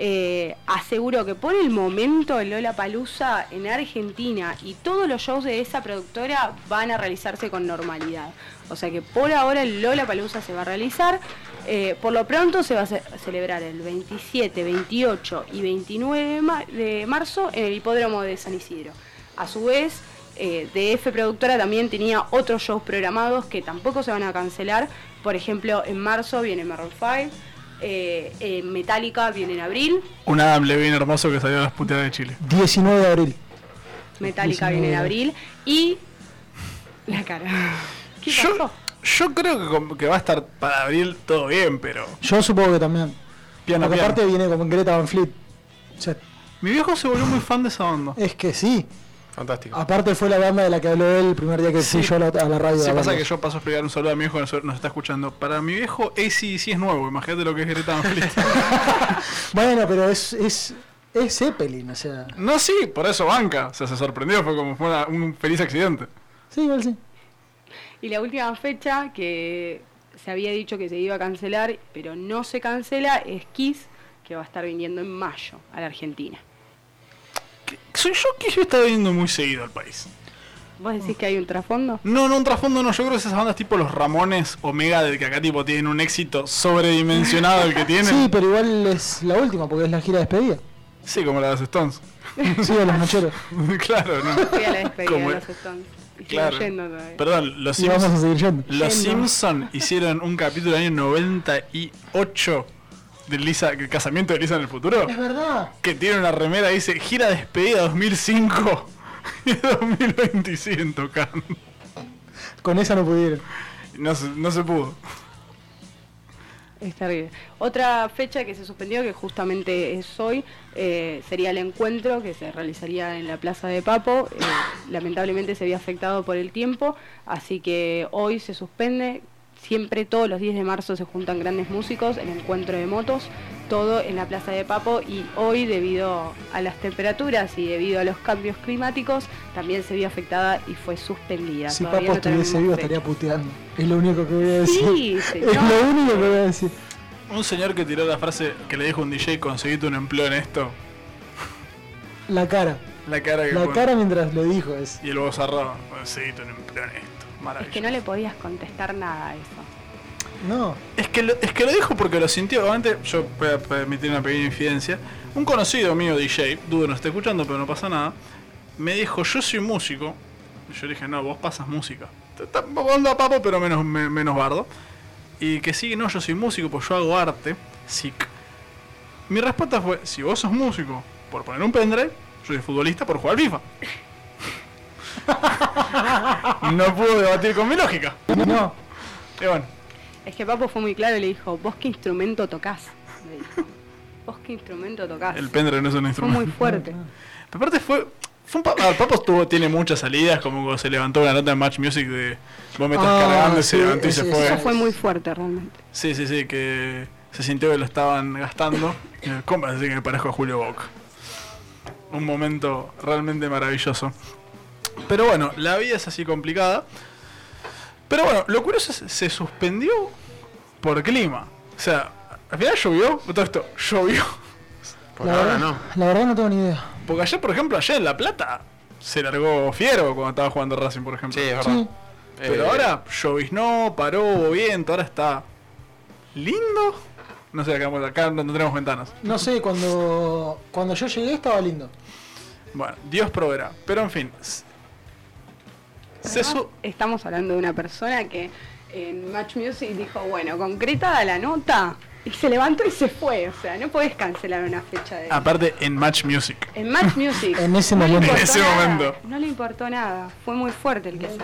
I: eh, aseguró que por el momento Lola Palusa en Argentina y todos los shows de esa productora van a realizarse con normalidad. O sea que por ahora el Lola Palusa se va a realizar. Eh, por lo pronto se va a ce- celebrar el 27, 28 y 29 de ma- de marzo en el hipódromo de San Isidro. A su vez, eh, DF Productora también tenía otros shows programados que tampoco se van a cancelar. Por ejemplo, en marzo viene Maroon 5, eh, eh, Metallica viene en abril,
A: Un Adam Levine hermoso que salió a las puteadas de Chile.
C: 19 de abril.
I: Metallica viene en abril y la cara. ¿Qué
A: Yo,
I: pasó?
A: yo creo que, com- que va a estar para abril todo bien, pero.
C: Yo supongo que también.
A: Piano,
C: Porque
A: piano.
C: aparte viene con Greta Van Fleet. O sea,
A: Mi viejo se volvió muy fan de esa banda.
C: es que sí.
B: Fantástico.
C: Aparte fue la banda de la que habló él el primer día que fui yo a la, a la radio.
A: Sí,
C: a
A: pasa
C: verlos.
A: que yo paso a explicar un saludo a mi viejo que nos nos está escuchando. Para mi viejo, AC sí es nuevo, imagínate lo que es Greta Van Fleet.
C: Bueno, pero es, es, es Zeppelin, o sea.
A: No, sí, por eso banca. O sea, se sorprendió, fue como fue una- un feliz accidente.
C: Sí, igual sí.
I: Y la última fecha que se había dicho que se iba a cancelar, pero no se cancela, es Kiss, que va a estar viniendo en mayo a la Argentina.
A: Soy yo que yo estaba viendo muy seguido al país.
I: ¿Vos decís que hay un trasfondo?
A: No, no, un trasfondo no. Yo creo que esas bandas tipo los Ramones Omega, del que acá tipo tienen un éxito sobredimensionado el que
C: Sí,
A: tienen.
C: pero igual es la última porque es la gira de despedida.
A: Sí, como la de los Stones.
C: Sí, de los nocheros.
A: claro, no.
I: Fui a la despedida
A: Como-
I: de los Stones. Y sigo
A: Claro.
I: yendo todavía.
A: Perdón, los
C: Y vamos a
A: Simpsons.
C: seguir yendo.
A: Los
I: Yendo.
A: Simpson hicieron un capítulo del año 98 del Lisa, el casamiento de Lisa en el futuro.
C: Es verdad.
A: Que tiene una remera que dice gira despedida 2005 y 2025 tocan.
C: Con esa no pudieron.
A: No se, no se pudo.
I: Es terrible. Otra fecha que se suspendió, que justamente es hoy, eh, sería el encuentro que se realizaría en la Plaza de Papo. Eh, lamentablemente se había afectado por el tiempo, así que hoy se suspende. Siempre todos los 10 de marzo se juntan grandes músicos, el encuentro de motos, todo en la Plaza de Papo y hoy debido a las temperaturas y debido a los cambios climáticos también se vio afectada y fue suspendida.
C: Si
I: Todavía
C: Papo
I: no
C: estuviese vivo
I: tenemos
C: estaría
I: fecha.
C: puteando. Es lo único que voy a decir.
I: Sí,
C: es
I: señor.
C: lo único que voy a decir.
A: Un señor que tiró la frase que le dijo un DJ, conseguiste un empleo en esto.
C: La cara.
A: La cara que
C: La
A: pone.
C: cara mientras lo dijo es.
A: Y el voz cerrado, conseguiste un empleo en esto.
I: Es
A: Maravilloso.
I: que no le podías contestar nada a eso.
C: No.
A: Es que, lo, es que lo dijo porque lo sintió. Antes, yo voy a permitir una pequeña infidencia. Un conocido mío, DJ, dudo no está escuchando, pero no pasa nada, me dijo: Yo soy músico. Y yo le dije: No, vos pasas música. Te está Onda papo, pero menos, me- menos bardo. Y que sí, no, yo soy músico, pues yo hago arte. Sick. Mi respuesta fue: Si vos sos músico por poner un pendrive, yo soy futbolista por jugar FIFA. no puedo debatir con mi lógica.
C: No.
A: Y bueno,
I: Es que Papo fue muy claro y le dijo, ¿vos qué instrumento tocas? Le dijo, ¿vos qué instrumento tocás?
A: el pendrive no es un
I: fue
A: instrumento.
I: muy fuerte.
A: Pero Aparte fue. fue un pa- ah, Papo estuvo- tiene muchas salidas, como cuando se levantó una nota en Match Music de vos me estás
C: Ah,
A: cargando y se
C: sí,
A: levantó y
C: ese-
A: se
C: ese
I: Eso
A: fue.
I: fue muy fuerte realmente.
A: Sí, sí, sí, que se sintió que lo estaban gastando. Eh, ¿Cómo vas a decir que me parezco a Julio Bock? Un momento realmente maravilloso. Pero bueno, la vida es así complicada. Pero bueno, lo curioso es se suspendió por clima. O sea, al final llovió, todo esto llovió.
B: Por
C: la,
B: ahora
C: verdad,
B: no.
C: la verdad no tengo ni idea.
A: Porque ayer, por ejemplo, ayer en La Plata se largó Fiero cuando estaba jugando Racing, por ejemplo.
B: Sí, es verdad.
C: Sí.
A: Pero
B: Eh,
A: ahora lloviznó, paró, hubo viento, ahora está lindo. No sé, acá, acá no tenemos ventanas.
C: No sé, cuando, cuando yo llegué estaba lindo.
A: Bueno, Dios proveerá. Pero en fin. s- Se
I: Además,
A: su-
I: Estamos hablando de una persona que en Match Music dijo, bueno, concreta la nota. Y se levantó y se fue. O sea, no podés cancelar una fecha de...
A: Aparte en Match Music.
I: En Match Music.
C: En ese
I: no le
C: momento.
I: importó
A: En ese
I: nada,
A: momento.
I: No le importó nada. Fue muy fuerte el que se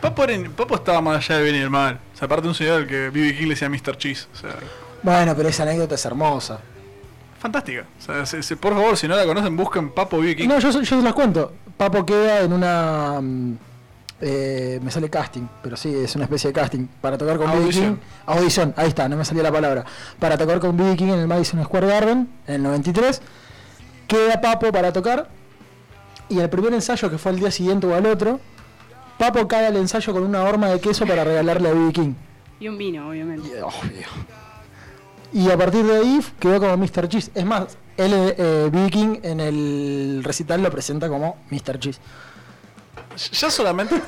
A: Papo, era en- Papo estaba más allá de bien y del mal. O sea, aparte un señor al que B.B. King le decía Mr. Cheese. O sea,
C: Bueno, pero esa anécdota es hermosa.
A: fantástica. O sea, se- se- por favor, si no la conocen, busquen Papo B.B. King.
C: No, yo, yo se las cuento. Papo queda en una. mm, eh, me sale casting, pero sí, es una especie de casting. Para tocar con B.B. King.
A: Audición.
C: Audición, ahí está, no me salía la palabra. Para tocar con B.B. King en el Madison Square Garden, en el 93. Queda Papo para tocar. Y el primer ensayo, que fue al día siguiente o al otro, Papo cae al ensayo con una horma de queso para regalarle a B.B. King.
I: Y un vino, obviamente.
C: Y a partir de ahí quedó como Mr. Cheese. Es más, él, eh, eh, B.B. King en el recital lo presenta como Mr. Cheese.
A: Ya solamente.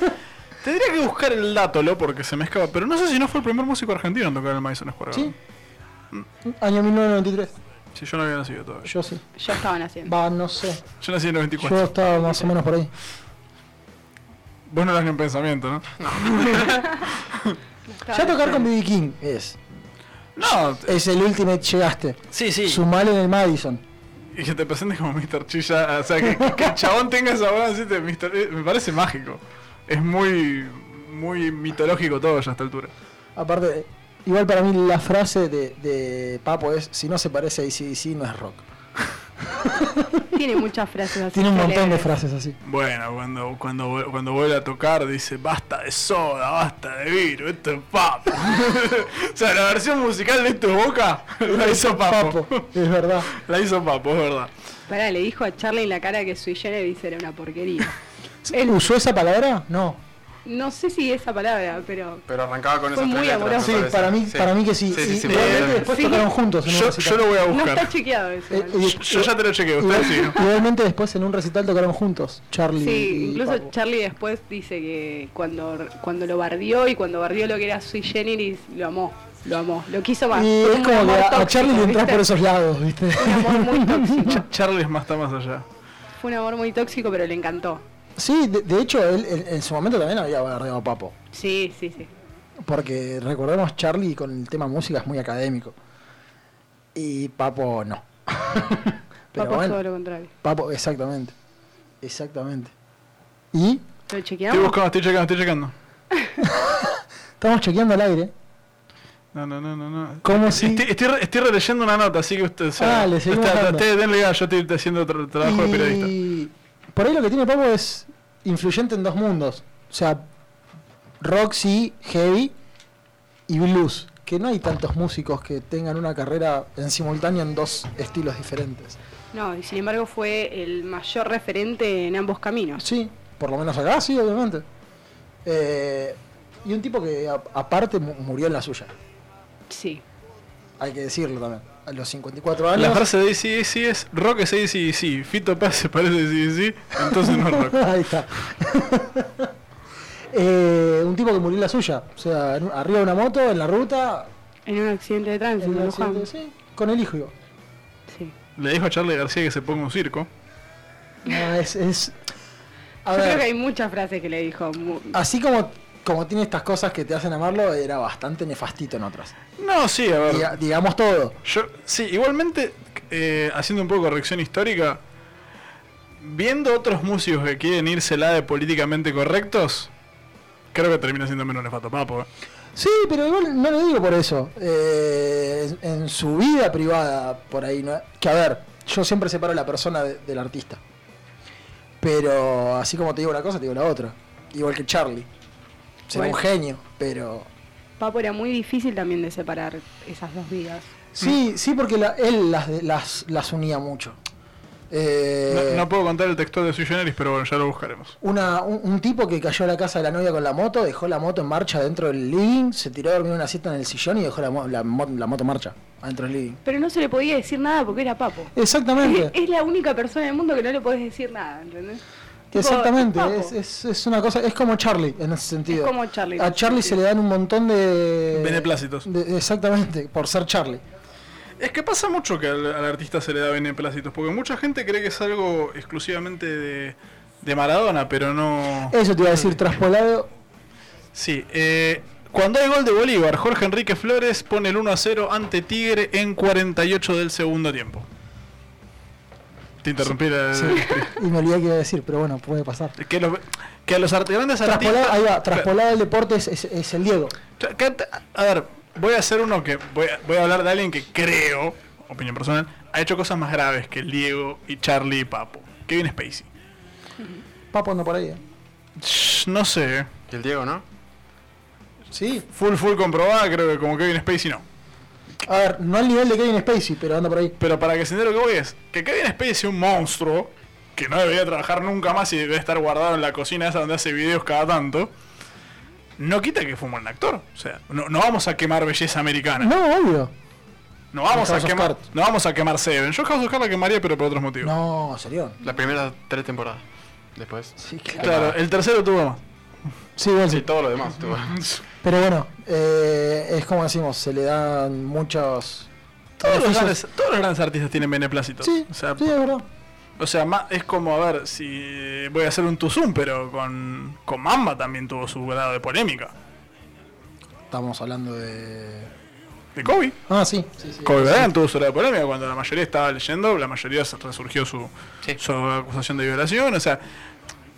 A: Tendría que buscar el dato, lo porque se me escapa. Pero no sé si no fue el primer músico argentino en tocar en el Madison Square
C: Sí. Mm.
A: Garden.
C: Año 1993.
A: Si yo no había nacido todavía.
C: Yo sí.
I: Ya estaban haciendo.
C: Va, no sé.
A: Yo nací en el
C: Yo
A: 94.
C: estaba más o menos por ahí.
A: Vos no eras ni en pensamiento, ¿no?
C: Ya tocar con B.B. King es.
A: No,
C: Es el ultimate llegaste.
A: sí, sí.
C: Sumale en el Madison.
A: Y que te presentes como Mr. Chilla. O sea, que, que el chabón tenga esa voz así de Mr. Eh, Me parece mágico. Es muy. Muy mitológico todo ya a esta altura.
C: Aparte, eh, igual para mí la frase de, de Papo es: si no se parece a ACDC, no es rock.
I: Tiene muchas frases así.
C: Tiene un montón de
I: célebres.
C: frases así.
A: Bueno, cuando, cuando, vu- cuando vuelve a tocar dice basta de soda, basta de vino, esto es papo. o sea, la versión musical de esto es boca, la hizo papo.
C: Papo, es verdad.
A: La hizo papo, es verdad.
I: Pará, le dijo a Charlie en la cara que Sui Generis era una porquería.
C: ¿Él usó esa palabra? No.
I: No sé si esa palabra, pero
B: Pero arrancaba con
I: Fue
B: esas tres
I: muy
B: letras, me
I: amoroso.
C: Sí,
B: parece.
C: para mí, para mí que sí.
B: Sí, sí,
C: Y
B: sí,
C: realmente
B: me-
C: después
I: Sí.
C: tocaron juntos. en un
A: Yo, yo
C: recital.
A: lo voy a buscar.
I: no está chequeado eso.
C: Eh,
I: igual.
C: y-
A: Yo ya te lo chequeo, ustedes sí. ¿no?
C: Realmente después en un recital tocaron juntos, Charlie.
I: Sí,
C: y
I: incluso
C: Papo.
I: Charlie después dice que cuando, cuando lo bardió y cuando bardió lo que era Sui Generis, lo amó, lo amó, lo quiso más.
C: Y
I: Fue
C: es como
I: un
C: que
I: amor
C: a, a
I: tóxico,
C: Charlie le entras
I: ¿viste?
C: por esos lados, ¿viste?
I: Fue un amor muy tóxico.
A: Ch- Charlie es más está más allá.
I: Fue un amor muy tóxico, pero le encantó.
C: Sí, de, de hecho, él, él en su momento también había bardeado a Papo.
I: Sí, sí, sí.
C: Porque recordemos, Charlie con el tema música es muy académico. Y Papo no. Pero
I: Papo es
C: bueno,
I: todo lo contrario.
C: Papo, exactamente. Exactamente. Y
I: ¿Lo
A: Estoy
I: chequeamos?
A: buscando, estoy checando, estoy checando.
C: estamos chequeando al aire.
A: No, no, no, no. no.
C: ¿Cómo si-
A: Estoy, estoy, re- estoy releyendo una nota, así que ustedes.
C: Ah, le seguimos
A: ustedes-
C: dando.
A: ustedes denle gas, yo estoy haciendo tra- trabajo de periodista.
C: Y por ahí lo que tiene Papo es influyente en dos mundos. O sea, rock sí, heavy y blues. Que no hay tantos músicos que tengan una carrera en simultáneo en dos estilos diferentes.
I: No, y sin embargo fue el mayor referente en ambos caminos.
C: Sí, por lo menos acá sí, obviamente. Eh, y un tipo que a- aparte mu- murió en la suya.
I: Sí.
C: Hay que decirlo también. A los 54 años.
A: La frase de ACDC es Rock es ACDC, Fito Paz se parece a ACDC, entonces no es rock.
C: Ahí está. Eh, un tipo que murió en la suya. O sea, en- arriba de una moto, en la ruta.
I: En un accidente de
C: en
I: tránsito,
C: un
I: en
C: accidente,
I: Luján.
C: sí, con el hijo. iba.
I: Sí.
A: Le dijo a Charlie García que se ponga un circo.
C: No, es, es- A
I: Yo
C: ver, Ah,
I: creo que hay muchas frases que le dijo. mu-
C: así como, como tiene estas cosas que te hacen amarlo, era bastante nefastito en otras.
A: No, sí, a ver.
C: Diga- digamos todo.
A: Yo, sí, igualmente, eh, haciendo un poco de corrección histórica, viendo otros músicos que quieren írsela de políticamente correctos, creo que termina siendo menos nefasto papo. eh.
C: Sí, pero igual no lo digo por eso. Eh, en, en su vida privada, por ahí, ¿no? que a ver, yo siempre separo la persona de- del artista. Pero así como te digo una cosa, te digo la otra. Igual que Charlie. Será un
I: Bueno.
C: genio, pero...
I: Papo era muy difícil también de separar esas dos vidas.
C: Sí, sí, porque la- él las, de- las, las unía mucho. Eh,
A: No, no puedo contar el textual de Sui Generis, pero bueno, ya lo buscaremos.
C: una- un, un tipo que cayó a la casa de la novia con la moto, dejó la moto en marcha dentro del living, se tiró a dormir una siesta en el sillón y dejó la, mo- la mo- la moto en marcha adentro del living.
I: Pero no se le podía decir nada porque era Papo.
C: Exactamente.
I: Es, es la única persona del mundo que no le podés decir nada, ¿entendés? Tipo,
C: Exactamente,
I: Papo.
C: es, es- es una cosa, es como Charlie en ese sentido.
I: Es como Charlie, en
C: A
I: ese
C: Charlie se
I: sentido.
C: le dan un montón de...
A: Beneplácitos.
C: de- exactamente, por ser Charlie.
A: Es que pasa mucho que al, al artista se le da beneplácitos, porque mucha gente cree que es algo exclusivamente de, de Maradona, pero no...
C: Eso te iba a decir, traspolado.
A: Sí, eh, cuando hay gol de Bolívar, Jorge Enrique Flores pone el 1 a 0 ante Tigre en 48 del segundo tiempo. Te interrumpí la-
C: sí, y me olvidé que iba a decir, pero bueno, puede pasar.
A: Que, los, que a los arte- grandes
C: Traspolado, ahí va,
A: artistas...
C: traspolado del deporte es, es- es el Diego.
A: Tra- que te- A ver, voy a hacer uno que... Voy a, voy a hablar de alguien que creo, opinión personal, ha hecho cosas más graves que el Diego y Charlie y Papo. Kevin Spacey.
C: Papo anda por ahí, ¿eh?
A: Sh, No sé,
B: Y el Diego, ¿no?
C: Sí.
A: full full comprobada, creo que como Kevin Spacey no.
C: A ver, no al nivel de Kevin Spacey, pero anda por ahí.
A: Pero para que se entere lo que voy es que Kevin Spacey es un monstruo que no debería trabajar nunca más y debe estar guardado en la cocina esa donde hace videos cada tanto. No quita que fue un buen actor. O sea, no, no vamos a quemar belleza americana. No,
C: No, obvio.
A: vamos a
C: House of
A: quemar.
C: Cards.
A: No vamos a quemar Seven. Yo House of Cards la quemaría, pero por otros motivos.
C: No, serio.
B: Las primeras tres temporadas. Después.
C: Sí,
A: Claro, el tercero tuvo más.
C: Sí, igual
B: Sí,
C: sí.
B: todo lo demás. tú.
C: Eh, Pero bueno, eh, es como decimos, se le dan muchos...
A: Todos los,
C: beneficios.
A: grandes, todos los grandes artistas tienen beneplácitos.
C: Sí,
A: o sea,
C: sí, es verdad.
A: O sea, ma- es como, a ver, si voy a hacer un Tuzum, pero con, con Mamba también tuvo su grado de polémica.
C: Estamos hablando de.
A: De Kobe.
C: Ah, sí. sí, sí.
A: Kobe Bryant tuvo su grado de polémica cuando la mayoría estaba leyendo, la mayoría se- resurgió su,
B: Sí.
A: su acusación de violación. O sea,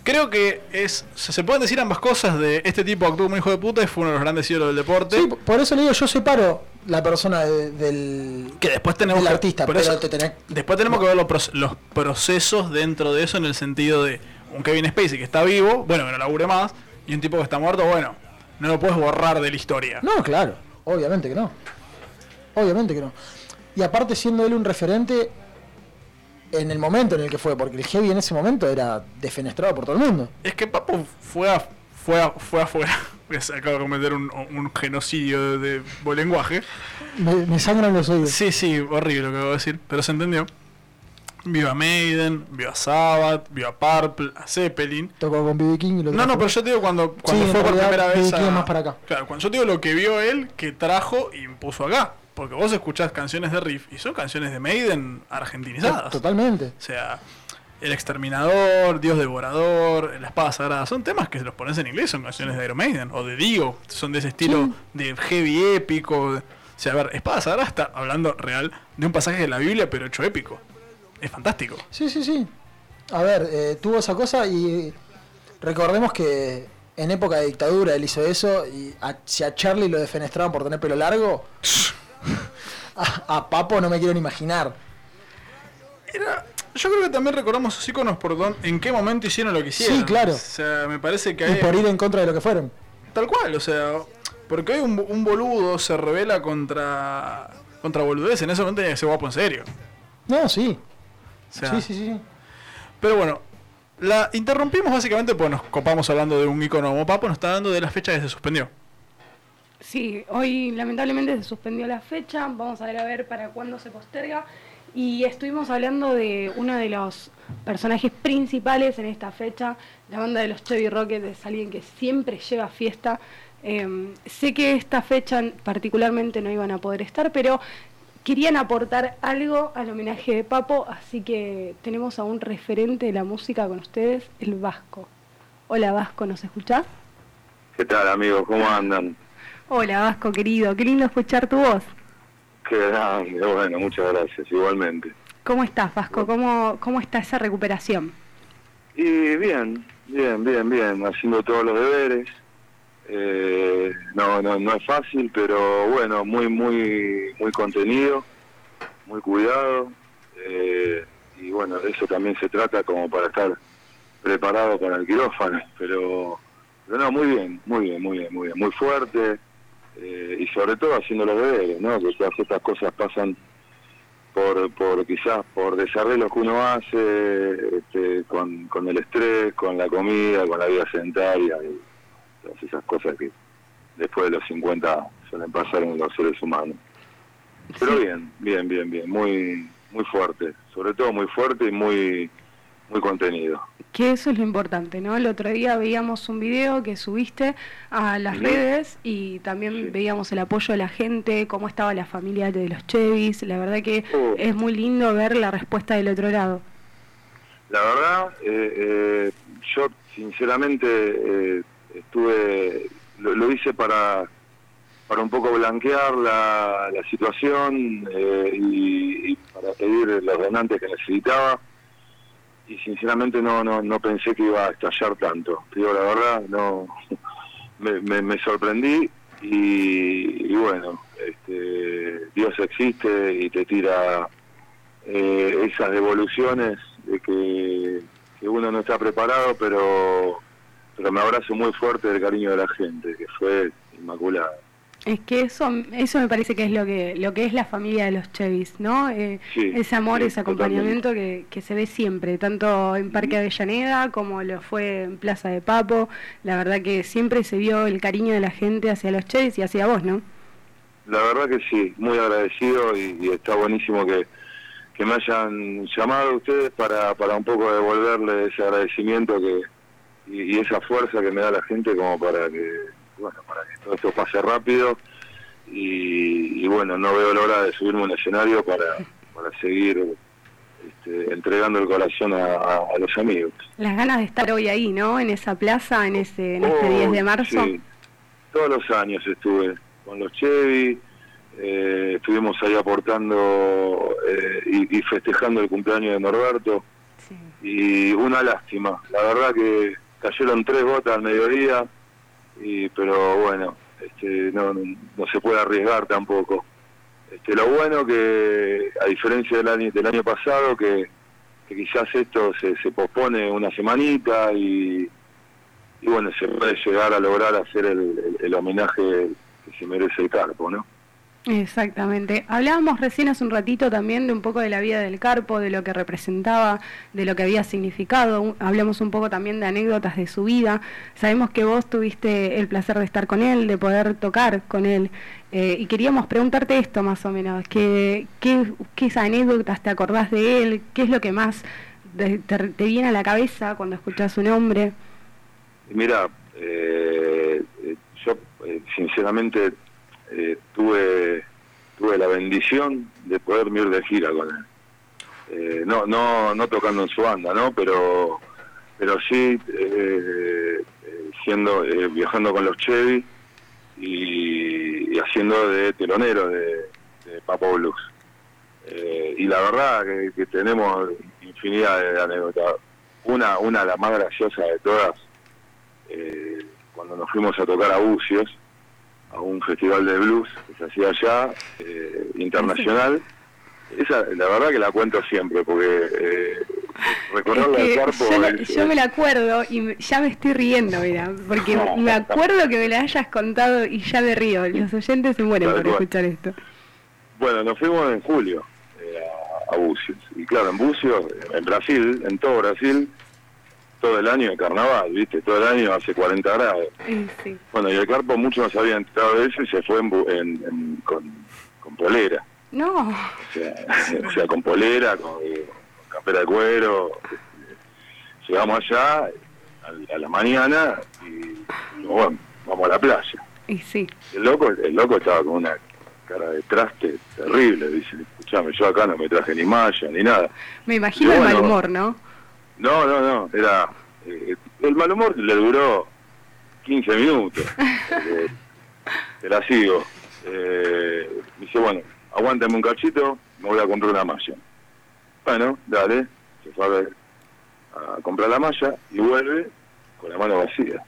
A: Creo que es se se pueden decir ambas cosas de este tipo actuó como hijo de puta y fue uno de los grandes ídolos del deporte.
C: Sí, por eso le digo, yo separo la persona de- del,
A: que después tenemos
C: del
A: que-
C: artista,
A: por
C: pero
A: eso-
C: te tenés-
A: Después tenemos que ver los, proce- los procesos dentro de eso en el sentido de un Kevin Spacey que está vivo, bueno, que no labure más, y un tipo que está muerto, bueno, no lo puedes borrar de la historia.
C: No, claro, obviamente que no. Obviamente que no. Y aparte siendo él un referente en el momento en el que fue, porque el Heavy en ese momento era defenestrado por todo el mundo.
A: Es que Papo fue a, fue a- fue afuera. Se acaba de cometer un, un genocidio de, de lenguaje.
C: Me, me sangran los oídos.
A: Sí, sí, horrible lo que acabo de decir, pero se entendió. Vio a Maiden, vio a Sabbath, vio a Purple, a Zeppelin.
C: Tocó con BB King y lo
A: No,
C: trajo.
A: no, pero yo te digo cuando, cuando
C: en
A: fue por
C: realidad,
A: primera
C: Billy
A: vez
C: King
A: a...
C: es más para acá.
A: Claro, cuando yo te digo lo que vio él, que trajo y puso acá. Porque vos escuchás canciones de Riff y son canciones de Maiden argentinizadas.
C: Totalmente.
A: O sea, El Exterminador, Dios Devorador, La Espada Sagrada, son temas que los pones en inglés, son canciones de Iron Maiden o de Dio, son de ese estilo de heavy épico. O sea, a ver, Espada Sagrada está hablando real de un pasaje de la Biblia, pero hecho épico. Es fantástico.
C: Sí, sí, sí. A ver, eh, tuvo esa cosa y recordemos que en época de dictadura él hizo eso y a- si a Charlie lo defenestraban por tener pelo largo, a, a Papo no me quiero ni imaginar.
A: Era- yo creo que también recordamos sus íconos por don, en qué momento hicieron lo que hicieron.
C: claro.
A: O sea, me parece que
C: Y
A: hay,
C: por ir en contra de lo que fueron.
A: tal cual, o sea, porque hoy un, un boludo se revela contra contra boludez, en ese momento tenía que ser guapo en serio.
C: No, sí.
A: O sea,
C: Sí, sí, sí.
A: Pero bueno, la interrumpimos básicamente porque nos copamos hablando de un icono como Papo, nos está dando de las fechas que se suspendió.
I: Sí, hoy lamentablemente se suspendió la fecha, vamos a ver a ver para cuándo se posterga. Y estuvimos hablando de uno de los personajes principales en esta fecha, la banda de los Chevy Rockets, es alguien que siempre lleva fiesta. Eh, sé que esta fecha particularmente no iban a poder estar, pero querían aportar algo al homenaje de Papo, así que tenemos a un referente de la música con ustedes, el Vasco. Hola Vasco, ¿nos escuchás?
J: ¿Qué tal, amigos? ¿Cómo andan?
I: Hola Vasco querido, qué lindo escuchar tu voz.
J: Qué grande, bueno, muchas gracias, igualmente.
I: ¿Cómo estás Vasco? ¿Cómo, cómo está esa recuperación?
J: Y bien, bien, bien, bien, haciendo todos los deberes. Eh, no, no, no es fácil, pero bueno, muy, muy, muy contenido, muy cuidado. eh, y bueno, de eso también se trata como para estar preparado para el quirófano. Pero, pero no, muy bien, muy bien, muy bien, muy bien, muy fuerte. eh, y sobre todo haciendo los deberes, ¿no? Que todas estas cosas pasan por, por quizás por desarreglos que uno hace este, con, con el estrés, con la comida, con la vida sedentaria y todas esas cosas que después de los 50 suelen pasar en los seres humanos. Pero bien, bien, bien, bien, muy muy fuerte, sobre todo muy fuerte y muy muy contenido.
I: Que eso es lo importante, ¿no? El otro día veíamos un video que subiste a las
J: Ujú.
I: redes y también
J: Sí.
I: veíamos el apoyo de la gente, cómo estaba la familia de los Chevys. La verdad que
J: Oh.
I: es muy lindo ver la respuesta del otro lado.
J: La verdad, eh, eh, yo sinceramente eh, estuve, lo, lo hice para, para un poco blanquear la, la situación eh, y, y para pedir los donantes que necesitaba. Y sinceramente no, no, no pensé que iba a estallar tanto. Te Digo, la verdad, no, me, me- me sorprendí y, y bueno, este, Dios existe y te tira eh, esas devoluciones de que, que uno no está preparado, pero, pero me abrazo muy fuerte del cariño de la gente, que fue inmaculada.
I: Es que eso, eso me parece que es lo que, lo que es la familia de los Chevys, ¿no? Eh,
J: Sí,
I: ese amor,
J: sí,
I: ese acompañamiento que, que se ve siempre, tanto en Parque Avellaneda como lo fue en Plaza de Papo. La verdad que siempre se vio el cariño de la gente hacia los Chevys y hacia vos, ¿no?
J: La verdad que sí, muy agradecido y, y está buenísimo que, que me hayan llamado ustedes para, para un poco devolverle ese agradecimiento que y, y esa fuerza que me da la gente como para que bueno para que todo esto pase rápido y, y bueno no veo la hora de subirme a un escenario para, para seguir este, entregando el corazón a, a- a los amigos.
I: Las ganas de estar hoy ahí, ¿no? En esa plaza, en, ese, en este 10 de
J: Oh,
I: marzo.
J: sí. Todos los años estuve con los Chevy, eh, estuvimos ahí aportando eh, y, y festejando el cumpleaños de Norberto,
I: Sí.
J: y una lástima. La verdad que cayeron tres gotas al mediodía, y, pero bueno, este, no, no se puede arriesgar tampoco. Este, lo bueno que, a diferencia del año, del año pasado, que, que quizás esto se, se pospone una semanita y, y bueno, se puede llegar a lograr hacer el, el- el homenaje que se merece el carpo, ¿no?
I: Exactamente. Hablábamos recién hace un ratito también de un poco de la vida del Carpo, de lo que representaba, de lo que había significado. Un- Hablamos un poco también de anécdotas de su vida. Sabemos que vos tuviste el placer de estar con él, de poder tocar con él. Eh, y queríamos preguntarte esto más o menos. ¿Qué, qué, qué anécdotas te acordás de él? ¿Qué es lo que más de- te, te viene a la cabeza cuando escuchás su nombre?
J: Mira, eh, eh, yo eh, sinceramente eh, tuve tuve la bendición de poder ir de gira con él. Eh, no no no tocando en su banda, ¿no? Pero pero sí eh, eh, siendo eh, viajando con los Chevy y, y haciendo de telonero de, de Papo Blues. Eh, y la verdad que, que tenemos infinidad de anécdotas. Una, una la más graciosa de todas eh, cuando nos fuimos a tocar a Bucios, a un festival de blues que se hacía allá, eh, internacional. Esa, la verdad que la cuento siempre, porque eh, recordarla
I: Es
J: al
I: que
J: cuerpo...
I: yo, la-
J: es-
I: yo me la acuerdo y me- ya me estoy riendo, mira, porque me acuerdo que me la hayas contado y ya me río. Los oyentes se mueren
J: Tal
I: por
J: cual.
I: escuchar esto.
J: Bueno, nos fuimos en julio eh, a- a Bucios. Y claro, en Bucios, en Brasil, en todo Brasil, todo el año de carnaval, ¿viste? Todo el año hace 40 grados.
I: Eh, sí.
J: Bueno, y el carpo mucho no se había enterado de eso y se fue en bu- en- en- con, con polera.
I: No,
J: O sea, o sea, con polera, con, con campera de cuero. Llegamos allá a, a la mañana y bueno, vamos a la playa.
I: y sí,
J: El loco, el loco estaba con una cara de traste terrible, dice, escuchame, yo acá no me traje ni malla ni nada.
I: me imagino
J: Y
I: el
J: bueno.
I: mal humor, ¿no?
J: No, no, no, era... eh, el mal humor le duró 15 minutos. Eh, te la sigo. Eh, me dice, bueno, aguántame un cachito, me voy a comprar una malla. Bueno, dale, se fue a, ver- a comprar la malla y vuelve con la mano vacía.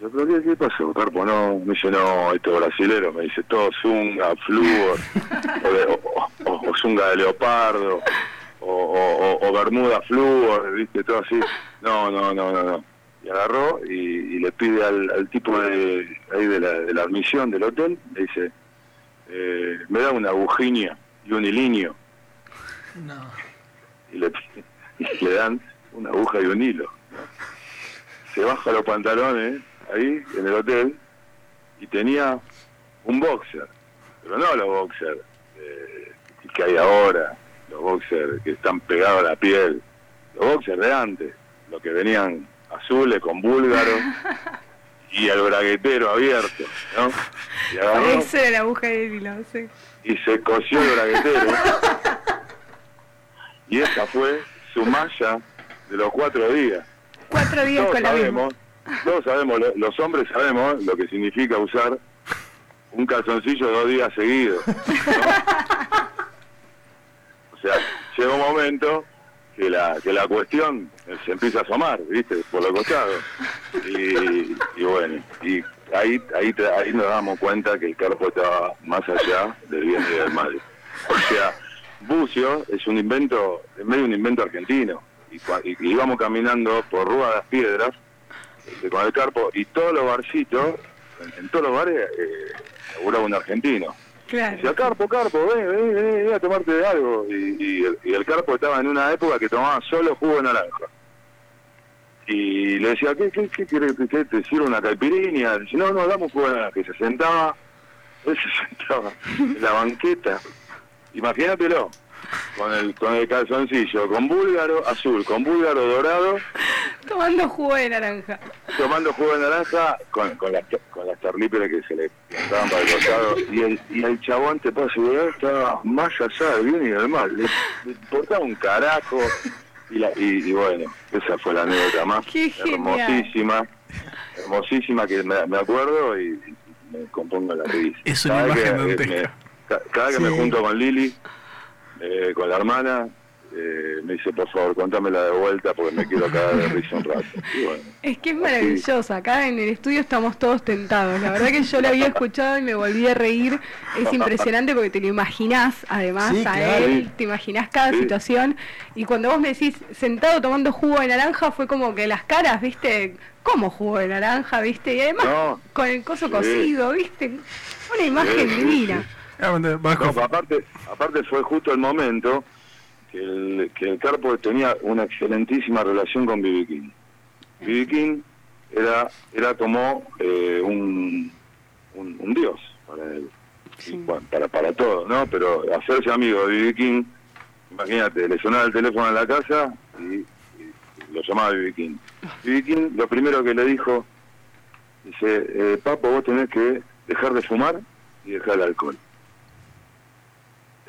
J: Yo pero ¿qué, qué pasó, Carpo? No, me dice, no, esto brasilero, me dice, todo zunga, flúor, o, de- o- o- o zunga de leopardo, o, o- o- o bermuda flúor, viste, todo así. No, no, no, no, no. Y agarró y, y le pide al, al tipo de ahí de la, de la admisión del hotel, le dice, eh, me da una agujiña y un hilinio. Y le, y le dan una aguja y un hilo se baja los pantalones ahí en el hotel y tenía un boxer, pero no los boxers eh, que hay ahora, los boxers que están pegados a la piel, los boxers de antes, los que venían azules con búlgaros y el braguetero abierto, ¿no? Y agarró
I: Esa era la aguja de hilo, sí.
J: y se cosió el braguetero. y esa fue su malla de los cuatro días
I: Cuatro días
J: todos
I: con la misma.
J: sabemos, todos sabemos, lo- los hombres sabemos lo que significa usar un calzoncillo dos días seguidos. ¿no? O sea, llega un momento que la, que la cuestión se empieza a asomar, ¿viste? Por los costados. Y, y bueno, y ahí, ahí, tra- ahí nos damos cuenta que el carpo estaba más allá del bien y del mal. O sea, bucio es un invento, es medio un invento argentino. Y, cua- y- y íbamos caminando por Rúa de las Piedras este, con el carpo y todos los barcitos, en, en todos los bares, eh, laburaba un argentino. Decía,
I: Claro.
J: Carpo, Carpo, ven, ven, ven, ven a tomarte de algo. Y, y el, y el Carpo estaba en una época que tomaba solo jugo de naranja. Y le decía, ¿qué, qué, qué querés que- que te sirva una caipirinha? Dice, no, no, damos jugo de naranja. Y se sentaba, él se sentaba en la banqueta. Imagínatelo, con el, con el calzoncillo, con búlgaro azul, con búlgaro dorado,
I: Tomando jugo de naranja.
J: tomando jugo de naranja con, con, las, con las terlíperas que se le plantaban para el costado. Y el, y el chabón, te puedo asegurar, estaba más allá del bien y del mal. Le, le importaba un carajo. Y, la- y- y bueno, esa fue la anécdota más
I: Qué genial.
J: hermosísima, hermosísima que me, me acuerdo y, y me compongo la risa.
A: Es una
J: vez
A: imagen
J: que, eh,
A: dantesca.
J: me- ca- cada vez que me junto con Lili, eh, con la hermana, eh, eh, me dice, por favor, contámela de vuelta porque me quiero cagar de risa un rato. Y bueno,
I: Es que es maravillosa. Acá en el estudio estamos todos tentados. La verdad que yo la había escuchado y me volví a reír. Es impresionante porque te lo imaginás, además,
C: Sí,
I: a
C: claro.
I: él, te imaginás cada
J: Sí.
I: situación. Y cuando vos me decís sentado tomando jugo de naranja, fue como que las caras, ¿viste? ¿Cómo jugo de naranja, viste? Y además,
J: No.
I: con el coso
J: Sí.
I: cocido, ¿viste? Una imagen
J: Sí, sí,
I: divina.
J: sí. Ah,
A: Bajo.
J: No, pero aparte, aparte fue justo el momento que el, que el Carpo tenía una excelentísima relación con B.B. King. B.B. King era, era como eh, un, un, un dios para él, Y, bueno, para, para todo, ¿no? Pero hacerse amigo de B.B. King, imagínate, le sonaba el teléfono a la casa y, y lo llamaba B.B. King. B.B. King lo primero que le dijo, dice, eh, Papo, vos tenés que dejar de fumar y dejar el alcohol.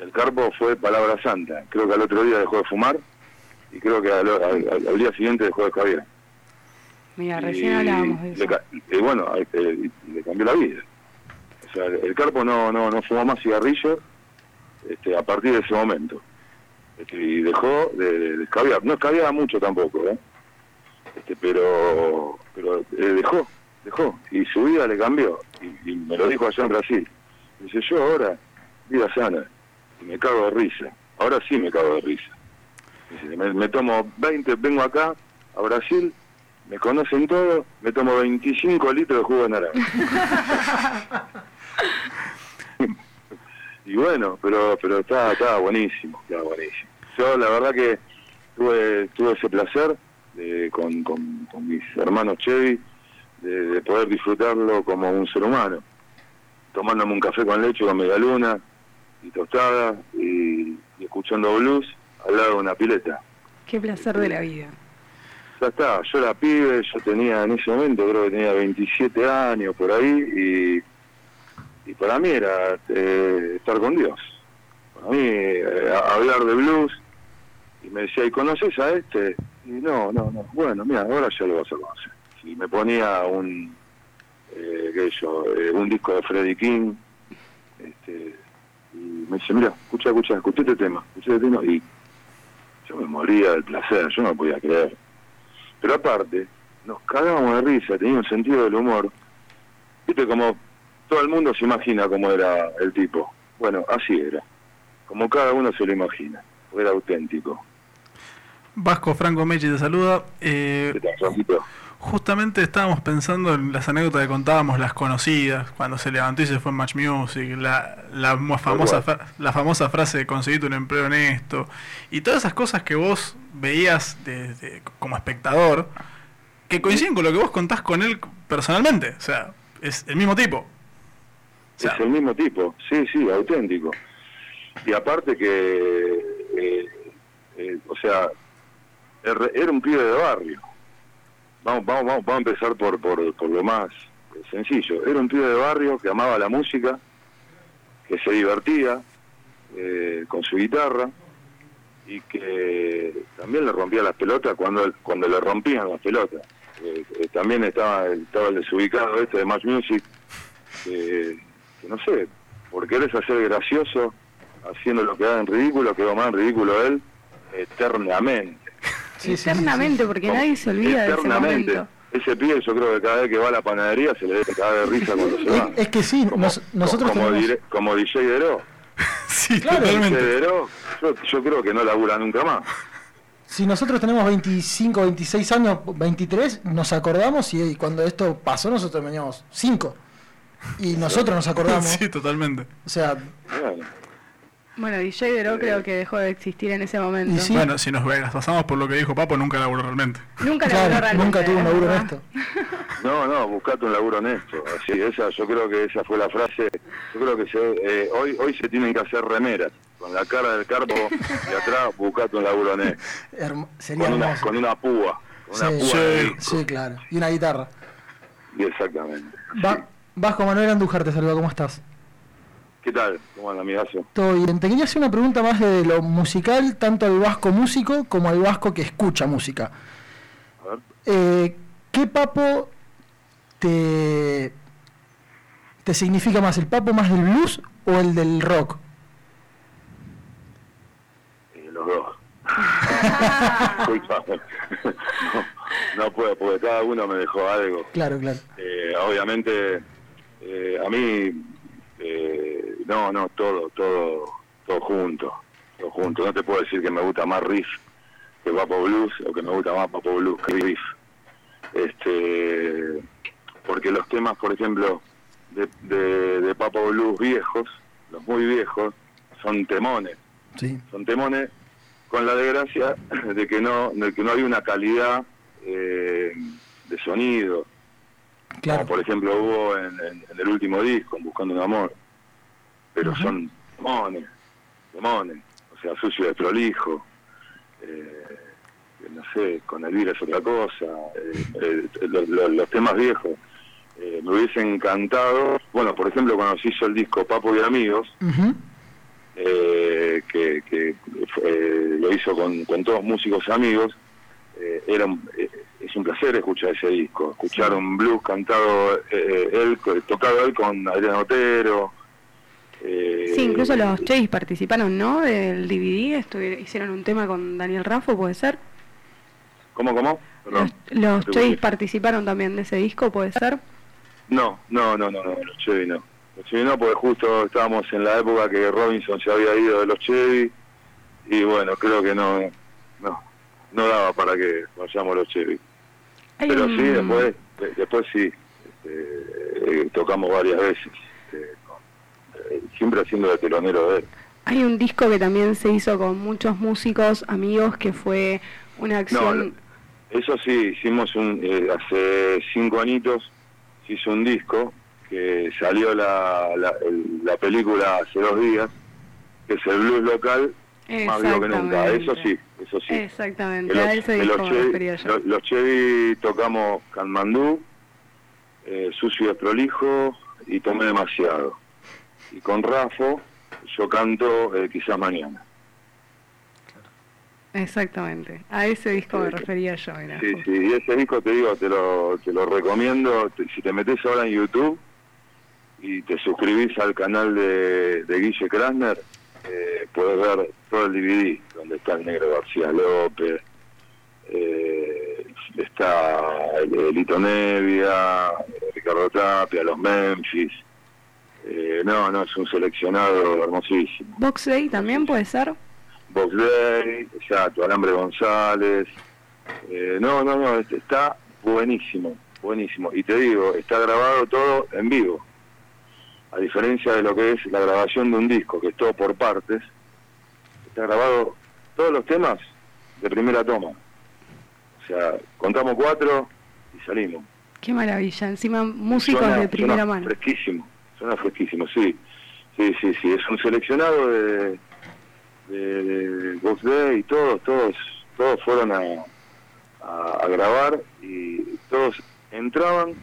J: El carpo fue palabra santa. Creo que al otro día dejó de fumar y creo que al, al- al día siguiente dejó de joder.
I: Mira,
J: Y
I: recién hablábamos de
J: le
I: eso.
J: ca- y bueno, a- eh, le cambió la vida. O sea, el carpo no, no, no fumó más cigarrillo este, a partir de ese momento. Este, y dejó de, de escabiar. No escabiaba mucho tampoco, ¿eh? Este, pero pero eh, dejó, dejó. Y su vida le cambió. Y, y me lo dijo allá en Brasil. Dice, yo ahora, vida sana, y me cago de risa. Ahora sí me cago de risa. Dice, me, me tomo 20, vengo acá, a Brasil, me conocen todo, me tomo 25 litros de jugo de naranja. y bueno, pero pero está, está buenísimo, está buenísimo. Yo la verdad que tuve, tuve ese placer de- con, con- con mis hermanos Chevy de, de poder disfrutarlo como un ser humano, tomándome un café con leche, con media luna y tostada y, y escuchando blues al lado de una pileta
I: Qué placer de la vida.
J: ya está, yo era pibe, yo tenía en ese momento creo que tenía 27 años por ahí y, y para mí era eh, estar con Dios. Para mí eh, a- hablar de blues y me decía, ¿y conoces a este? Y no, no, no. Bueno, mira, ahora ya lo vas a conocer. Y me ponía un, eh, qué sé yo, eh, un disco de Freddie King este, y me dice, mira, escucha, escucha, escuché este tema, escuché este tema y yo me moría del placer, yo no podía creer. Pero aparte, nos cagábamos de risa, tenía un sentido del humor. Viste como todo el mundo se imagina cómo era el tipo. Bueno, así era. Como cada uno se lo imagina. Era auténtico.
A: Vasco Franco Mechi te saluda. Eh,
J: ¿Qué tal, Franquito?
A: Justamente estábamos pensando en las anécdotas que contábamos, las conocidas, cuando se levantó y se fue en Match Music, la, la mo- famosa, fra- la famosa frase de conseguirte un empleo honesto, y todas esas cosas que vos veías de- de- como espectador, que coinciden con lo que vos contás con él personalmente, o sea, es el mismo tipo. O sea,
J: Es el mismo tipo, sí, sí, auténtico. Y aparte que, eh, eh, o sea, er- era un pibe de barrio. Vamos, vamos, vamos, vamos a empezar por, por, por lo más eh, sencillo. Era un pibe de barrio que amaba la música, que se divertía eh, con su guitarra y que también le rompía las pelotas cuando, cuando le rompían las pelotas. Eh, eh, también estaba, estaba el desubicado este de Match Music que, que no sé, porque querés hacer gracioso haciendo lo que haga en ridículo, quedó más en ridículo él eternamente.
I: Eternamente, porque nadie se olvida de ese
J: eternamente.
I: momento.
J: ese pibe yo creo que cada vez que va a la panadería se le debe cagar de risa cuando se va.
C: Es, es que sí,
J: Como-
C: nos- nosotros
J: como,
C: tenemos-
J: dire- como DJ Deró.
A: sí,
J: DJ
A: totalmente.
J: Deró, yo, yo creo que no labura nunca más.
C: si nosotros tenemos 25, 26 años, 23, nos acordamos y, y cuando esto pasó nosotros teníamos 5. Y nosotros nos acordamos.
A: Sí, totalmente.
C: O sea,
J: Bueno,
I: Bueno, DJ Dero
J: Eh.
I: creo que dejó de existir en ese momento.
C: Y sí.
A: Bueno, si nos vegas, pasamos por lo que dijo Papo, nunca laburó realmente.
I: Nunca la
C: claro,
I: logró realmente,
C: nunca tuve un
I: ¿eh?
C: laburo
I: ¿verdad?
C: en esto.
J: No, no, buscate un laburo honesto. Así, esa, yo creo que esa fue la frase. Yo creo que se- eh, hoy, hoy se tienen que hacer remeras. Con la cara del carpo y atrás, buscate un laburo honesto.
C: Herm- sería
J: Con una,
C: hermoso.
J: con una púa. Con una
C: Sí.
J: púa de disco.
C: Sí, claro. Y una guitarra.
J: Y Exactamente.
C: Vasco Manuel Andújar te saluda, ¿cómo estás?
J: ¿Qué tal? ¿Cómo anda, amigazo?
C: Todo bien. Te quería hacer una pregunta más de lo musical, tanto al vasco músico como al vasco que escucha música.
J: A ver.
C: Eh, ¿Qué papo te, te significa más? ¿El papo más del blues o el del rock?
J: Eh, los dos. Disculpame. no, no puedo, porque cada uno me dejó algo.
C: Claro, claro.
J: Eh, obviamente, eh, a mí, eh, no, no, todo, todo, todo junto, todo junto. No te puedo decir que me gusta más riff que Papo Blues o que me gusta más Papo Blues que riff. Este, porque los temas, por ejemplo, de, de, de Papo Blues viejos, los muy viejos, son temones.
C: Sí.
J: Son temones con la desgracia de que no, de que no hay una calidad eh, de sonido.
C: Claro.
J: Como por ejemplo hubo en, en- en el último disco, en Buscando un Amor. Pero son demones, demones. O sea, sucio de prolijo. eh, no sé, con Elvira es otra cosa. eh, eh, lo- lo- los temas viejos. eh, me hubiese encantado. Bueno, por ejemplo, cuando se hizo el disco Papo y Amigos,
C: Ujú.
J: eh, que, que, eh, lo hizo con, con todos músicos amigos, eh, era un- eh, es un placer escuchar ese disco, escuchar un blues cantado eh, él, tocado él con Adrián Otero. eh,
I: Sí, incluso los Chase participaron, ¿no? Del DVD, estuvi- hicieron un tema con Daniel Raffo, ¿puede ser?
J: ¿Cómo, cómo?
I: Los,
J: Perdón.
I: los
J: Te
I: Chase
J: escuché.
I: participaron también de ese disco, ¿puede ser?
J: No, no, no, no, no, los Chevy no. Los Chevy no, porque justo estábamos en la época que Robinson se había ido de los Chevy y bueno, creo que no, no, no daba para que vayamos los Chevy.
I: Hay
J: Pero
I: un-
J: sí, después, de- después sí, este, eh, tocamos varias veces, este, con- eh, siempre haciendo de telonero de él.
I: Hay un disco que también se hizo con muchos músicos, amigos, que fue una acción...
J: Eso sí, hicimos un, eh, hace cinco añitos, se hizo un disco que salió la, la, el- la película hace dos días, que es el blues local, más vivo que nunca. Eso sí, eso sí.
I: Exactamente,
J: De
I: a él se
J: de
I: dijo,
J: los,
I: me refería
J: Chevy,
I: yo.
J: lo- los Chevy tocamos Kanmandú, eh, Sucio y Prolijo y Tomé Demasiado. Y con Rafo yo canto eh, Quizás Mañana.
I: Exactamente, a ese disco me
J: Sí.
I: refería yo. mira.
J: Eh, Sí, sí, y ese disco te digo, te lo, te lo recomiendo. Te- si te metes ahora en YouTube y te suscribís al canal de, de Guille Krasner, eh, puedes ver todo el DVD, donde está el negro García López, eh, está el- el Lito Nevia, eh, Ricardo Tapia, los Memphis. Eh, no, no, es un seleccionado hermosísimo.
I: Box Day también puede ser.
J: Box Day, exacto, Alambre González. Eh, no, no, no, este está buenísimo, buenísimo. Y te digo, está grabado todo en vivo. A diferencia de lo que es la grabación de un disco, que es todo por partes, está grabado todos los temas de primera toma. O sea, contamos cuatro y salimos.
I: Qué maravilla, encima músicos
J: Suena-
I: de primera
J: suena
I: mano.
J: Fresquísimo, suena fresquísimo, sí. Sí, sí, sí, es un seleccionado de, de, de Box Day y todos, todos, todos fueron a, a- a grabar y todos entraban,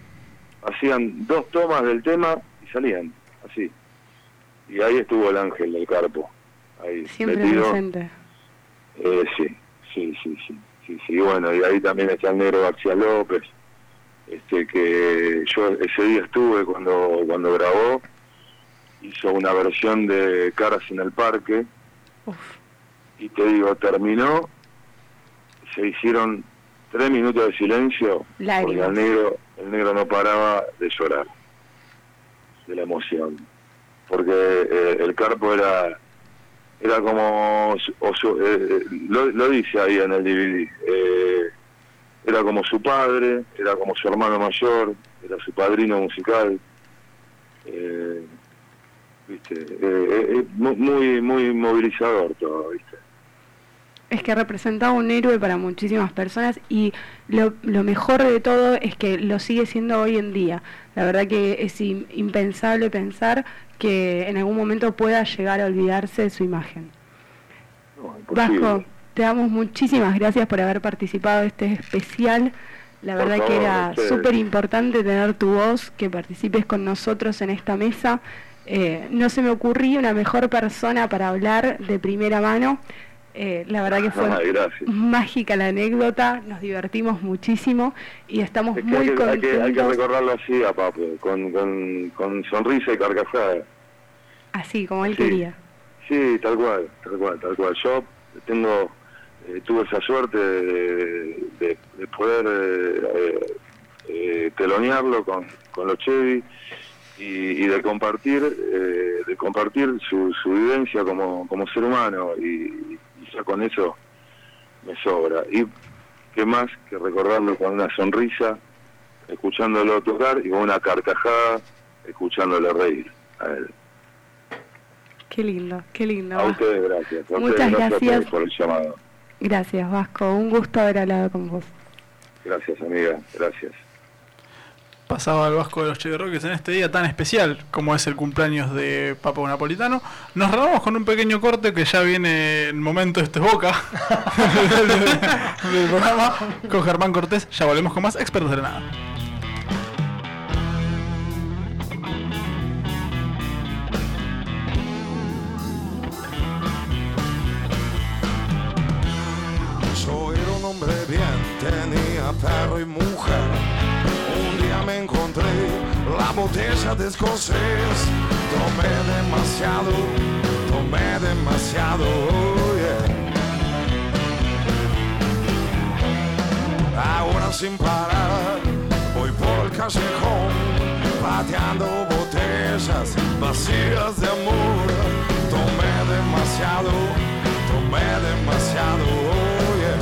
J: hacían dos tomas del tema y salían, así. Y ahí estuvo el ángel del carpo, ahí
I: Siempre
J: metido.
I: presente.
J: Eh, sí, sí, sí, sí, sí, sí, bueno, y ahí también está el negro García López, este que yo ese día estuve cuando, cuando grabó, hizo una versión de Caras en el Parque,
I: Uf,
J: y te digo, terminó, se hicieron tres minutos de silencio, porque
I: Lágrimas.
J: el negro, el negro no paraba de llorar, de la emoción, porque eh, el carpo era era como, su- o su- eh, eh, lo, lo dice ahí en el DVD, eh, era como su padre, era como su hermano mayor, era su padrino musical, eh, viste, eh, eh, eh, mu- muy, muy movilizador todo, viste.
I: Es que representaba un héroe para muchísimas personas y lo, lo mejor de todo es que lo sigue siendo hoy en día. La verdad que es im- impensable pensar que en algún momento pueda llegar a olvidarse de su imagen.
J: No, imposible.
I: Vasco, te damos muchísimas gracias por haber participado de este especial. La
J: Por
I: verdad que
J: favor,
I: era
J: ustedes.
I: súper importante tener tu voz, que participes con nosotros en esta mesa. Eh, no se me ocurría una mejor persona para hablar de primera mano. Eh, la verdad que fue
J: Ay, gracias.
I: mágica la anécdota, nos divertimos muchísimo y estamos
J: Es que hay
I: muy
J: que, hay que- hay que
I: contentos.
J: recordarlo así a Papo, con, con, con sonrisa y carcajada.
I: Así como él
J: Sí.
I: quería.
J: Sí, tal cual, tal cual, tal cual. Yo tengo eh, tuve esa suerte de, de- de poder eh, eh, telonearlo con, con los Chevy y, y de compartir eh, de compartir su, su vivencia como, como ser humano y, y ya con eso me sobra y qué más que recordarlo con una sonrisa escuchándolo tocar y con una carcajada escuchándolo reír a él.
I: Qué lindo, qué lindo.
J: A ustedes gracias. A
I: Muchas
J: ustedes
I: gracias.
J: por el llamado.
I: Gracias, Vasco. Un gusto haber hablado con vos.
J: Gracias, amiga. Gracias.
A: Pasaba el Vasco de los Chevy Rockets en este día tan especial como es el cumpleaños de Papo Napolitano. Nos grabamos con un pequeño corte que ya viene el momento este boca del, del- del programa con Germán Cortés. Ya volvemos con más expertos de la nada.
H: Yo era un hombre bien, tenía perro y mujer. Un día me encontré la botella de escocés. Tomé demasiado, tomé demasiado. oh, yeah. Ahora sin parar, voy por el callejón, pateando botellas vacías de amor. Tomé demasiado, tomé demasiado. oh, yeah.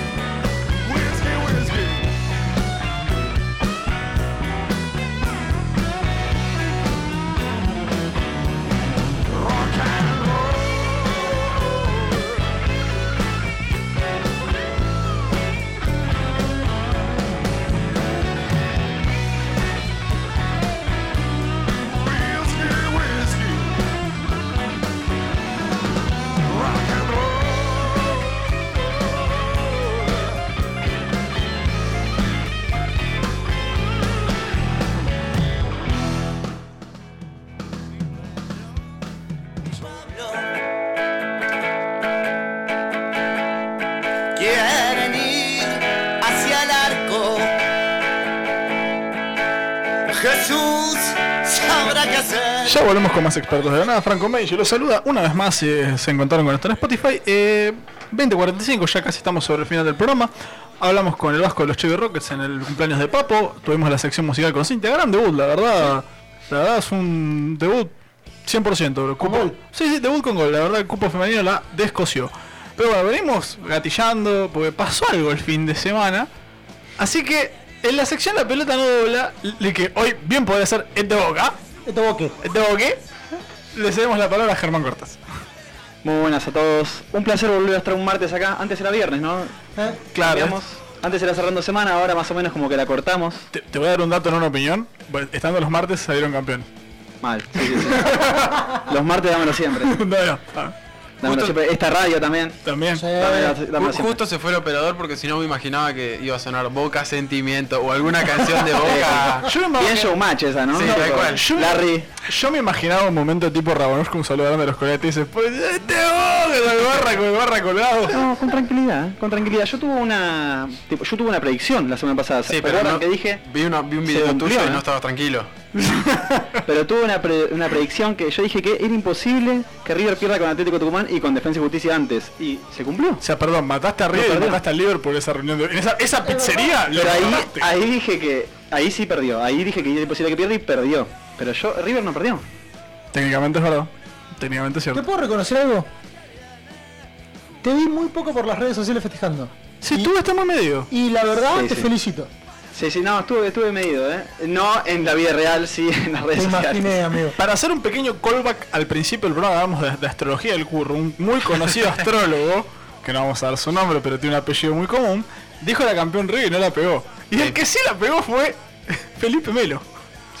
H: Whiskey, whiskey. Rock and roll. Whiskey, whiskey. Rock and roll.
F: Quieren ir hacia el arco. Jesús sabrá qué hacer.
A: Ya volvemos con más expertos de la nada. Franco Meiji los saluda. Una vez más eh, se encontraron con esto en Spotify. Eh, 2045, ya casi estamos sobre el final del programa. Hablamos con el Vasco de los Chevy Rockets en el cumpleaños de Papo. Tuvimos la sección musical con Cintia. Gran debut, la verdad. La verdad es un debut 100%. bro. Cupo, Sí, sí, debut con gol. La verdad, el cupo femenino la descoció. Pero bueno, venimos gatillando porque pasó algo el fin de semana. Así que en la sección La pelota no dobla, le que hoy bien podría ser es de boca.
C: Esto vos qué.
A: ¿Tengo qué? Le cedemos la palabra a Germán Cortas.
K: Muy buenas a todos. Un placer volver a estar un martes acá. Antes era viernes, ¿no?
C: ¿Eh?
A: Claro.
K: Cambiamos. Antes era cerrando semana, ahora más o menos como que la cortamos.
A: Te, te voy a dar un dato, no una opinión. Bueno, Estando los martes salieron campeón.
K: Mal. sí, sí, sí. Los martes dámelo siempre.
A: No, no, ah,
K: Dámelo siempre. Esta radio también.
A: También.
K: Dámelo, dámelo
B: Ju-
K: siempre.
B: Justo se fue el operador porque si no me imaginaba que iba a sonar Boca Sentimiento o alguna canción de Boca.
A: Yo me,
K: Bien
A: imagino-
K: showmatch esa, ¿no?
B: Sí,
K: No,
B: tal cual.
A: Yo-
K: Larry.
A: yo me imaginaba un momento tipo Rabonosco, un saludo grande a los colegas y después ¡Este vos! Con el barra, con el barra colgado.
K: No, con tranquilidad, con tranquilidad. Yo tuve una tipo, yo tuve una predicción la semana pasada.
B: Sí, pero
K: ¿Recuerdan
B: no-
K: que dije?
B: Vi, una- vi un
K: Se
B: video
K: cumplió,
B: tuyo
K: ¿eh?
B: y no estaba tranquilo.
K: Pero tuve una, pre- una predicción que yo dije que era imposible que River pierda con Atlético Tucumán y con Defensa y Justicia antes. Y se cumplió.
A: O sea, perdón, mataste a River
K: No,
A: y
K: perdón.
A: mataste a Liverpool en esa reunión. De... En esa, esa pizzería lo
K: Pero ahí,
A: mataste.
K: ahí dije que. Ahí sí perdió. Ahí dije que era imposible que pierda y perdió. Pero yo, River no perdió.
A: Técnicamente es verdad. Técnicamente es
C: ¿Te
A: cierto.
C: puedo reconocer algo? Te vi muy poco por las redes sociales festejando.
A: Sí, tú estás más medio.
C: Y la verdad,
K: Sí,
C: te
K: sí.
C: felicito.
K: Sí, sí, no, estuve, estuve medido, ¿eh? No en la vida real, sí, en las
C: Te
K: redes
C: imaginé,
K: sociales.
C: amigo.
A: Para hacer un pequeño callback al principio del programa hablamos de, de astrología del curro, un muy conocido astrólogo, que no vamos a dar su nombre, pero tiene un apellido muy común, dijo la campeón River y no la pegó. Y el que sí la pegó fue Felipe Melo.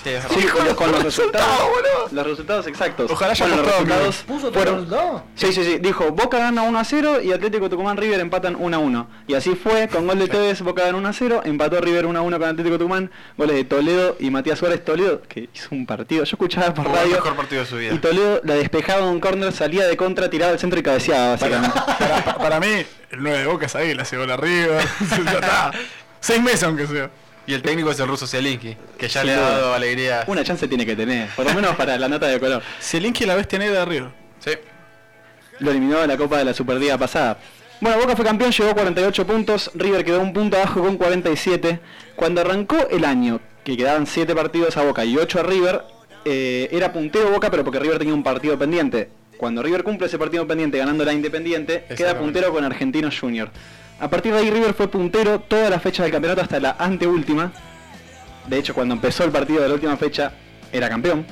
B: Sí, es
K: Sí, con, los- con los
A: Resultado,
K: resultados.
A: boludo.
K: Los resultados exactos.
A: Ojalá haya
K: Bueno, los
A: apostado, amigo.
K: resultados
C: ¿Puso todo el
K: fueron,
C: resultado?
K: Sí, sí, sí. Dijo, Boca gana 1 a 0 y Atlético Tucumán River empatan 1 a 1. Y así fue, con gol de Tevez, Boca ganó 1 a 0, empató River 1 a 1 con Atlético Tucumán, goles de Toledo y Matías Suárez Toledo, que hizo un partido. Yo escuchaba por
B: el
K: radio.
B: mejor partido de su vida.
K: Y Toledo la despejaba de un córner, salía de contra, tiraba al centro y cabeceaba, básicamente.
A: Para, pa- para mí, el 9 de Boca es ahí, la llegó la River. Ya está. Seis meses aunque sea.
B: Y el técnico es el ruso Zielinski, que ya
K: Sin
B: le ha
K: duda.
B: dado alegría.
K: Una chance tiene que tener, por lo menos para la nota de color.
A: Selinki la bestia negra de River.
B: Sí.
K: Lo eliminó de la Copa de la Superliga pasada. Bueno, Boca fue campeón, llegó a 48 puntos, River quedó un punto abajo con 47. Cuando arrancó el año, que quedaban 7 partidos a Boca y 8 a River, eh, era puntero Boca, pero porque River tenía un partido pendiente. Cuando River cumple ese partido pendiente ganando la Independiente, queda
B: Exactamente.
K: puntero con Argentino Junior. A partir de ahí River fue puntero toda la fecha del campeonato hasta la anteúltima. De hecho, cuando empezó el partido de la última fecha, era campeón.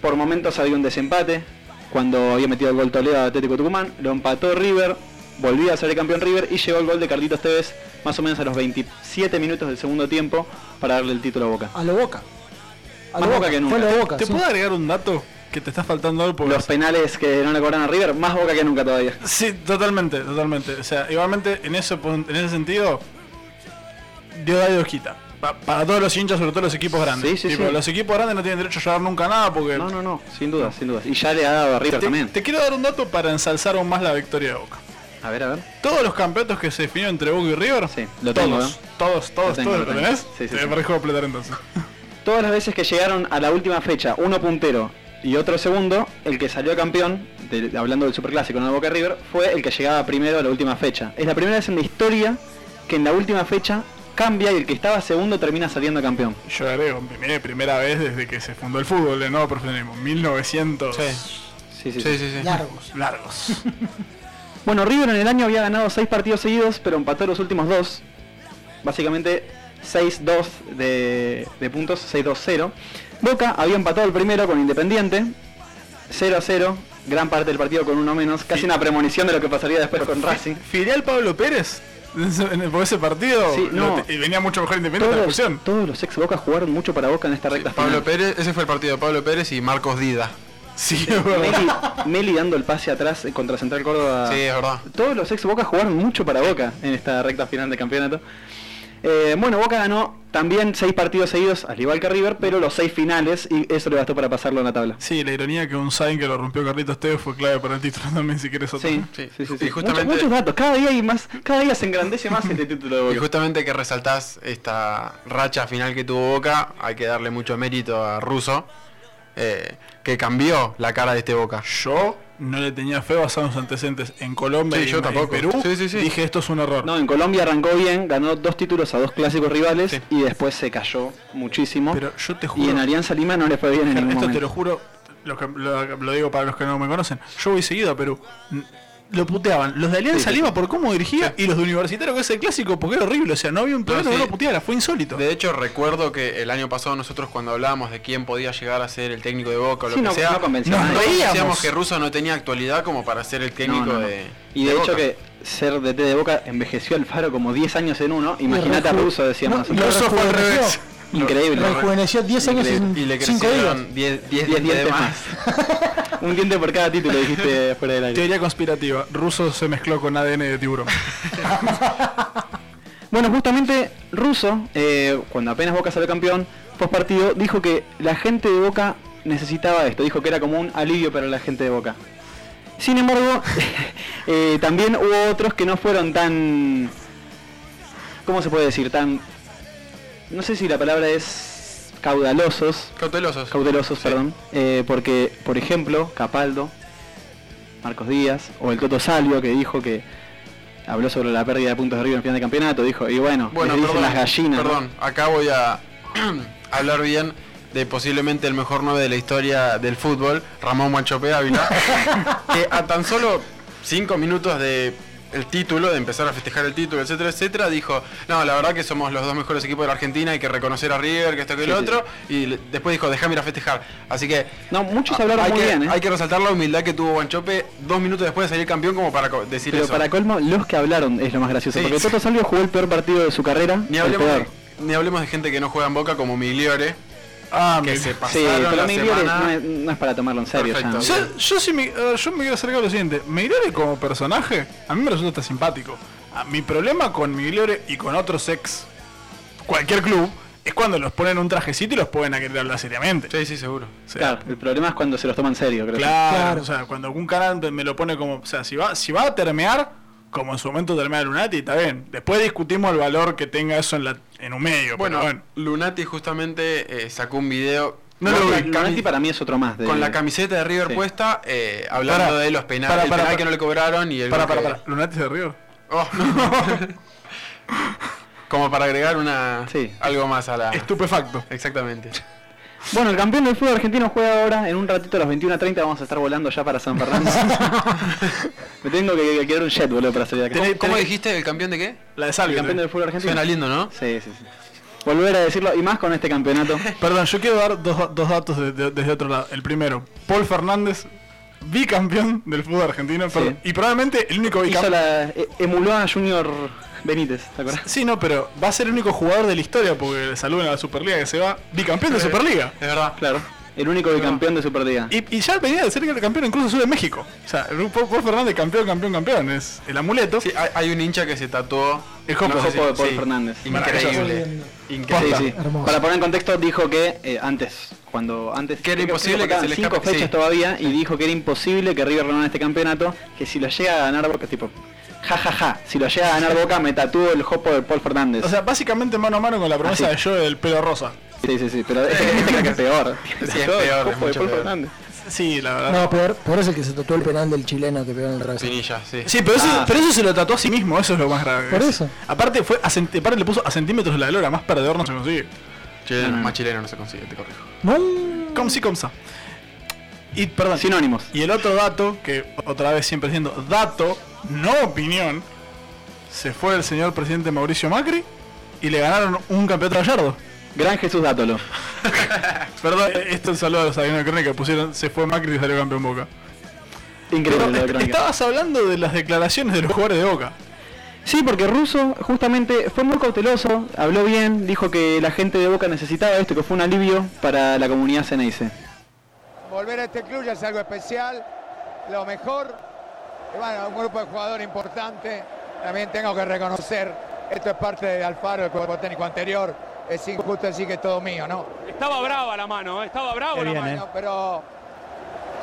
K: Por momentos había un desempate. Cuando había metido el gol Toledo a Atlético Tucumán, lo empató River, volvía a ser el campeón River y llegó el gol de Carlitos Tevez más o menos a los 27 minutos del segundo tiempo para darle el título a Boca.
C: A lo boca. A lo
K: Más Boca
C: boca,
K: que nunca.
C: Fue a lo boca.
A: ¿Te
C: sí.
A: puedo agregar un dato que te está faltando algo? Porque
K: Los penales que no le cobran a River, más Boca que nunca todavía.
A: Sí, totalmente, totalmente. O sea, igualmente en ese, pun- en ese sentido, Dios Hojita. Pa- para todos los hinchas, sobre todo los equipos grandes.
K: Sí, sí,
A: Tipo,
K: sí.
A: Los equipos grandes no tienen derecho a llevar nunca nada porque...
K: No, no, no, sin duda, sin duda. Y ya le ha dado a River
A: Te,
K: también.
A: te quiero dar un dato para ensalzar aún más la victoria de Boca.
K: A ver, a ver.
A: Todos los campeonatos que se definieron entre Boca y River,
K: Sí, lo tengo,
A: todos,
K: ¿eh?
A: todos, todos,
K: Lo tengo,
A: todos,
K: lo Eh,
A: ¿lo
K: tengo.
A: tenés?
K: Sí, sí,
A: Te
K: sí.
A: parezco completar entonces.
K: Todas las veces que llegaron a la última fecha, uno puntero y otro segundo, el que salió campeón, de- hablando del superclásico, no de Boca River, fue el que llegaba primero a la última fecha. Es la primera vez en la historia que en la última fecha cambia y el que estaba segundo termina saliendo campeón.
A: Yo agrego, mire, primera vez desde que se fundó el fútbol, el nuevo profesionalismo, 1900
K: Sí, sí,
B: Sí, sí, sí.
C: Largos.
A: largos.
K: Bueno, River en el año había ganado 6 partidos seguidos, pero empató los últimos dos. Básicamente 6-2 de, de puntos, 6-2-0. Boca había empatado el primero con Independiente, 0-0, gran parte del partido con uno menos, casi una premonición de lo que pasaría después con Racing.
A: Filial Pablo Pérez, en ese- en el- por ese partido,
K: Sí, no.
A: lo te- y venía mucho mejor independiente de la
K: Todos,
A: fusión.
K: todos los ex Boca jugaron mucho para Boca en esta recta
B: Pablo
K: final.
B: Pérez, ese fue el partido de Pablo Pérez y Marcos Dida.
A: Sí, es verdad.
K: Meli, Meli dando el pase atrás eh, contra Central Córdoba.
B: Sí, es verdad.
K: Todos los ex Boca jugaron mucho para Boca en esta recta final de campeonato. Eh, bueno, Boca ganó también seis partidos seguidos, al igual que River, pero los seis finales y eso le bastó para pasarlo en la tabla.
A: Sí, la ironía que un sign que lo rompió Carlitos Tevez fue clave para el título también, si quieres otro.
K: Sí,
B: Sí,
K: sí,
B: y
K: sí, sí.
B: justamente-
K: Muchos, muchos datos, cada día hay más, cada día se engrandece más este título de
B: Y
K: Boca.
B: justamente que resaltás esta racha final que tuvo Boca, hay que darle mucho mérito a Russo, eh, que cambió la cara de este Boca.
A: Yo no le tenía fe basado en sus antecedentes en Colombia
B: Sí,
A: y
B: yo
A: en-
B: tampoco.
A: en Perú.
B: Sí, sí, sí.
A: Dije, esto es un error.
K: No, en Colombia arrancó bien, ganó dos títulos a dos clásicos rivales
B: Sí.
K: y después se cayó muchísimo.
A: Pero yo te
K: y
A: juro,
K: en Alianza Lima no le fue bien en ningún
A: esto
K: momento.
A: te lo juro, lo, que- lo- lo digo para los que no me conocen, yo voy seguido a Perú. N- Lo puteaban. Los de Alianza
K: Sí, sí,
A: Lima por cómo dirigía y los de Universitario, que es el clásico, porque era horrible. O sea, no había un peruano
B: sí.
A: que no lo puteara, fue insólito.
B: De hecho, recuerdo que el año pasado nosotros cuando hablábamos de quién podía llegar a ser el técnico de Boca o lo
K: Sí,
B: que
K: no-
B: sea,
K: no convenció a
B: nos
K: nadie.
B: reíamos.
A: Reíamos.
B: que Russo no tenía actualidad como para ser el técnico
K: No, no, no.
B: de
K: Y de, hecho
B: Boca.
K: que ser DT de Boca envejeció al Faro como 10 años en uno. Imagínate a
C: reju-
K: Russo, decíamos.
C: No, lo
K: nosotros.
B: Russo fue al revés.
C: rejuveneció.
K: Increíble.
C: Rejuveneció 10 años
K: Increíble.
B: y le
C: en 5 días.
B: crecieron 10
K: 10
B: dientes de
K: dientes
B: más.
K: más. Un diente por cada título, dijiste fuera del aire.
A: Teoría conspirativa. Russo se mezcló con ADN de tiburón.
K: Bueno, justamente Russo, eh, cuando apenas Boca salió campeón, post partido, dijo que la gente de Boca necesitaba esto. Dijo que era como un alivio para la gente de Boca. Sin embargo, eh, también hubo otros que no fueron tan. ¿Cómo se puede decir? Tan. No sé si la palabra es. caudalosos.
B: Cautelosos.
K: Cautelosos,
B: Sí.
K: perdón. Eh, porque, por ejemplo, Capaldo, Marcos Díaz, o el Toto Salvio, que dijo que. Habló sobre la pérdida de puntos de River en final de campeonato, dijo, y bueno,
B: Bueno,
K: les dicen
B: perdón,
K: las gallinas. ¿no?
B: perdón, acá voy a hablar bien de posiblemente el mejor 9 de la historia del fútbol, Ramón Manchope Ávila, que a tan solo 5 minutos de el título, de empezar a festejar el título, etcétera, etcétera, dijo, no, la verdad que somos los dos mejores equipos de la Argentina, hay que reconocer a River, que esto, que el
K: Sí, sí.
B: otro, y le- después dijo, déjame ir a festejar. Así que
K: No, muchos
B: a-
K: hablaron
B: hay,
K: muy
B: que,
K: bien, ¿eh?
B: hay que resaltar la humildad que tuvo Manchope dos minutos después de salir campeón como para co- decir
K: Pero
B: eso.
K: para colmo, los que hablaron es lo más gracioso,
B: Sí.
K: porque Toto Salvio jugó el peor partido de su carrera,
B: Ni
K: el
B: hablemos,
K: peor.
B: de, ni hablemos de gente que no juega en Boca como Migliore,
A: Ah,
B: que
A: mi-
B: se
K: Sí,
B: pasaron
K: pero
B: la
K: Migliore
B: semana.
K: no es, no es para tomarlo en serio
B: Perfecto.
K: ya.
A: Yo, yo sí me, eh, yo me quiero acercar a lo siguiente. Migliore como personaje, a mí me resulta simpático. Ah, mi problema con Migliore y con otros ex cualquier club es cuando los ponen un trajecito y los ponen a querer hablar seriamente.
B: Sí, sí, seguro.
A: O sea,
K: Claro, el problema es cuando se los toma en serio, creo.
A: claro,
C: Claro.
A: O sea, cuando algún canal me lo pone como. O sea, si va, si va a termear, como en su momento termina Lunati, está bien. Después discutimos el valor que tenga eso en, la, en un medio.
B: Bueno,
A: pero bueno.
B: Lunati justamente eh, sacó un video
K: No,
B: con,
K: no,
B: la
K: Lunati
B: cami-
K: para mí es otro más. de-
B: con la camiseta de River
K: Sí.
B: puesta, eh, hablando
A: Pará,
B: de los penales,
A: pará,
B: el
A: pará,
B: penal
A: pará.
B: que no le cobraron y el
A: Para,
B: gol
A: para,
B: que-
A: para. Lunati de River.
B: Oh, no. Como para agregar una
K: Sí.
B: algo más a la
A: Estupefacto.
B: Exactamente.
K: Bueno, el campeón del fútbol argentino juega ahora. En un ratito a las 21.30 vamos a estar volando ya para San Fernando. Me tengo que, que quedar un jet, boludo, para salir de acá.
A: Tenés-
B: ¿Cómo dijiste el campeón de qué?
A: La de
K: el
A: Salvio.
K: campeón del fútbol argentino?
B: Suena lindo, ¿no?
K: Sí, sí, sí. Volver a decirlo, y más con este campeonato.
A: Perdón, yo quiero dar dos, dos datos de- de- desde otro lado. El primero, Paul Fernández, bicampeón del fútbol argentino. perdón, y probablemente el único
K: Hizo
A: bicampeón.
K: la, e- emuló a Junior Benítez, ¿te acordás?
A: Sí, no, pero va a ser el único jugador de la historia porque le saludan a la Superliga que se va bicampeón de Superliga.
B: Es verdad.
K: Claro. El único bicampeón de Superliga.
A: Y, y ya venía de ser el campeón incluso sur de México. O sea, el Paul Paul Fernández campeón, campeón, campeón. Es el amuleto.
B: Sí, hay, hay un hincha que se tatuó
A: El Jopo.
B: sé
K: Jopo de Paul Fernández.
B: Increíble.
K: Sí,
B: Increíble.
K: sí.
C: Hermoso.
K: Para poner en contexto, dijo que eh, antes, cuando antes
B: Que era
K: creo
B: imposible que
K: faltaban
B: se le
K: cinco
B: escape,
K: fechas
B: sí.
K: todavía y dijo que era imposible que River ganara este campeonato, que si lo llega a ganar Boca, tipo, ja ja ja, si lo llega a ganar Boca me tatúo el jopo de Paul Fernández.
A: O sea, básicamente mano a mano con la promesa
K: Así.
A: de Joe del pelo rosa.
K: sí, sí, sí, pero este, este creo que es peor.
B: Sí, es
K: Todo el
B: peor, es
K: jopo de
B: mucho
K: Paul
B: peor.
K: Fernández.
A: Sí, la verdad.
C: No, peor, peor es el que se tatuó el penal del chileno que pegó en el revés.
B: Pinilla, sí.
A: Sí, pero eso,
K: Ah.
A: pero eso se lo tatuó a sí mismo, eso es lo más grave.
C: Por eso.
A: Aparte, fue a centi- aparte le puso a centímetros la lora, más perdedor no se consigue.
B: Chileno, más chileno no se consigue, te corrijo.
C: No,
A: Como si, como sa. Y perdón.
K: Sinónimos.
A: Y el otro dato, que otra vez siempre siendo dato, no opinión, se fue el señor presidente Mauricio Macri y le ganaron un campeonato a Gallardo.
K: Gran Jesús Dátolo.
A: Perdón, eh, esto es saludo a los sabinos de crónica que pusieron, se fue Macri y salió campeón Boca.
K: Increíble lo de
A: Pero
K: Crónica.
A: estabas hablando de las declaraciones de los jugadores de Boca.
K: Sí, porque Russo justamente fue muy cauteloso, habló bien, dijo que la gente de Boca necesitaba esto, que fue un alivio para la comunidad Ceneice.
F: Volver a este club ya es algo especial, lo mejor. Y bueno, un grupo de jugadores importante. También tengo que reconocer, esto es parte de Alfaro, el cuerpo técnico anterior. Es injusto decir que es todo mío, ¿no?
L: Estaba brava la mano, ¿eh? estaba brava la mano.
F: Bueno, pero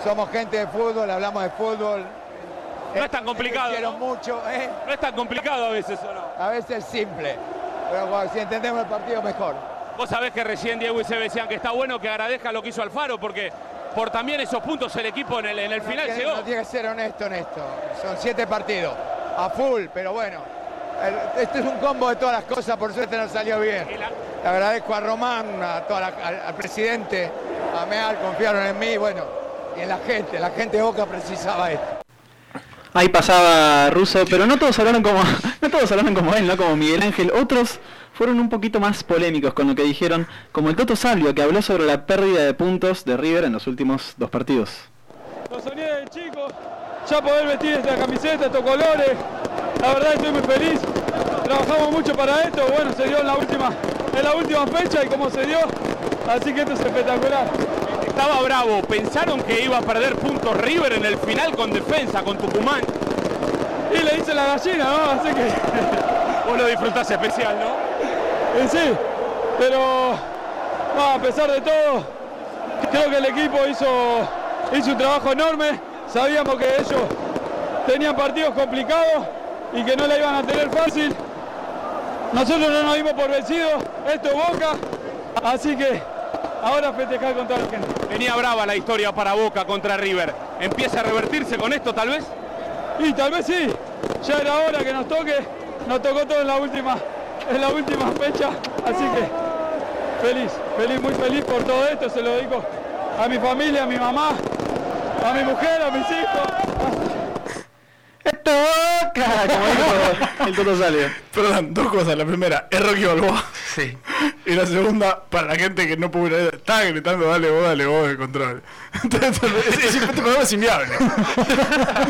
F: somos gente de fútbol, hablamos de fútbol.
L: No es tan complicado,
F: Hicieron
L: ¿no?
F: eh, mucho, ¿eh?
L: No es tan complicado a veces, ¿o no?
F: A veces simple. Pero bueno, si entendemos el partido, mejor.
L: Vos sabés que recién Diego y se decían que está bueno que agradezca lo que hizo Alfaro, porque por también esos puntos el equipo en el, en el final
F: Uno tiene-
L: llegó.
F: uno tiene que ser honesto en esto. Son siete partidos. A full, pero bueno. El- Este es un combo de todas las cosas, por suerte nos salió bien.
L: Y la-
F: Le agradezco a Román, a toda la- al, al presidente, a Meal, confiaron en mí, bueno, y en la gente. La gente de Boca precisaba esto.
K: Ahí pasaba Russo, pero no todos hablaron como no todos hablaron como él, no como Miguel Ángel. Otros fueron un poquito más polémicos con lo que dijeron, como el Toto Salvio que habló sobre la pérdida de puntos de River en los últimos dos partidos.
L: Lo soñé de chico, ya poder vestir esta camiseta, estos colores. La verdad estoy muy feliz. Trabajamos mucho para esto. Bueno, se dio en la última, en la última fecha y como se dio. Así que esto es espectacular. Estaba bravo. Pensaron que iba a perder puntos River en el final con defensa, con Tucumán. Y le hice la gallina, ¿no? Así que. Vos lo disfrutás especial, ¿no? sí, pero no, a pesar de todo, creo que el equipo hizo, hizo un trabajo enorme. Sabíamos que ellos tenían partidos complicados y que no la iban a tener fácil. Nosotros no nos dimos por vencidos, esto es Boca, así que ahora a festejar con toda la gente. Venía brava la historia para Boca contra River. ¿Empieza a revertirse con esto tal vez? Y tal vez sí, ya era hora que nos toque, nos tocó todo en la última, en la última fecha, así que feliz, feliz, muy feliz por todo esto, se lo digo a mi familia, a mi mamá, a mi mujer, a mis hijos.
K: ¡Esto Boca! Como dijo el Toto Salvio.
A: Perdón, dos cosas. La primera, es Rocky Balboa.
B: Sí.
A: Y la segunda, para la gente que no pudo ir a ver, estaba gritando, dale vos, dale vos de control. Entonces, ese, ese programa es inviable.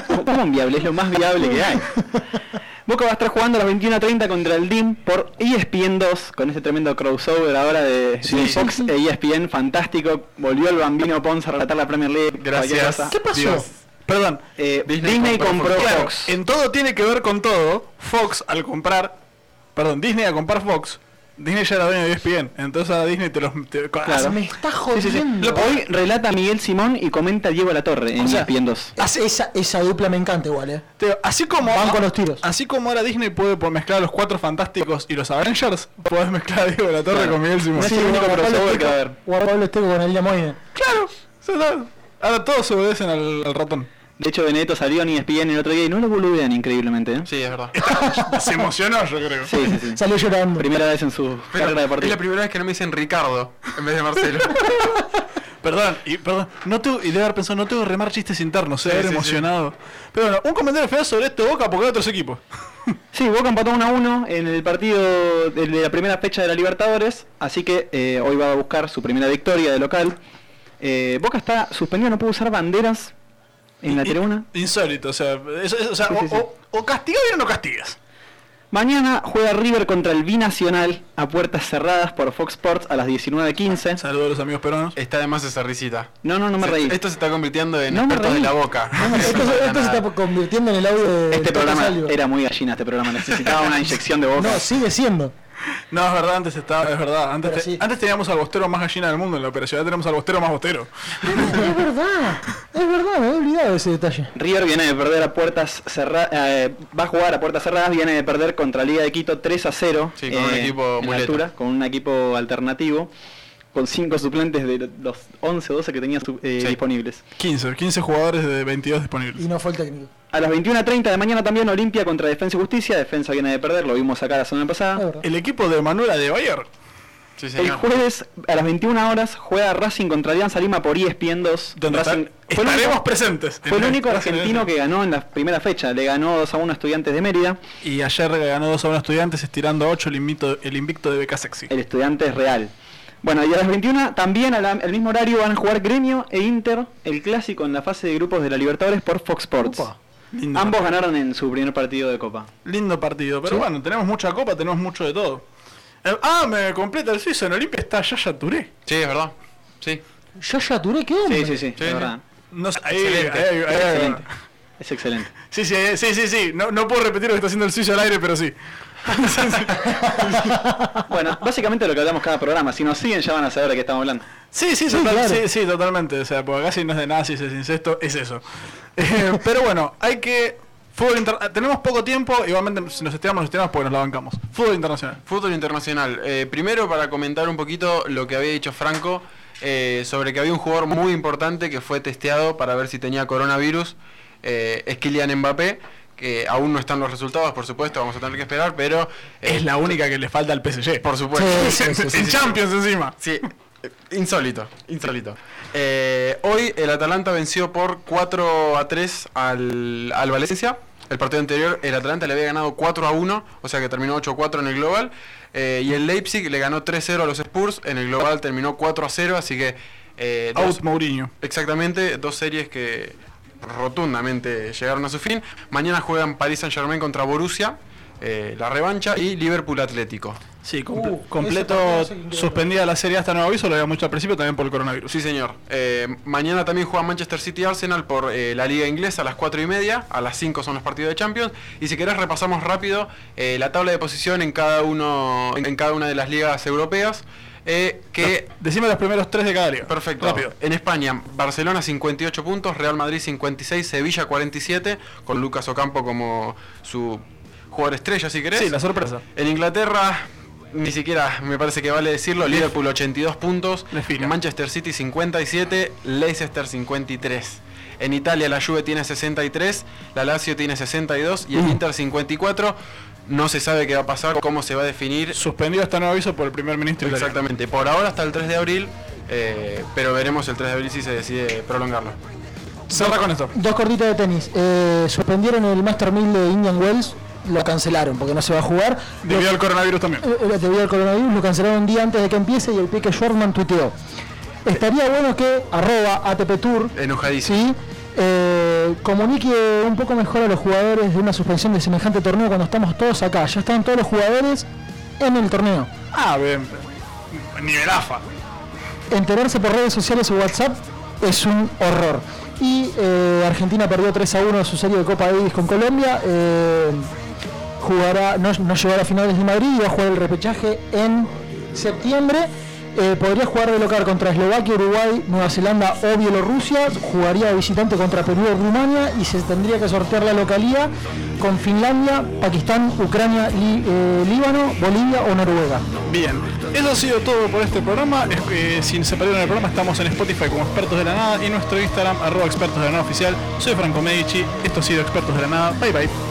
K: ¿Cómo- ¿Cómo viable? Es lo más viable que hay. Boca va a estar jugando a las 21.30 contra el DIM por E ESPN 2, con ese tremendo crossover ahora de, de Fox e ESPN, fantástico. Volvió el Bambino Pons a relatar la Premier League. cualquier cosa.
A: ¿Qué pasó? Perdón.
K: Eh, Disney, compró,
A: Claro,
K: Fox.
A: en todo tiene que ver con todo. Fox al comprar. Perdón, Disney al comprar Fox Disney ya era dueño de E ESPN, entonces a Disney te los... te-
K: Claro.
C: Me está
K: Sí, sí, sí.
C: jodiendo.
K: Hoy relata Miguel Simón y comenta Diego La Torre en
C: O sea,
K: ESPN 2.
C: Hace Esa, esa dupla me encanta igual, eh.
A: Te digo, así como...
C: Van con los tiros.
A: Así como ahora Disney puede por mezclar a los cuatro fantásticos y los Avengers, podés mezclar a Diego de la Torre
K: Claro.
A: con Miguel Simón.
K: No es el único
C: Juan Pablo
K: crossover que va
C: Esteco-
K: a haber.
C: Juan Pablo Esteco con el Moine.
A: Claro, se da- ahora todos se obedecen al, al ratón.
K: De hecho, Benedetto salió en E ESPN el otro día y no lo boludean increíblemente. ¿eh?
B: Sí, es verdad.
A: Se emocionó, yo creo.
K: Sí, sí, sí.
C: Salió llorando.
K: Primera vez en su
B: Pero
K: carrera
B: es
K: deportiva.
B: la primera vez que no me dicen Ricardo en vez de Marcelo.
A: Perdón, y perdón, no tengo, y debe haber pensado, no tengo que remar chistes internos, se debe
B: sí,
A: haber
B: sí.
A: emocionado. Pero bueno, un comentario final sobre este Boca porque hay otros equipos.
K: Sí, Boca empató 1 a 1 en el partido de de la primera fecha de la Libertadores, así que eh, hoy va a buscar su primera victoria de local. Eh, Boca está suspendido, no puede usar banderas en la
A: Y-
K: tribuna.
A: Insólito, o sea, eso- eso- o, sea,
K: Sí, sí,
A: o-
K: sí.
A: o- o castigas bien o no castigas.
K: Mañana juega River contra el Binacional a puertas cerradas por Fox Sports a las 19.15.
A: Saludos a los amigos peruanos.
B: Está además esa risita.
K: No, no, no me
B: Se-
K: reí.
B: Esto se está convirtiendo en
K: No me
B: expertos de
K: reí.
B: la boca.
C: Ah, Esto,
B: Eso no era
C: se- esto se
A: Este
B: nada.
C: está convirtiendo en el audio de
K: Este
C: Tata
K: programa
C: Salvio.
K: era muy gallina, este programa necesitaba una inyección de boca.
C: No, sigue siendo.
A: No, es verdad, antes estaba, es verdad. Antes,
C: Pero
A: te-
C: sí.
A: antes teníamos al bostero más gallina del mundo en la operación, ahora tenemos al bostero más bostero.
C: es verdad. Es verdad, me he olvidado de ese detalle.
K: River viene de perder a puertas cerradas, va a jugar a puertas cerradas, viene de perder contra Liga de Quito 3 a 0.
B: Sí, con un equipo
K: en
B: muleta.
K: altura, con un equipo alternativo, con cinco suplentes de los 11 o 12 que tenía su- eh,
B: Sí.
K: disponibles.
A: 15, 15 jugadores de 22
C: Y
A: disponibles.
C: no fue el técnico.
K: A las 21.30 de mañana también Olimpia contra Defensa y Justicia, Defensa viene de perder, lo vimos acá la semana pasada.
C: Es verdad.
A: El equipo de Manuela de Bayer.
B: Sí,
K: El
B: señor.
K: jueves a las 21 horas juega Racing contra Alianza Lima por E ESPN 2. Racing-
A: Donde estar-
K: fue el único-
A: estaremos presentes.
K: Fue el
A: En-
K: único
A: en-
K: argentino que ganó en la primera fecha, le ganó 2 a 1 a Estudiantes de Mérida.
A: Y ayer ganó 2 a 1 estudiantes estirando a 8 el, invicto- el invicto de Beca Sexy.
K: El estudiante es real. Bueno, y a las 21 también al al mismo horario van a jugar Gremio e Inter, el clásico en la fase de grupos de la Libertadores por Fox Sports.
A: Lindo,
K: Ambos ganaron en su primer partido de Copa.
A: lindo partido. Pero bueno, tenemos mucha copa, tenemos mucho de todo. Eh, ah, me completa el suizo. En Olimpia está Yaya Touré.
B: Sí, es verdad. Sí.
C: Yo ya turé qué hombre.
K: Sí, sí, sí,
B: Sí,
K: de
B: sí.
K: verdad.
A: No sé, ahí,
B: Excelente,
A: ahí, ahí, ahí.
K: excelente. Es excelente.
A: Sí, sí, eh, sí, sí, sí. No, no puedo repetir lo que está haciendo el suizo al aire, pero sí. Sí, sí.
K: Bueno, básicamente lo que hablamos cada programa, si nos siguen ya van a saber de qué estamos hablando.
A: Sí, sí, total-
C: claro.
A: sí, sí, totalmente. O sea, porque acá si no es de nazis, es incesto, es eso. Eh, pero bueno, hay que. Fútbol inter- ah, Tenemos poco tiempo, igualmente si nos estiramos, nos estiramos porque nos la bancamos. Fútbol internacional.
B: Fútbol internacional. Eh, primero para comentar un poquito lo que había dicho Franco eh, sobre que había un jugador muy importante que fue testeado para ver si tenía coronavirus. Eh, es Kylian Mbappé, que aún no están los resultados, por supuesto, vamos a tener que esperar, pero eh,
A: Es la única que le falta al PSG.
B: por supuesto.
C: Sí, sí, sí, sí,
A: en
C: sí.
A: Champions encima.
B: Sí, eh, insólito, insólito. Eh, hoy el Atalanta venció por 4 a 3 al, al Valencia. El partido anterior el Atalanta le había ganado 4 a 1, o sea que terminó 8 a 4 en el global. Eh, y el Leipzig le ganó 3 0 a los Spurs, en el global terminó 4 a 0, así que... eh, dos-
A: Out Mourinho.
B: Exactamente, dos series que rotundamente llegaron a su fin. Mañana juegan Paris Saint Germain contra Borussia, eh, la revancha, y Liverpool Atlético.
A: Sí,
C: comple-
A: completo.
C: ese partido es increíble.
A: Suspendida la serie hasta este nuevo aviso, lo habíamos hecho al principio también por el coronavirus.
B: Sí, señor. Eh, mañana también juega Manchester City y Arsenal por eh, la Liga Inglesa a las 4 y media. A las 5 son los partidos de Champions. Y si querés, repasamos rápido eh, la tabla de posición en cada, uno, en, en cada una de las ligas europeas. eh, que
A: Decime los primeros tres de cada liga.
B: Perfecto.
A: Rápido.
B: En España, Barcelona 58 puntos, Real Madrid 56, Sevilla 47, con Lucas Ocampo como su jugador estrella, si querés.
A: Sí, la sorpresa.
B: En Inglaterra, ni siquiera me parece que vale decirlo, Liverpool 82 puntos,
A: Le fila.
B: Manchester City 57, Leicester 53. En Italia la Juve tiene 63, la Lazio tiene 62
A: Mm.
B: y el Inter 54. No se sabe qué va a pasar, cómo se va a definir
A: Suspendido hasta nuevo aviso por el primer ministro italiano.
B: Exactamente, por ahora hasta el 3 de abril, eh, pero veremos el 3 de abril si se decide prolongarlo.
A: Cerra con esto.
C: Dos cortitas de tenis. Eh, suspendieron el Master 1000 de Indian Wells. Lo cancelaron porque no se va a jugar. Lo-
A: Debido al coronavirus también.
C: Eh, eh, debido al coronavirus, lo cancelaron un día antes de que empiece y el pique Schwartzman tuiteó. Estaría bueno que arroba ATP Tour
B: Enojadísimo.
C: ¿sí? Eh, comunique un poco mejor a los jugadores de una suspensión de semejante torneo cuando estamos todos acá. Ya están todos los jugadores en el torneo.
A: Ah, bien. Nivel AFA.
C: Enterarse por redes sociales o WhatsApp es un horror. Y eh, Argentina perdió 3 a 1 su serie de Copa Davis con Colombia. Eh, jugará, no, no llegará a finales de Madrid y va a jugar el repechaje en septiembre. Eh, podría jugar de local contra Eslovaquia, Uruguay, Nueva Zelanda o Bielorrusia. Jugaría de visitante contra Perú o Rumania y se tendría que sortear la localía con Finlandia, Pakistán, Ucrania, Lí- eh, Líbano, Bolivia o Noruega.
A: Bien, eso ha sido todo por este programa. Es- eh, si se perdieron el programa, estamos en Spotify como Expertos de la Nada y nuestro Instagram, arroba Expertos de la Nada Oficial. Soy Franco Medici, esto ha sido Expertos de la Nada. Bye bye.